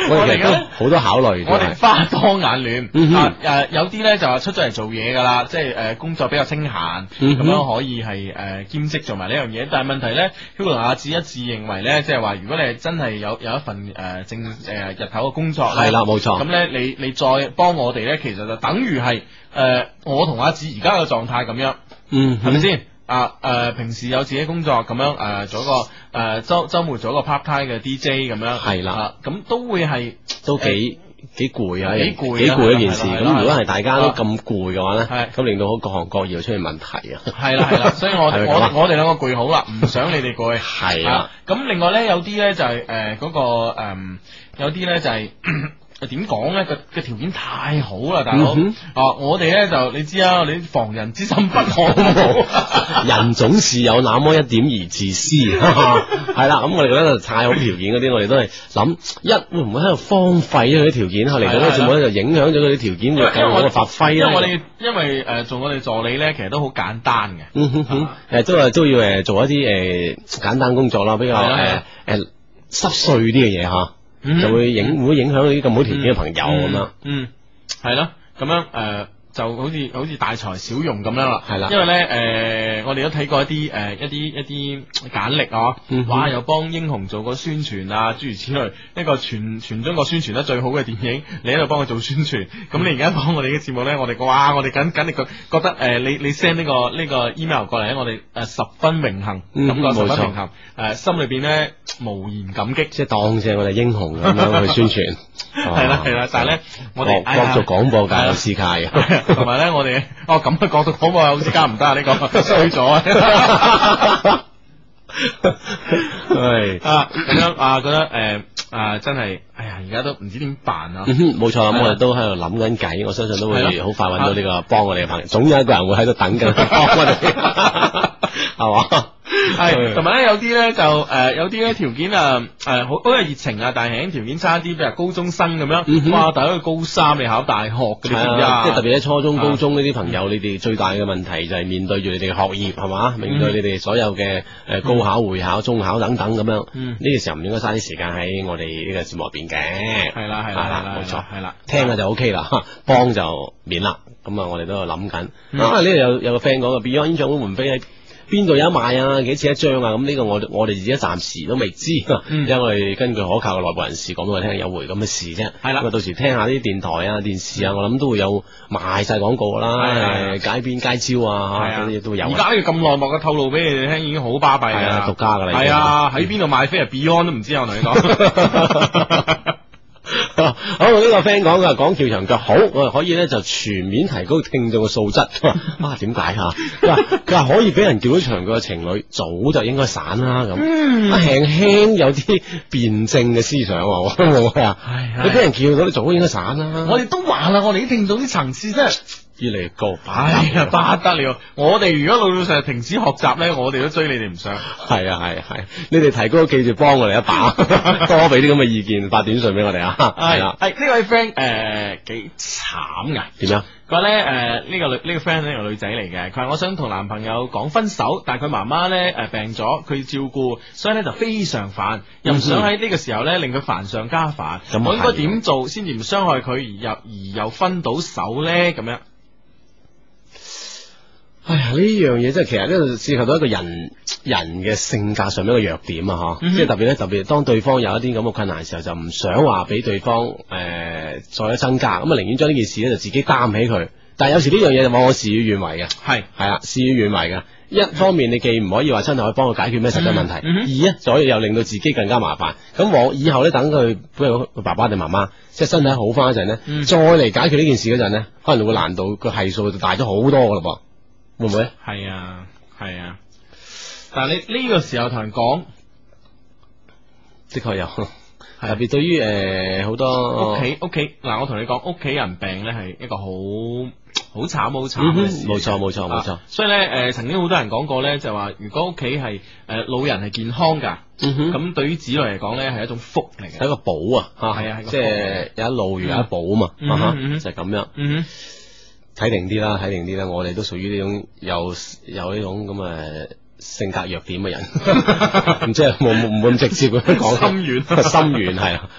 C: 我
A: 我
C: 哋
A: 哋
C: 其實都
A: 咧。
C: 好多考慮
A: 我
C: 嘅
A: 哋。花多眼
C: 嗯
A: 亂
C: 哼
A: 啊！誒有啲咧就話出咗嚟做嘢㗎啦，即係誒工作比較清閒，
C: 嗯
A: 咁
C: 哼
A: 樣可以係誒兼職做埋呢樣嘢。但係問題咧，Hugo 同阿志一致認為咧，即係話如果你係真係有有一份誒正誒日頭嘅工作呢
C: 係啦冇錯
A: 哦咁咧你你再幫我哋咧，其實就等於係誒我同阿志而家嘅狀態咁樣。
C: 嗯
A: 系咪先？啊誒、呃平時有自己工作咁樣誒、呃做一個誒、呃、週週末做一個 part time 嘅 DJ 咁樣，
C: 係啦
A: 啊咁、都會係
C: 都幾幾攰啊，
A: 幾攰啊
C: 幾攰一件事。
A: 係啦
C: 咁
A: 係啦
C: 如果係大家都
A: 啊
C: 咁攰嘅話咧
A: 係，
C: 咁令到各行各業出現問題啊。
A: 係啦 係啦，所以我
C: 係咪
A: 我
C: 咁啊
A: 我哋兩個攰好啦，唔想你哋攰。
C: 係
A: 啊
C: 啦，
A: 咁另外咧有啲咧就係誒嗰個誒有啲咧就係 點講咧個個條件太好啦，大佬、
C: 嗯
A: 啊！我哋咧就你知啊，你防人之心不可 無。
C: 人總是有那麼一點而自私， 係啦。咁我哋覺得太好條件嗰啲，我哋都係諗一會唔會喺度荒廢咗佢啲條件，後嚟到呢個節目咧就影響咗佢啲條件
A: 因為
C: 嘅更好嘅發揮
A: 因為我
C: 咧。
A: 哋因為誒、呃做我哋助理咧，其實都好簡單嘅。
C: 嗯哼哼，
A: 啊
C: 誒都係都要誒做一啲誒簡單工作啦，比較
A: 係啦
C: 誒誒濕碎啲嘅嘢嚇，
A: 嗯
C: 就會影會影響到啲咁好條件嘅朋友咁啦。
A: 嗯。嗯，系咯，咁樣诶、呃就好似好似大材小用咁樣啦。
C: 係啦
A: 因為咧诶、呃我哋都睇過一啲诶、呃一啲一啲簡歷啊，
C: 嗯哼
A: 哇，又幫英雄做過宣傳啊，諸如此類。一個全全中國宣傳得最好嘅電影，你喺度幫佢做宣傳。咁你而家幫我哋嘅節目咧，我哋哇，我哋緊緊力覺覺得诶、呃你你 send 呢、個呢、個 email 過嚟咧，我哋诶十分榮幸，
C: 嗯
A: 感覺十
C: 冇
A: 分
C: 錯
A: 榮幸。诶、心裏边咧無言感激。
C: 即係當正我哋英雄咁樣去宣傳，
A: 係啦係啦，但係咧， 我哋哎呀哎
C: 國做廣播界有私界 嘅，
A: 同埋咧，我哋哦咁嘅角度講話好似加唔得啊！呢個衰咗 啊！
C: 係。
A: 啊咁樣啊，覺得诶啊，真係哎呀，而家都唔知點辦 啊！
C: 嗯哼冇錯
A: 係
C: 啦，咁
A: 啦
C: 我哋都喺度諗緊計，我相信都
A: 係
C: 會
A: 咯啊
C: 好快揾到呢個幫我哋嘅朋友，總有一個人會喺度等緊 幫我哋，係嘛？
A: 係同埋咧，有啲咧就诶，有啲咧條件啊诶，好好有熱情啊，但係條件差啲，譬如高中生咁
C: 嗯
A: 樣，
C: 哼
A: 哇！大佬佢高三你考大學嘅，你知唔
C: 係
A: 知
C: 啊
A: 啊？
C: 即係特別喺初中、高中呢啲朋友，你哋最大嘅問題就係面對住你哋嘅學業係嘛，
A: 嗯
C: 面對你哋所有嘅誒高考、會考、中考等等咁樣，
A: 嗯
C: 呢個時候唔應該嘥啲時間喺我哋呢個節目入邊嘅。
A: 係啦係啦係啦，
C: 啊冇錯
A: 係啦，
C: 聽下啊就 O K 啦，幫就免啦。咁啊，我哋都有諗緊。
A: 嗯
C: 啊，呢度有有個 friend 講嘅 Beyond 演唱會門飛喺邊度有得賣啊？幾錢一張啊？咁呢個我哋我哋而家暫時都未知，
A: 嗯
C: 因為我哋根據可靠嘅內部人士講俾我聽，有回咁嘅事啫。
A: 係啦嗯
C: 咁啊到時聽下啲電台啊、電視啊，我諗都會有賣晒廣告
A: 係
C: 㗎啦，
A: 係
C: 誒街邊街招啊，
A: 係
C: 嚇
A: 啊
C: 嗰啲都會有
A: 而
C: 啊。
A: 家呢個咁內幕嘅透露俾你哋聽，已經好巴閉
C: 係啊
A: 啦，
C: 獨家㗎啦已經
A: 係啊，喺邊度買飛啊？Beyond 都唔知啊，我同你講。
C: 好，呢個 friend 講嘅講跳長腳好，我哋可以咧就全面提高聽眾嘅素質。啊，點解嚇？佢話佢話可以俾人叫到長腳嘅情侶，早就應該散啦咁。 啊輕輕有啲辯證嘅思想喎，我我係啊，
A: 唉
C: 你俾人叫到，你早應該散啦。
A: 我哋都話啦，我哋啲聽眾啲層次真係
C: 越嚟越高，
A: 哎呀，
C: 啊
A: 不得了！我哋如果老老實實停止學習咧，我哋都追你哋唔上。
C: 係啊係啊係啊，你哋提高記住幫我哋一把， 多俾啲咁嘅意見，發短信俾我哋啊，係啦，
A: 係呢位 friend 誒幾慘㗎。
C: 點樣？
A: 佢話咧誒呢個女呢、個 friend 呢個女仔嚟嘅，佢話我想同男朋友講分手，但係佢媽媽咧誒病咗，佢照顧，所以咧就非常煩，又唔想喺呢個時候咧令佢煩上加煩。
C: 咁啊
A: 我應
C: 係
A: 該
C: 喎
A: 點做先至唔傷害佢，而又而又分到手咧？咁樣
C: 哎呀，呢樣嘢真係其實呢度涉及到一個人人嘅性格上面一個弱點啊，吓、
A: 嗯哼
C: 即係特別咧，特別當對方有一啲咁嘅困難嘅時候，就唔想話俾對方誒、呃再有增加，咁啊寧願將呢件事咧就自己擔起佢。但係有時呢樣嘢就往往事與願違嘅，
A: 係。
C: 係啦，事與願違嘅。一方面你既唔可以話親口幫佢解決咩實際問題，
A: 嗯嗯
C: 二咧就可以又令到自己更加麻煩。咁往以後咧等佢，比如佢爸爸定媽媽，即係身體好翻嗰陣咧，
A: 嗯
C: 再嚟解決呢件事嗰陣咧，可能會難度個係數就大咗好多噶咯噃，會唔會呢？
A: 系啊，系啊。但系你呢個時候同人講
C: 的確有，特別對於誒呃好多
A: 屋企屋企嗱，我同你講屋企人病咧係一個好好慘好
C: 嗯
A: 慘
C: 哼
A: 嘅事。
C: 冇錯冇錯冇錯
A: 啊，所以咧，诶、曾經好多人講過咧，就話如果屋企係诶老人係健康㗎，
C: 嗯哼，
A: 咁、對於子女嚟講咧係一種福嚟
C: 係
A: 嘅。
C: 一個寶啊，嚇
A: 係啊係個
C: 即係有一路如有一寶啊嘛，
A: 嗯
C: 啊哈
A: 嗯嗯
C: 就係咁樣
A: 嗯
C: 睇定啲啦，睇定啲啦，我哋都屬於呢種有有呢種咁嘅性格弱點嘅人， 唔即係冇冇唔會咁直接咁樣講，
A: 心軟
C: 心軟係啊，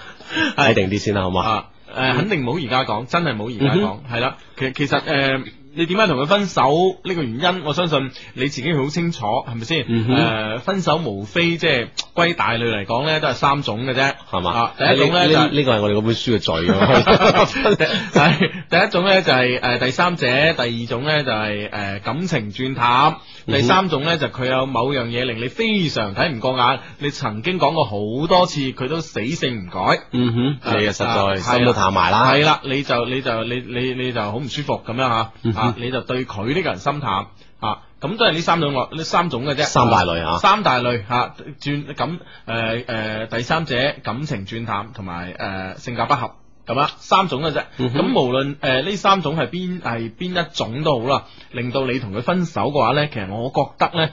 C: 睇定啲先啦，好
A: 哼，
C: 嘛？
A: 啊，诶、肯定唔好而家講，真係唔好而家
C: 嗯
A: 講，係啦、其其實诶。誒你點解同佢分手呢、個原因，我相信你自己好清楚，係咪先？誒、
C: 嗯哼
A: 分手無非即係歸大類嚟講咧，都係三種嘅啫，
C: 係嘛
A: 啊？第一種咧就係
C: 呢呢個係我哋嗰本書嘅罪啊
A: 係 第一種咧就係、誒、第三者，第二種咧就係、誒、感情轉淡，
C: 嗯哼
A: 第三種咧就佢有某樣嘢令你非常睇唔過眼，你曾經講過好多次，佢都死性唔改。
C: 嗯哼，你
A: 啊
C: 啊實
A: 係啊
C: 在心都淡埋啦，
A: 係啦，你就你就你你你就好唔舒服咁樣吓，
C: 嗯哼
A: 啊，你就對佢呢個人心淡啊，咁都係呢三種咯，呢三種嘅啫，
C: 三大類啊
A: 三大類吓，轉感誒誒第三者感情轉淡同埋誒性格不合。咁啊，三種嘅啫。咁、
C: 嗯哼
A: 無論誒呢三種係邊係邊一種都好啦，令到你同佢分手嘅話呢，其實我覺得呢，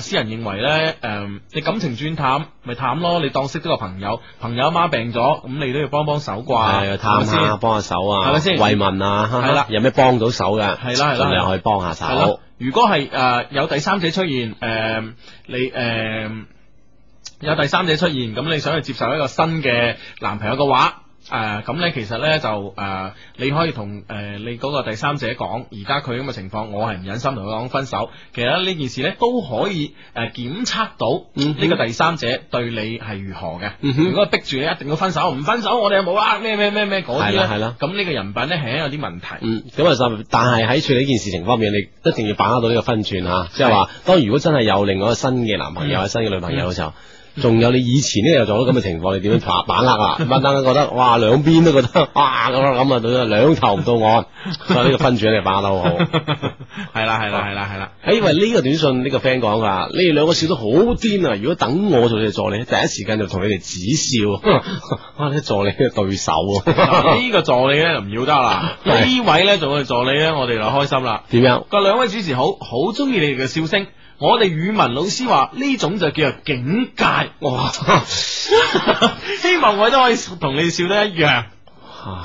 A: 誒、私人認為呢，誒、呃你感情轉淡咪淡咯，你當識咗個朋友，朋友阿媽病咗，咁你都要幫幫手啩，
C: 係啊
A: 係咪
C: 探
A: 先
C: 下，幫下手啊，
A: 係咪先
C: 慰問啊，哈哈
A: 係啦
C: 有咩幫到手嘅，
A: 係啦係啦
C: 盡量去幫下
A: 係咯
C: 手，。
A: 如果係誒、呃有第三者出現，誒、你誒。呃有第三者出現，咁你想去接受一個新嘅男朋友嘅話，誒咁咧其實咧就誒、呃你可以同誒、呃你嗰個第三者講，而家佢咁嘅情況，我係唔忍心同佢講分手。其實呢件事咧都可以誒檢測到
C: 嗯哼
A: 呢個第三者對你係如何嘅。
C: 嗯哼
A: 如果係逼住你一定要分手，唔分手我哋就冇啦，咩咩咩咩嗰啲
C: 係
A: 咧，
C: 啦係啦
A: 咁呢個人品咧係有啲問題。
C: 嗯，咁啊，就但係喺處理呢件事情方面，你一定要把握到呢個分寸啊！即係話，當如果真係有另外一個新嘅男朋友、
A: 嗯
C: 或者新嘅女朋友嘅時候，仲有你以前呢又做咗咁嘅情況，你點樣把把握啊？唔單單覺 得哇，兩邊都覺得哇咁啊咁啊，到兩頭唔到 岸，所以呢個分寸你把握得好好。
A: 係啦係啦係啦係啦，
C: 誒，喂，呢個短信呢個 friend 講噶，你哋兩個笑得好癲啊！如果等我做你哋助理，第一時間就同你哋指笑， 哇！呢助理嘅對手 啊，
A: 呢個助理咧就唔要得 啦，
C: 係
A: 呢位咧做我哋助理咧，我哋就開心啦。
C: 點樣？
A: 個兩位主持好好中意你哋嘅笑聲。我哋語文老師話呢種就叫做境界，
C: 哇！
A: 希望我都可以同你哋笑得一樣。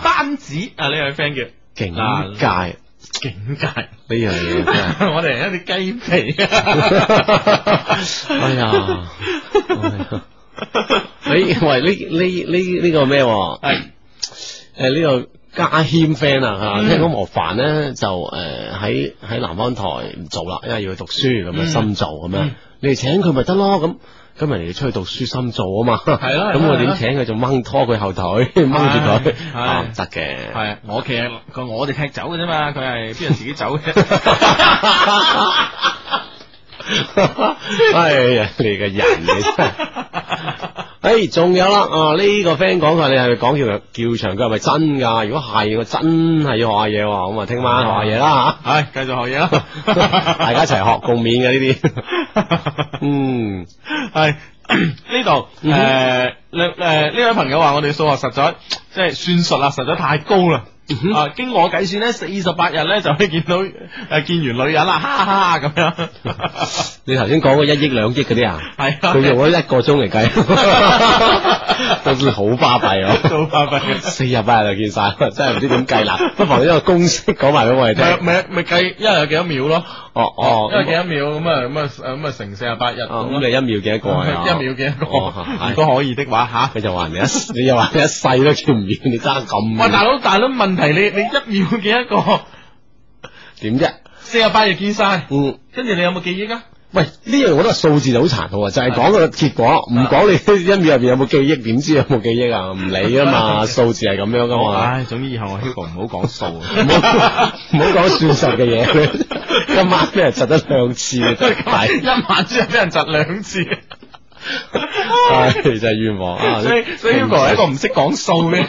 A: 單止啊呢位 friend 叫
C: 境界。
A: 境界，
C: 呢樣哎嘢真 係，
A: 我哋係一啲雞皮。
C: 哎呀，哎呀你喂呢呢呢呢個咩 喎？
A: 係
C: 誒呢、個家謙 friend 啊嚇，
A: 嗯
C: 聽講莫凡咧就誒喺喺南方台唔做啦，因為要去讀書咁
A: 嗯
C: 啊深造咁樣
A: 嗯，
C: 你哋請佢咪得咯咁。咁人哋要出去讀書深造啊嘛，
A: 係咯係咯
C: 咁我
A: 係
C: 點
A: 咯
C: 請佢仲掹拖佢後腿，掹住佢
A: 係
C: 啊唔得嘅，
A: 係我其實個我哋踢走嘅啫嘛，佢係邊人自己走 嘅。
C: 哎呀，你嘅人你真係，哎，仲有啦，啊呢、個 friend 講佢話你係咪講叫叫長腳係咪真㗎？如果係，我真係要學下嘢喎。咁啊，聽晚學下嘢啦
A: 係繼續學嘢啦，
C: 吓， 大家一齊學共勉嘅呢啲。 嗯，
A: 系 呢度
C: 嗯
A: 诶，誒呢诶呢位朋友話我哋數學實在即係算術啊，實在太高啦。
C: 嗯哼
A: 啊，经我计算咧，四十八日咧就可以見到诶见完女人啦，哈哈咁樣。
C: 你頭先講嗰一億兩億嗰啲啊，
A: 係啊，
C: 佢用咗一個鐘嚟計，都算好巴閉啊！
A: 做八百嘅。
C: 四日八日就見晒，真係唔知點計啦。不妨你一個公式講埋俾我哋
A: 咪
C: 聽。
A: 咪咪計一日有幾多秒咯？
C: 哦哦，
A: 一日幾多
C: 咁
A: 秒咁啊咁啊咁啊乘四十八日
C: 哦
A: 咁
C: 咁你一秒幾多個啊？
A: 一秒幾一個？
C: 哦係
A: 如果可以的話吓。
C: 佢就話你一，你又話你一世都見唔完，你爭咁
A: 喂，大
C: 遠
A: 佬，大佬，問題你你一秒幾一個？
C: 點啫？
A: 四十八日見晒，
C: 嗯。
A: 跟住你有冇記憶啊？
C: 喂，呢樣我覺得數字就好殘酷啊，就係講個結果，唔講你 一秒入邊有冇記憶，點知有冇記憶啊？唔理啊 嘛，數字係咁樣噶啊嘛，
A: 哦唉，總之以 後我 Hugo 唔好講數。啊
C: 唔好唔好講算術嘅嘢。 今晚俾人窒得兩 次，你真係
A: 一晚之後俾人窒兩 次，
C: 唉真係冤枉啊！
A: 所以所以 Hugo 係一個唔識講數嘅人。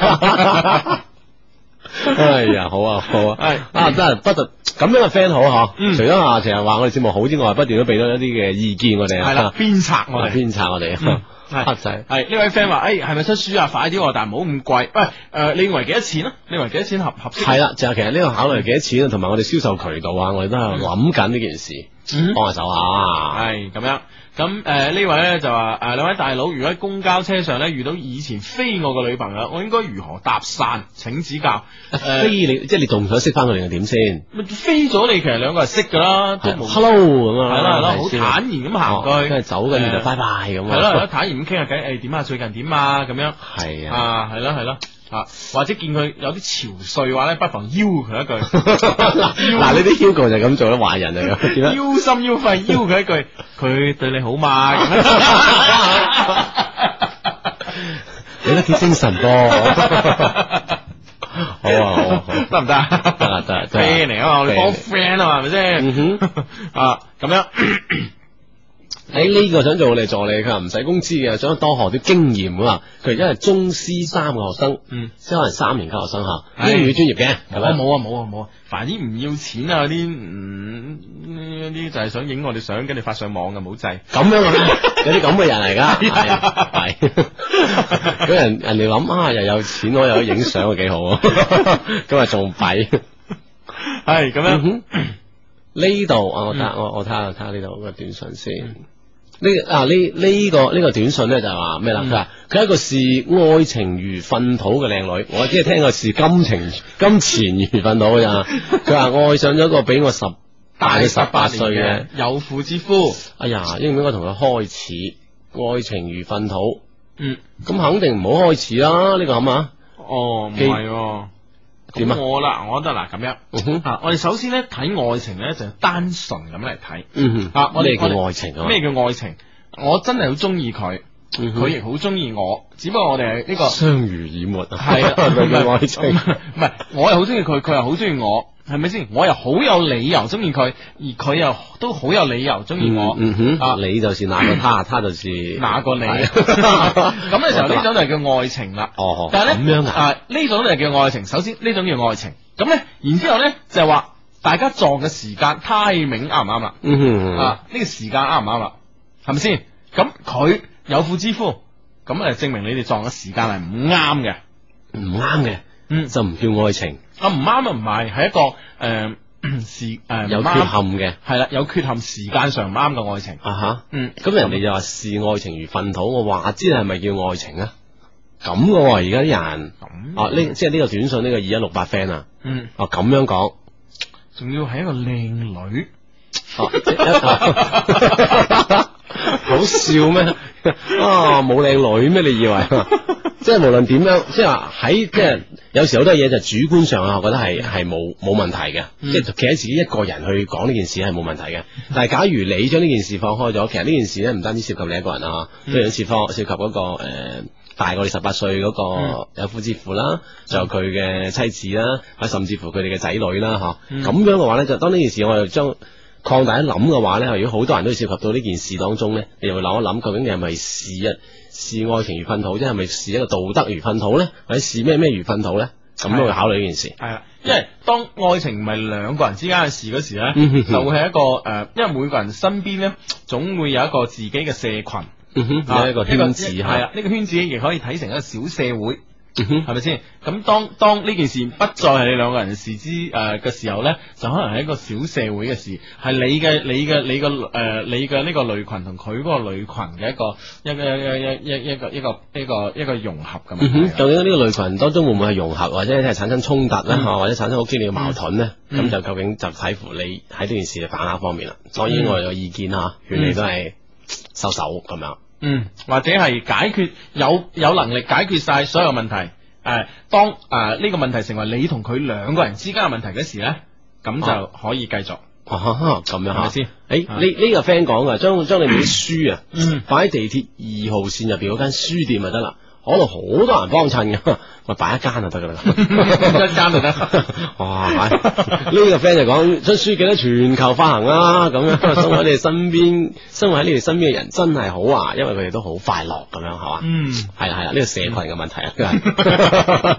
C: 哎呀，好啊，好啊，
A: 係
C: 啊，真係不斷咁樣嘅 friend 好
A: 嗯
C: 嗬。除咗啊成日話我哋節目好之外，不斷都俾到一啲嘅意見我哋啊，
A: 係 啦，鞭策我
C: 啊，
A: 哋。
C: 鞭策我哋
A: 嗯
C: 啊，
A: 係
C: 黑仔。
A: 係呢位 friend 話：，誒係咪出書啊？快啲喎，但唔好咁貴。喂，誒你認為幾多錢啊？你認為幾多錢合合適？
C: 系啦，就係其實呢個考慮幾多錢啊，同埋我哋銷售渠道啊，我哋都係諗緊呢件事，
A: 嗯
C: 幫下手 啊。
A: 系咁样。咁诶呢位咧就話诶兩位大佬，如果喺公交車上咧遇到以前飛我嘅女朋友，我應該如何搭訕？請指教。
C: 哎
A: 诶、
C: 非你即係你仲想識翻佢哋又點先
A: 咪飛咗你，其實兩個係識噶啦，都冇係
C: ？Hello 咁啊，
A: 啦係啦，好
C: 係先
A: 坦然咁行過
C: 哦
A: 去，
C: 跟住走跟住
A: 誒
C: 就拜拜咁
A: 係啦係啦，
C: 啊。
A: 坦然咁傾下偈，诶點啊最近點啊咁樣
C: 係啊，
A: 啊係啦係啦啊，或者見佢有啲潮帥話咧，不妨邀佢一句，
C: 嗱 嗱，呢啲 Hugo 就咁做啦，壞人 嚟嘅，點啊？
A: 邀心邀肺邀佢一 句，佢對你好嘛咁樣。
C: 你都幾精神噃。 好啊，好啊，好啊。
A: 得唔得啊？
C: 得啊得啊得啊
A: friend 嚟啊嘛，我哋幫
C: friend
A: friend 啊嘛，係咪
C: 嗯
A: 先？
C: 哼，
A: 啊，咁 樣
C: 喺哎呢個想做我哋助理，佢話唔使工資嘅，想多學啲經驗啊。佢因為中師三嘅學生，
A: 嗯，
C: 即係可能三年級學生嚇，
A: 係
C: 英語專業嘅，
A: 哎我
C: 係咪？
A: 冇啊冇啊冇啊，凡啲唔要錢啊嗰啲，嗯，呢啲就係想影我哋相，跟住發上網嘅，冇制。
C: 咁樣嘅咩？ 有啲咁嘅人嚟噶， 係係 咁人人哋諗啊，又有錢我又可以影相，啊幾好啊！ 咁啊仲弊。
A: 係咁
C: 嗯
A: 樣，
C: 哼呢度啊，我睇下
A: 嗯
C: 我我睇下睇下呢度個短信先。呢啊呢呢個呢個短信咧就係話咩啦？
A: 嗯
C: 佢話佢係一個視愛情如糞土嘅靚女，我只係聽過視金情金錢如糞土㗎咋。佢話愛上咗一個比我十大佢十八歲嘅。
A: 有婦之夫，
C: 哎呀，應唔應該同佢開始愛情如糞土？
A: 嗯，
C: 咁肯定唔好開始啦，呢、個係嘛？
A: 哦，唔
C: 既
A: 係喎。
C: 點啊
A: 咁我啦，我覺得嗱咁樣
C: 嗯哼，
A: 啊，我哋首先咧睇愛情咧就係單純咁嚟睇
C: 嗯哼，
A: 啊，我
C: 咩
A: 哋
C: 叫
A: 我哋
C: 愛情啊？
A: 咩叫愛情？我真係好中意佢。
C: 嗯哼？
A: 佢亦好中意我，只不過我哋係呢個
C: 相濡以沫啊，
A: 係啊，
C: 佢嘅愛情
A: 唔 係唔係，我又好中意佢，佢又好中意我，係咪先？我又好有理由中意佢，而佢又都好有理由中意我。
C: 嗯嗯
A: 啊
C: 哼，你就是那 個他，他就是
A: 哪個你？
C: 係
A: 咁嘅時候呢種就叫愛情啦。
C: 哦，
A: 但係
C: 咁
A: 咧，
C: 樣啊，
A: 啊呢種就叫愛情。首先呢種叫愛情，咁咧，然之後咧就係話大家撞嘅時間 timing 啱唔啱啦？
C: 嗯哼，
A: 啊，呢個時間啱唔啱啦？係咪先？咁佢有婦之夫，咁誒證明你哋撞嘅時間係唔啱嘅。
C: 唔啱
A: 嗯
C: 嘅，就唔叫愛情，
A: 啊唔啱啊唔係，係一個诶、呃、時诶
C: 有缺陷嘅
A: 系啦，有缺陷時間上唔啱嘅愛情。
C: 啊哈。
A: 嗯，
C: 咁人哋就話視愛情如糞土，我話知係咪叫愛情啊？咁嘅喎，而家啲人
A: 咁
C: 啊，呢即係呢個短信呢個二一六八 friend 啊，
A: 嗯，
C: 啊咁樣講。
A: 仲要係一個靚女，
C: 哦即 好笑咩？啊，冇靚女咩？你以為？ 即係無論點樣，即係話喺即係有時好多嘢就主觀上啊，我覺得係係冇冇問題嘅，
A: 嗯
C: 即係企喺自己一個人去講呢件事係冇問題嘅。但係假如你將呢件事放開咗，其實呢件事咧唔單止涉及你一個人啊，
A: 嗯
C: 都有涉方涉及嗰、個呃大過你十八歲嗰
A: 嗯
C: 個有夫之婦啦，仲有佢嘅妻子啦，或者甚至乎佢哋嘅仔女啦，吓、
A: 嗯
C: 咁樣嘅話咧，就當呢件事我又將擴大一諗嘅話咧，如果好多人都涉及到呢件事當中咧，你就會諗一諗，究竟你係咪視一視愛情如糞土，即係咪視一個道德如糞土咧，或者視咩咩如糞土咧？咁都會考慮呢件事。
A: 系啦，因為當愛情唔係兩個人之間嘅事嗰時咧，
C: 嗯
A: 就會係一個诶、呃因為每個人身邊咧總會有一個自己嘅社群，
C: 嗯哼，有一個圈子
A: 系
C: 嚇，
A: 啦，呢個圈子亦可以睇成一個小社會。
C: 嗯哼
A: 系咪先？咁當當呢件事不再係你兩個人事之誒嘅、時候咧，就可能係一個小社會嘅事，係你嘅你嘅你嘅誒、呃你嘅呢個類群同佢嗰個類群嘅一個一個一個一個一個一個一個一個融合咁
C: 嗯哼，
A: 樣。
C: 究竟呢個類群當中會唔會係融合，或者係產生衝突咧，
A: 嗯
C: 或者產生好激烈嘅矛盾咧？咁、
A: 嗯
C: 就究竟就睇乎你喺呢件事嘅把握方面啦。所以
A: 嗯
C: 我哋嘅意見吓，勸你都係收手咁樣。
A: 嗯，或者係解決有有能力解決晒所有問題。誒、當誒呃呢、個問題成為你同佢兩個人之間嘅問題嘅時咧，咁就可以繼續，
C: 啊哈哈
A: 係
C: 咁樣
A: 咪
C: 吓。
A: 先？
C: 誒呢呢個 friend 講啊，將將你本書啊
A: 嗯
C: 擺喺地鐵二號線入邊嗰間書店就得啦。嗰度好多人幫襯嘅， 咪擺一間就得噶啦。
A: 一間就得。
C: 哇！係呢個 friend 就講出書記得全球發行啦，咁 樣生活喺你哋身邊，生活喺你哋身邊嘅人真係好啊，因為佢哋都好快樂咁樣，係嘛？
A: 嗯。
C: 係啦係啦，呢個社群嘅問題啊 真係，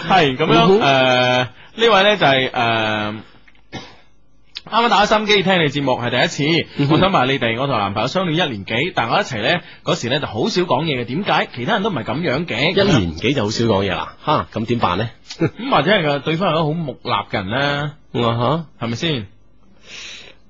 A: 系咁
C: 嗯哼
A: 样诶，呃呢位咧就系诶。啱啱打開心機聽你節目係第一
C: 嗯
A: 次，
C: 哼
A: 我想問下你哋，我同男朋友相戀一年幾，但我一齊呢嗰時呢就好少講嘢嘅，點解？其他人都唔係咁樣嘅，
C: 一年幾就好少講嘢啦，吓咁 點辦咧？
A: 咁或者係個對方係一個好木訥嘅人啦，
C: 啊哈！
A: 係咪先？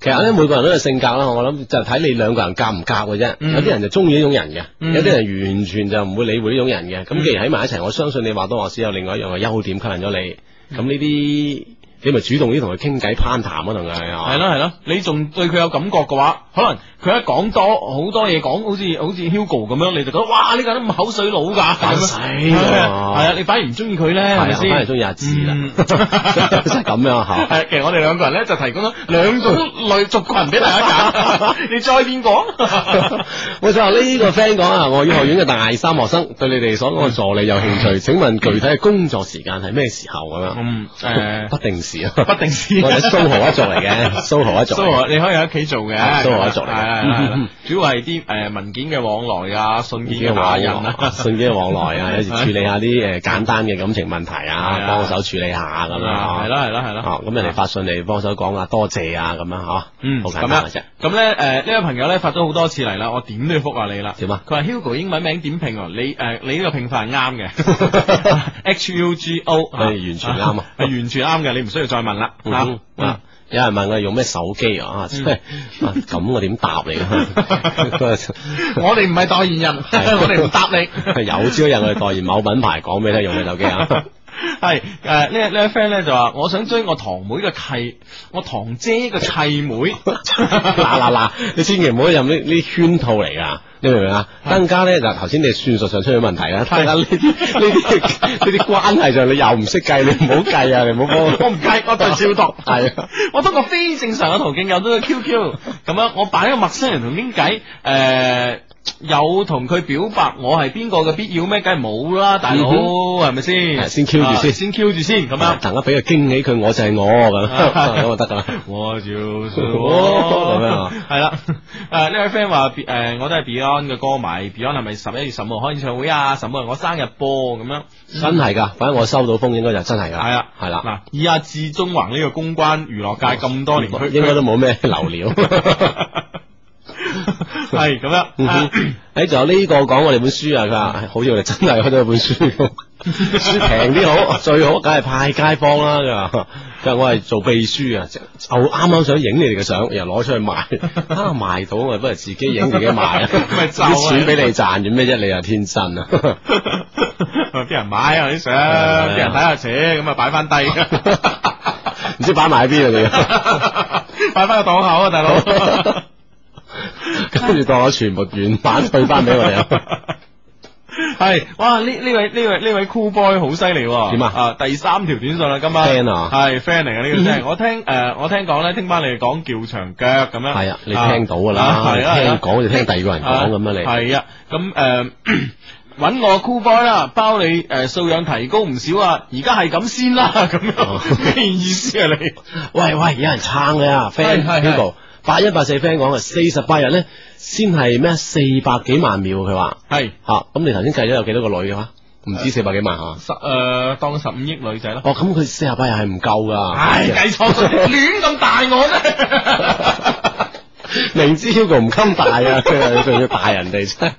C: 其實咧，每個人都有性格啦，我諗就睇你兩個人夾唔夾嘅啫。
A: 嗯
C: 有啲人就中意呢種人嘅，
A: 嗯
C: 有啲人完全就唔會理會呢種人嘅。咁
A: 嗯
C: 既然喺埋一齊，我相信你話多話少有另外一樣嘅優點吸引咗
A: 嗯
C: 你。咁呢啲你咪主動啲同佢傾偈攀談啊，同佢
A: 係
C: 係嘛。
A: 咯係咯，你仲對佢有感覺嘅話，可能佢一講多好多嘢講，好似好似 Hugo 咁樣，你就覺得哇呢個人咁口水佬㗎，
C: 反
A: 咁
C: 洗
A: 樣
C: 喎
A: 係啊 係啊，你反而唔中意佢呢，
C: 係
A: 係咪
C: 啊，
A: 先？
C: 反而中意阿志啦，
A: 嗯
C: 就 係咁樣嚇。
A: 系，其實我哋兩個人咧就提供咗兩種類族群俾大家 揀，你再邊個？
C: 我就話呢個 friend 講啊，我要學院嘅大三學生對你哋所講嘅助理有興趣，請問具體嘅工作時間係咩時候咁樣？
A: 嗯，诶，
C: 不定時啊，
A: 不定時。
C: 我哋蘇豪一族嚟嘅，蘇豪一族嚟嘅。
A: 蘇豪你可以喺屋企做嘅，
C: 係啊蘇豪一族嚟嘅
A: 係係係
C: 嗯
A: 係主要係啲诶文件嘅往來啊，信件嘅打印啊，
C: 信件嘅往來啊，有時處理下啲誒簡單嘅感情問題
A: 係
C: 啊，
A: 啊
C: 幫手處理下咁樣
A: 係
C: 啊。
A: 啦係啦係啦。
C: 哦，咁人哋發信嚟幫手講啊，多謝啊，咁樣嚇，
A: 嗯
C: 好
A: 咁
C: 簡單嘅啊
A: 樣
C: 啫。
A: 咁咧诶呢位朋友咧發咗好多次嚟啦，我點都要覆下你啦。
C: 點啊？
A: 佢話 Hugo 英文名點拼喎？你诶你呢個拼法係啱嘅 ，H U G O，
C: 係完全 啱啊
A: 係完全啱嘅，你唔需要再問啦。
C: 嗯
A: 啊
C: 哼
A: 嗯
C: 啊，有人問我用咩手機啊，真係啊咁我點答你 啊？
A: 我哋唔係代言人，
C: 係
A: 我哋唔答你。
C: 有朝一日我哋代言某品牌，講俾你聽用咩手機啊？
A: 係诶呢呢位 friend 咧就話，我想追我堂妹嘅契，我堂姐嘅契 妹。
C: 嗱嗱嗱，你千祈唔好入呢呢圈套嚟噶，你明唔明啊？更加咧就頭先你算術上出咗問題啦，更加呢啲呢啲呢啲關係上你又唔識計，你唔好計啊，你唔好 幫
A: 我唔計，我對照讀。
C: 係啊，
A: 我通過非正常嘅途徑有咗個 QQ，咁樣我扮一個陌生人同傾偈，诶、有同佢表白我係邊個嘅必要咩？梗係冇啦，大佬
C: 嗯
A: 係咪先？
C: 係先 Q 住先
A: 啊先 Q 住先咁樣。
C: 大家啊俾個驚喜佢，我就係我咁，
A: 啊
C: 咁就得噶啦。
A: 我 就是
C: 我咁 樣啊
A: 系啦。诶，呢位 friend 話诶，我都係 Beyond 嘅歌迷，Beyond 係咪十一月十五號開演唱會啊？十五號我生日波咁樣。
C: 真係㗎，反正我收到風應該就真係㗎，
A: 係啊
C: 係啦，
A: 嗱，以阿志中環呢個公關娛樂界咁多年，佢
C: 哦應該都冇咩流料。
A: 系咁样。
C: 嗯
A: 啊嗯
C: 哼，誒仲有呢個講我哋本書啊，佢話唉好似我哋真係開咗有本書咁，書平啲好，最好梗係派街坊啦。佢話佢話我係做秘書啊，就就啱啱想影你哋嘅相，又攞出去 賣，啊賣到我不如自己影自己賣啊，
A: 咪就係
C: 啲錢俾你賺，做咩啫？你又天真啊！
A: 俾人買啊啲 相，俾人睇下且咁啊擺翻低，
C: 唔知擺埋喺邊啊
A: 擺翻個檔口啊，大佬。
C: 你，跟住當我全部原版退翻俾我哋啊！
A: 係，哇！呢呢位呢位呢位 cool boy 好犀利喎。
C: 點啊
A: 啊，第三條短信啦，今晚
C: friend 啊嗯
A: 係 friend 嚟嘅呢個真係。我聽誒，我聽講咧，聽翻你哋講叫長腳咁樣。
C: 係啊，你聽到㗎啦，
A: 啊係啊係
C: 聽
A: 啊
C: 講就聽第二個人講咁樣你。
A: 系啊，咁 诶。誒揾我 cool boy 啦，包你诶、誒素養提高唔少啊！而家係咁先 啦，咁
C: 哦
A: 樣咩意思啊你？
C: 喂喂，有人撐你啊
A: 係
C: ，friend
A: 係係
C: Hugo，八一八四 friend 講啊，四十八日咧先係咩四百幾萬秒，佢話
A: 係
C: 吓，嚇咁你頭先計咗有幾多個女嘅話？唔止四百幾萬吓，
A: 十诶、當当十五億女仔咯。
C: 哦咁佢四十八日係唔啊夠噶，
A: 唉， 計錯咗，亂咁大我咧。
C: 明知 Hugo 唔襟大啊，佢又佢仲要大人哋真係，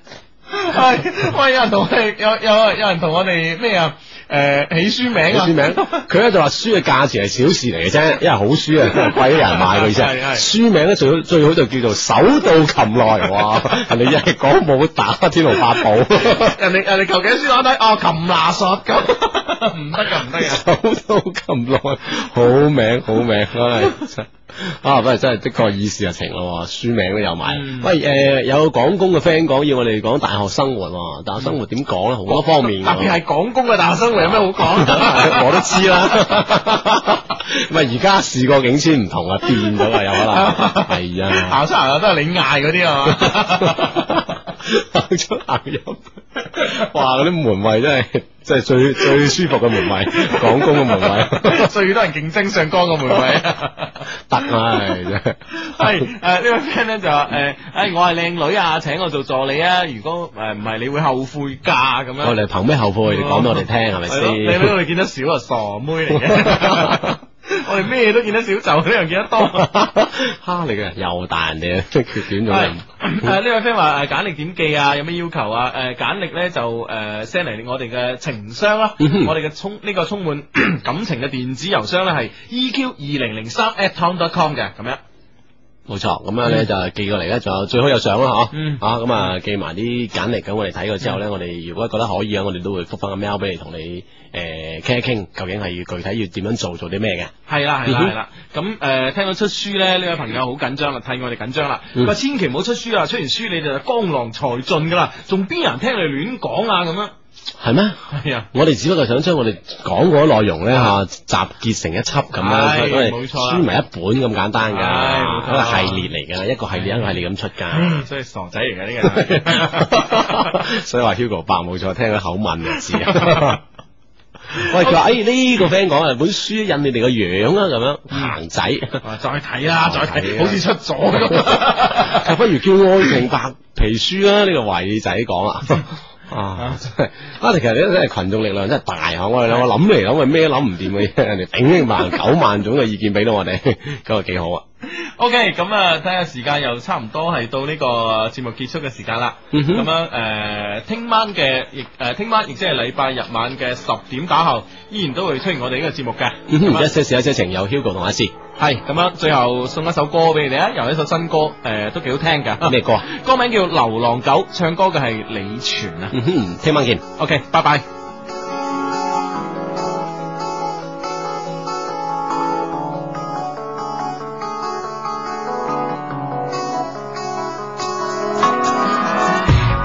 A: 系喂，有人同我哋有有有人同我哋咩啊？诶、起书名啊，
C: 書名，佢咧就話書嘅價錢係小事嚟嘅啫，因為好書啊，真係貴啲人買嘅意 思
A: 係係
C: 係。書名咧最好最好就叫做手到擒來，哇！ 人哋一係講武打天龍八部，
A: 人哋人哋求其書打睇，哦，擒拿索咁， 唔得噶，唔得噶。
C: 手到擒來，好名好名，真係真啊！不過真係的確以事實情咯，書名都有埋。
A: 嗯
C: 喂，誒有廣工嘅 friend 講要我哋講大學生活喎，大學生活點講咧？好多方面㗎
A: 特別係廣工嘅大學生活有咩好 講？
C: 我都知啦， 唔係而家事過境遷唔同啊，變咗啦，有可能係啊，
A: 行出行入都係你嗌嗰啲啊嘛。
C: 行出行入，哇！嗰啲門衞真係真係最最舒服嘅門衞，廣工嘅門 衞，
A: 最多人競爭上崗嘅妹妹。
C: 得啊，係真係
A: 係誒呢位 friend 咧就話誒，誒、哎我係靚女啊，請我做助理啊！如果誒唔係，你會後悔㗎咁樣。
C: 我哋憑咩後哦悔？你講俾我哋聽係
A: 嗯哦
C: 咪
A: 係咯你俾
C: 先？
A: 我哋見得少啊，傻妹嚟 嘅。我哋咩都見得少，就呢樣見得多。
C: 哈！你嘅 人又大人哋，缺短咗
A: 係誒
C: 人。
A: 呢位 friend 話誒簡歷點記啊，有咩要求啊？誒簡歷咧就誒 send 嚟我哋嘅情商啦，
C: 嗯哼
A: 我哋嘅充呢個充滿 感情嘅電子郵箱咧係 eq 二零零三 at tom dot com 嘅咁樣。
C: 冇錯，咁樣咧就寄過嚟咧，仲有最好有相啦，嗬、
A: 嗯
C: 啊咁啊寄埋啲簡歷咁，我哋睇過之後咧，我哋如果覺得可以啊，我哋都會覆翻個 mail 俾你，同你誒傾一傾，究竟係要具體要點樣做，做啲咩嘅。
A: 系啦系啦
C: 嗯哼
A: 系啦，咁诶、呃听到出書咧，呢位朋友好緊張啦，替我哋緊張啦。佢
C: 嗯
A: 話千祈唔好出書啊，出完書你哋就江郎才盡噶啦，仲邊有人聽你亂講啊咁樣？
C: 係咩？
A: 係啊，
C: 我哋只不過想將我哋講過嘅內容咧嚇集結成一輯咁
A: 嗯係
C: 樣，所以我哋
A: 冇錯啦
C: 書埋一本咁簡單㗎，
A: 係冇錯啦
C: 一個系列嚟㗎，一個系列一個系列咁出㗎。
A: 唉所以傻仔嚟嘅呢 個人。
C: 所以話 Hugo 白冇錯，聽佢口吻就知啊。 喂，佢話：，诶、呢、個 friend 講啊，本書引你哋個樣啊，咁樣行 仔，
A: 啊再睇啦，再睇，
C: 係啊
A: 好似出咗咁。
C: 就不如叫愛情白皮書啦。呢、個偉仔講啊， 啊，真係啊，其實呢真係群眾力量真係大啊！我哋兩個諗嚟諗去咩都諗唔掂嘅 啫，人哋頂萬九萬種嘅意見俾到我哋， 咁啊幾好啊！
A: OK，咁啊，睇下時間又差唔多係到呢個節目結束嘅時間啦。
C: 嗯哼
A: 咁樣诶，聽晚嘅亦诶，聽晚亦即係禮拜日晚嘅十點打後，依然都會出現我哋呢個節目嘅。
C: 嗯
A: 咁
C: 哼
A: 啊
C: 一些事一些情，有 Hugo 同阿志，
A: 系咁样，最後送一首歌俾你哋啊，又係一首新歌，诶、都幾好聽噶。
C: 咩歌啊？
A: 歌名叫《流浪狗》，唱歌嘅係李泉啊。
C: 嗯哼，聽晚見。
A: OK，拜拜。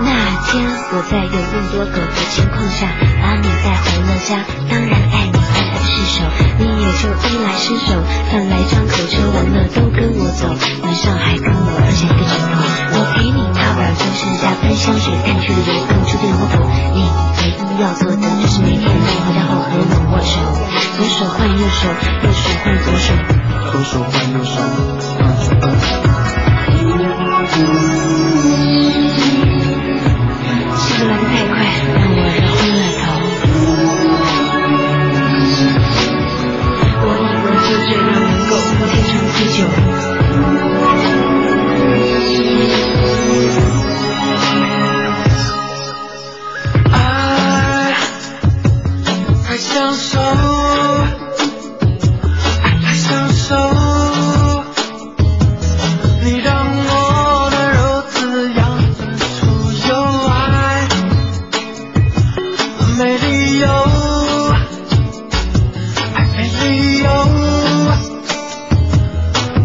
D: 那天我在有更多狗的情况下，把你带回了家。当然爱你爱来释手，你也就衣来伸手，饭来张口，吃完了都跟我走。晚上还跟我分享一个枕头，我给你掏耳朵，剩下喷香水，看距离更注定我懂。你唯一要做的就是每天都回家后和我握手，左手换右手，右手换左手。
B: 左手换右手，
D: 这个来的太快，让我热昏了头。我以为就这样能够喝天长地久。
B: 爱爱享受，爱享受，你让我的肉滋养得出有爱，没理由，爱没理由，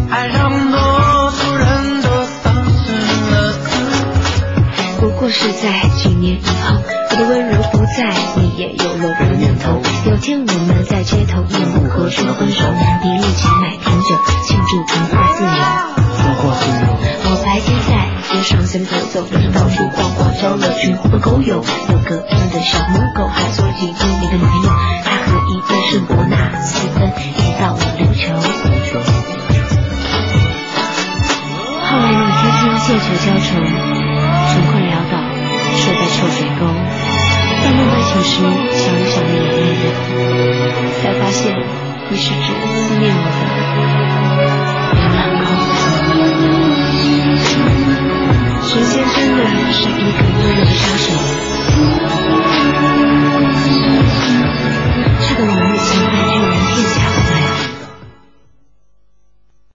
B: 爱让多数人都丧失了自由。
D: 不过是在几年以后，啊我的温柔不在，你也有了我的念头。有天我们在街头面目和说分手，你立即买瓶酒庆祝童话自由。
B: 如果自由。
D: 我白天在街上闲走走，到处逛逛，交了群狐朋狗友。有个样的小母狗还做起英你的男友，他和一对圣伯纳私奔，一到我琉球。后来我天天借酒浇愁，穷困潦倒，睡在臭水沟。在梦半醒时，想了 想你也累了，才发现你是只思念我的。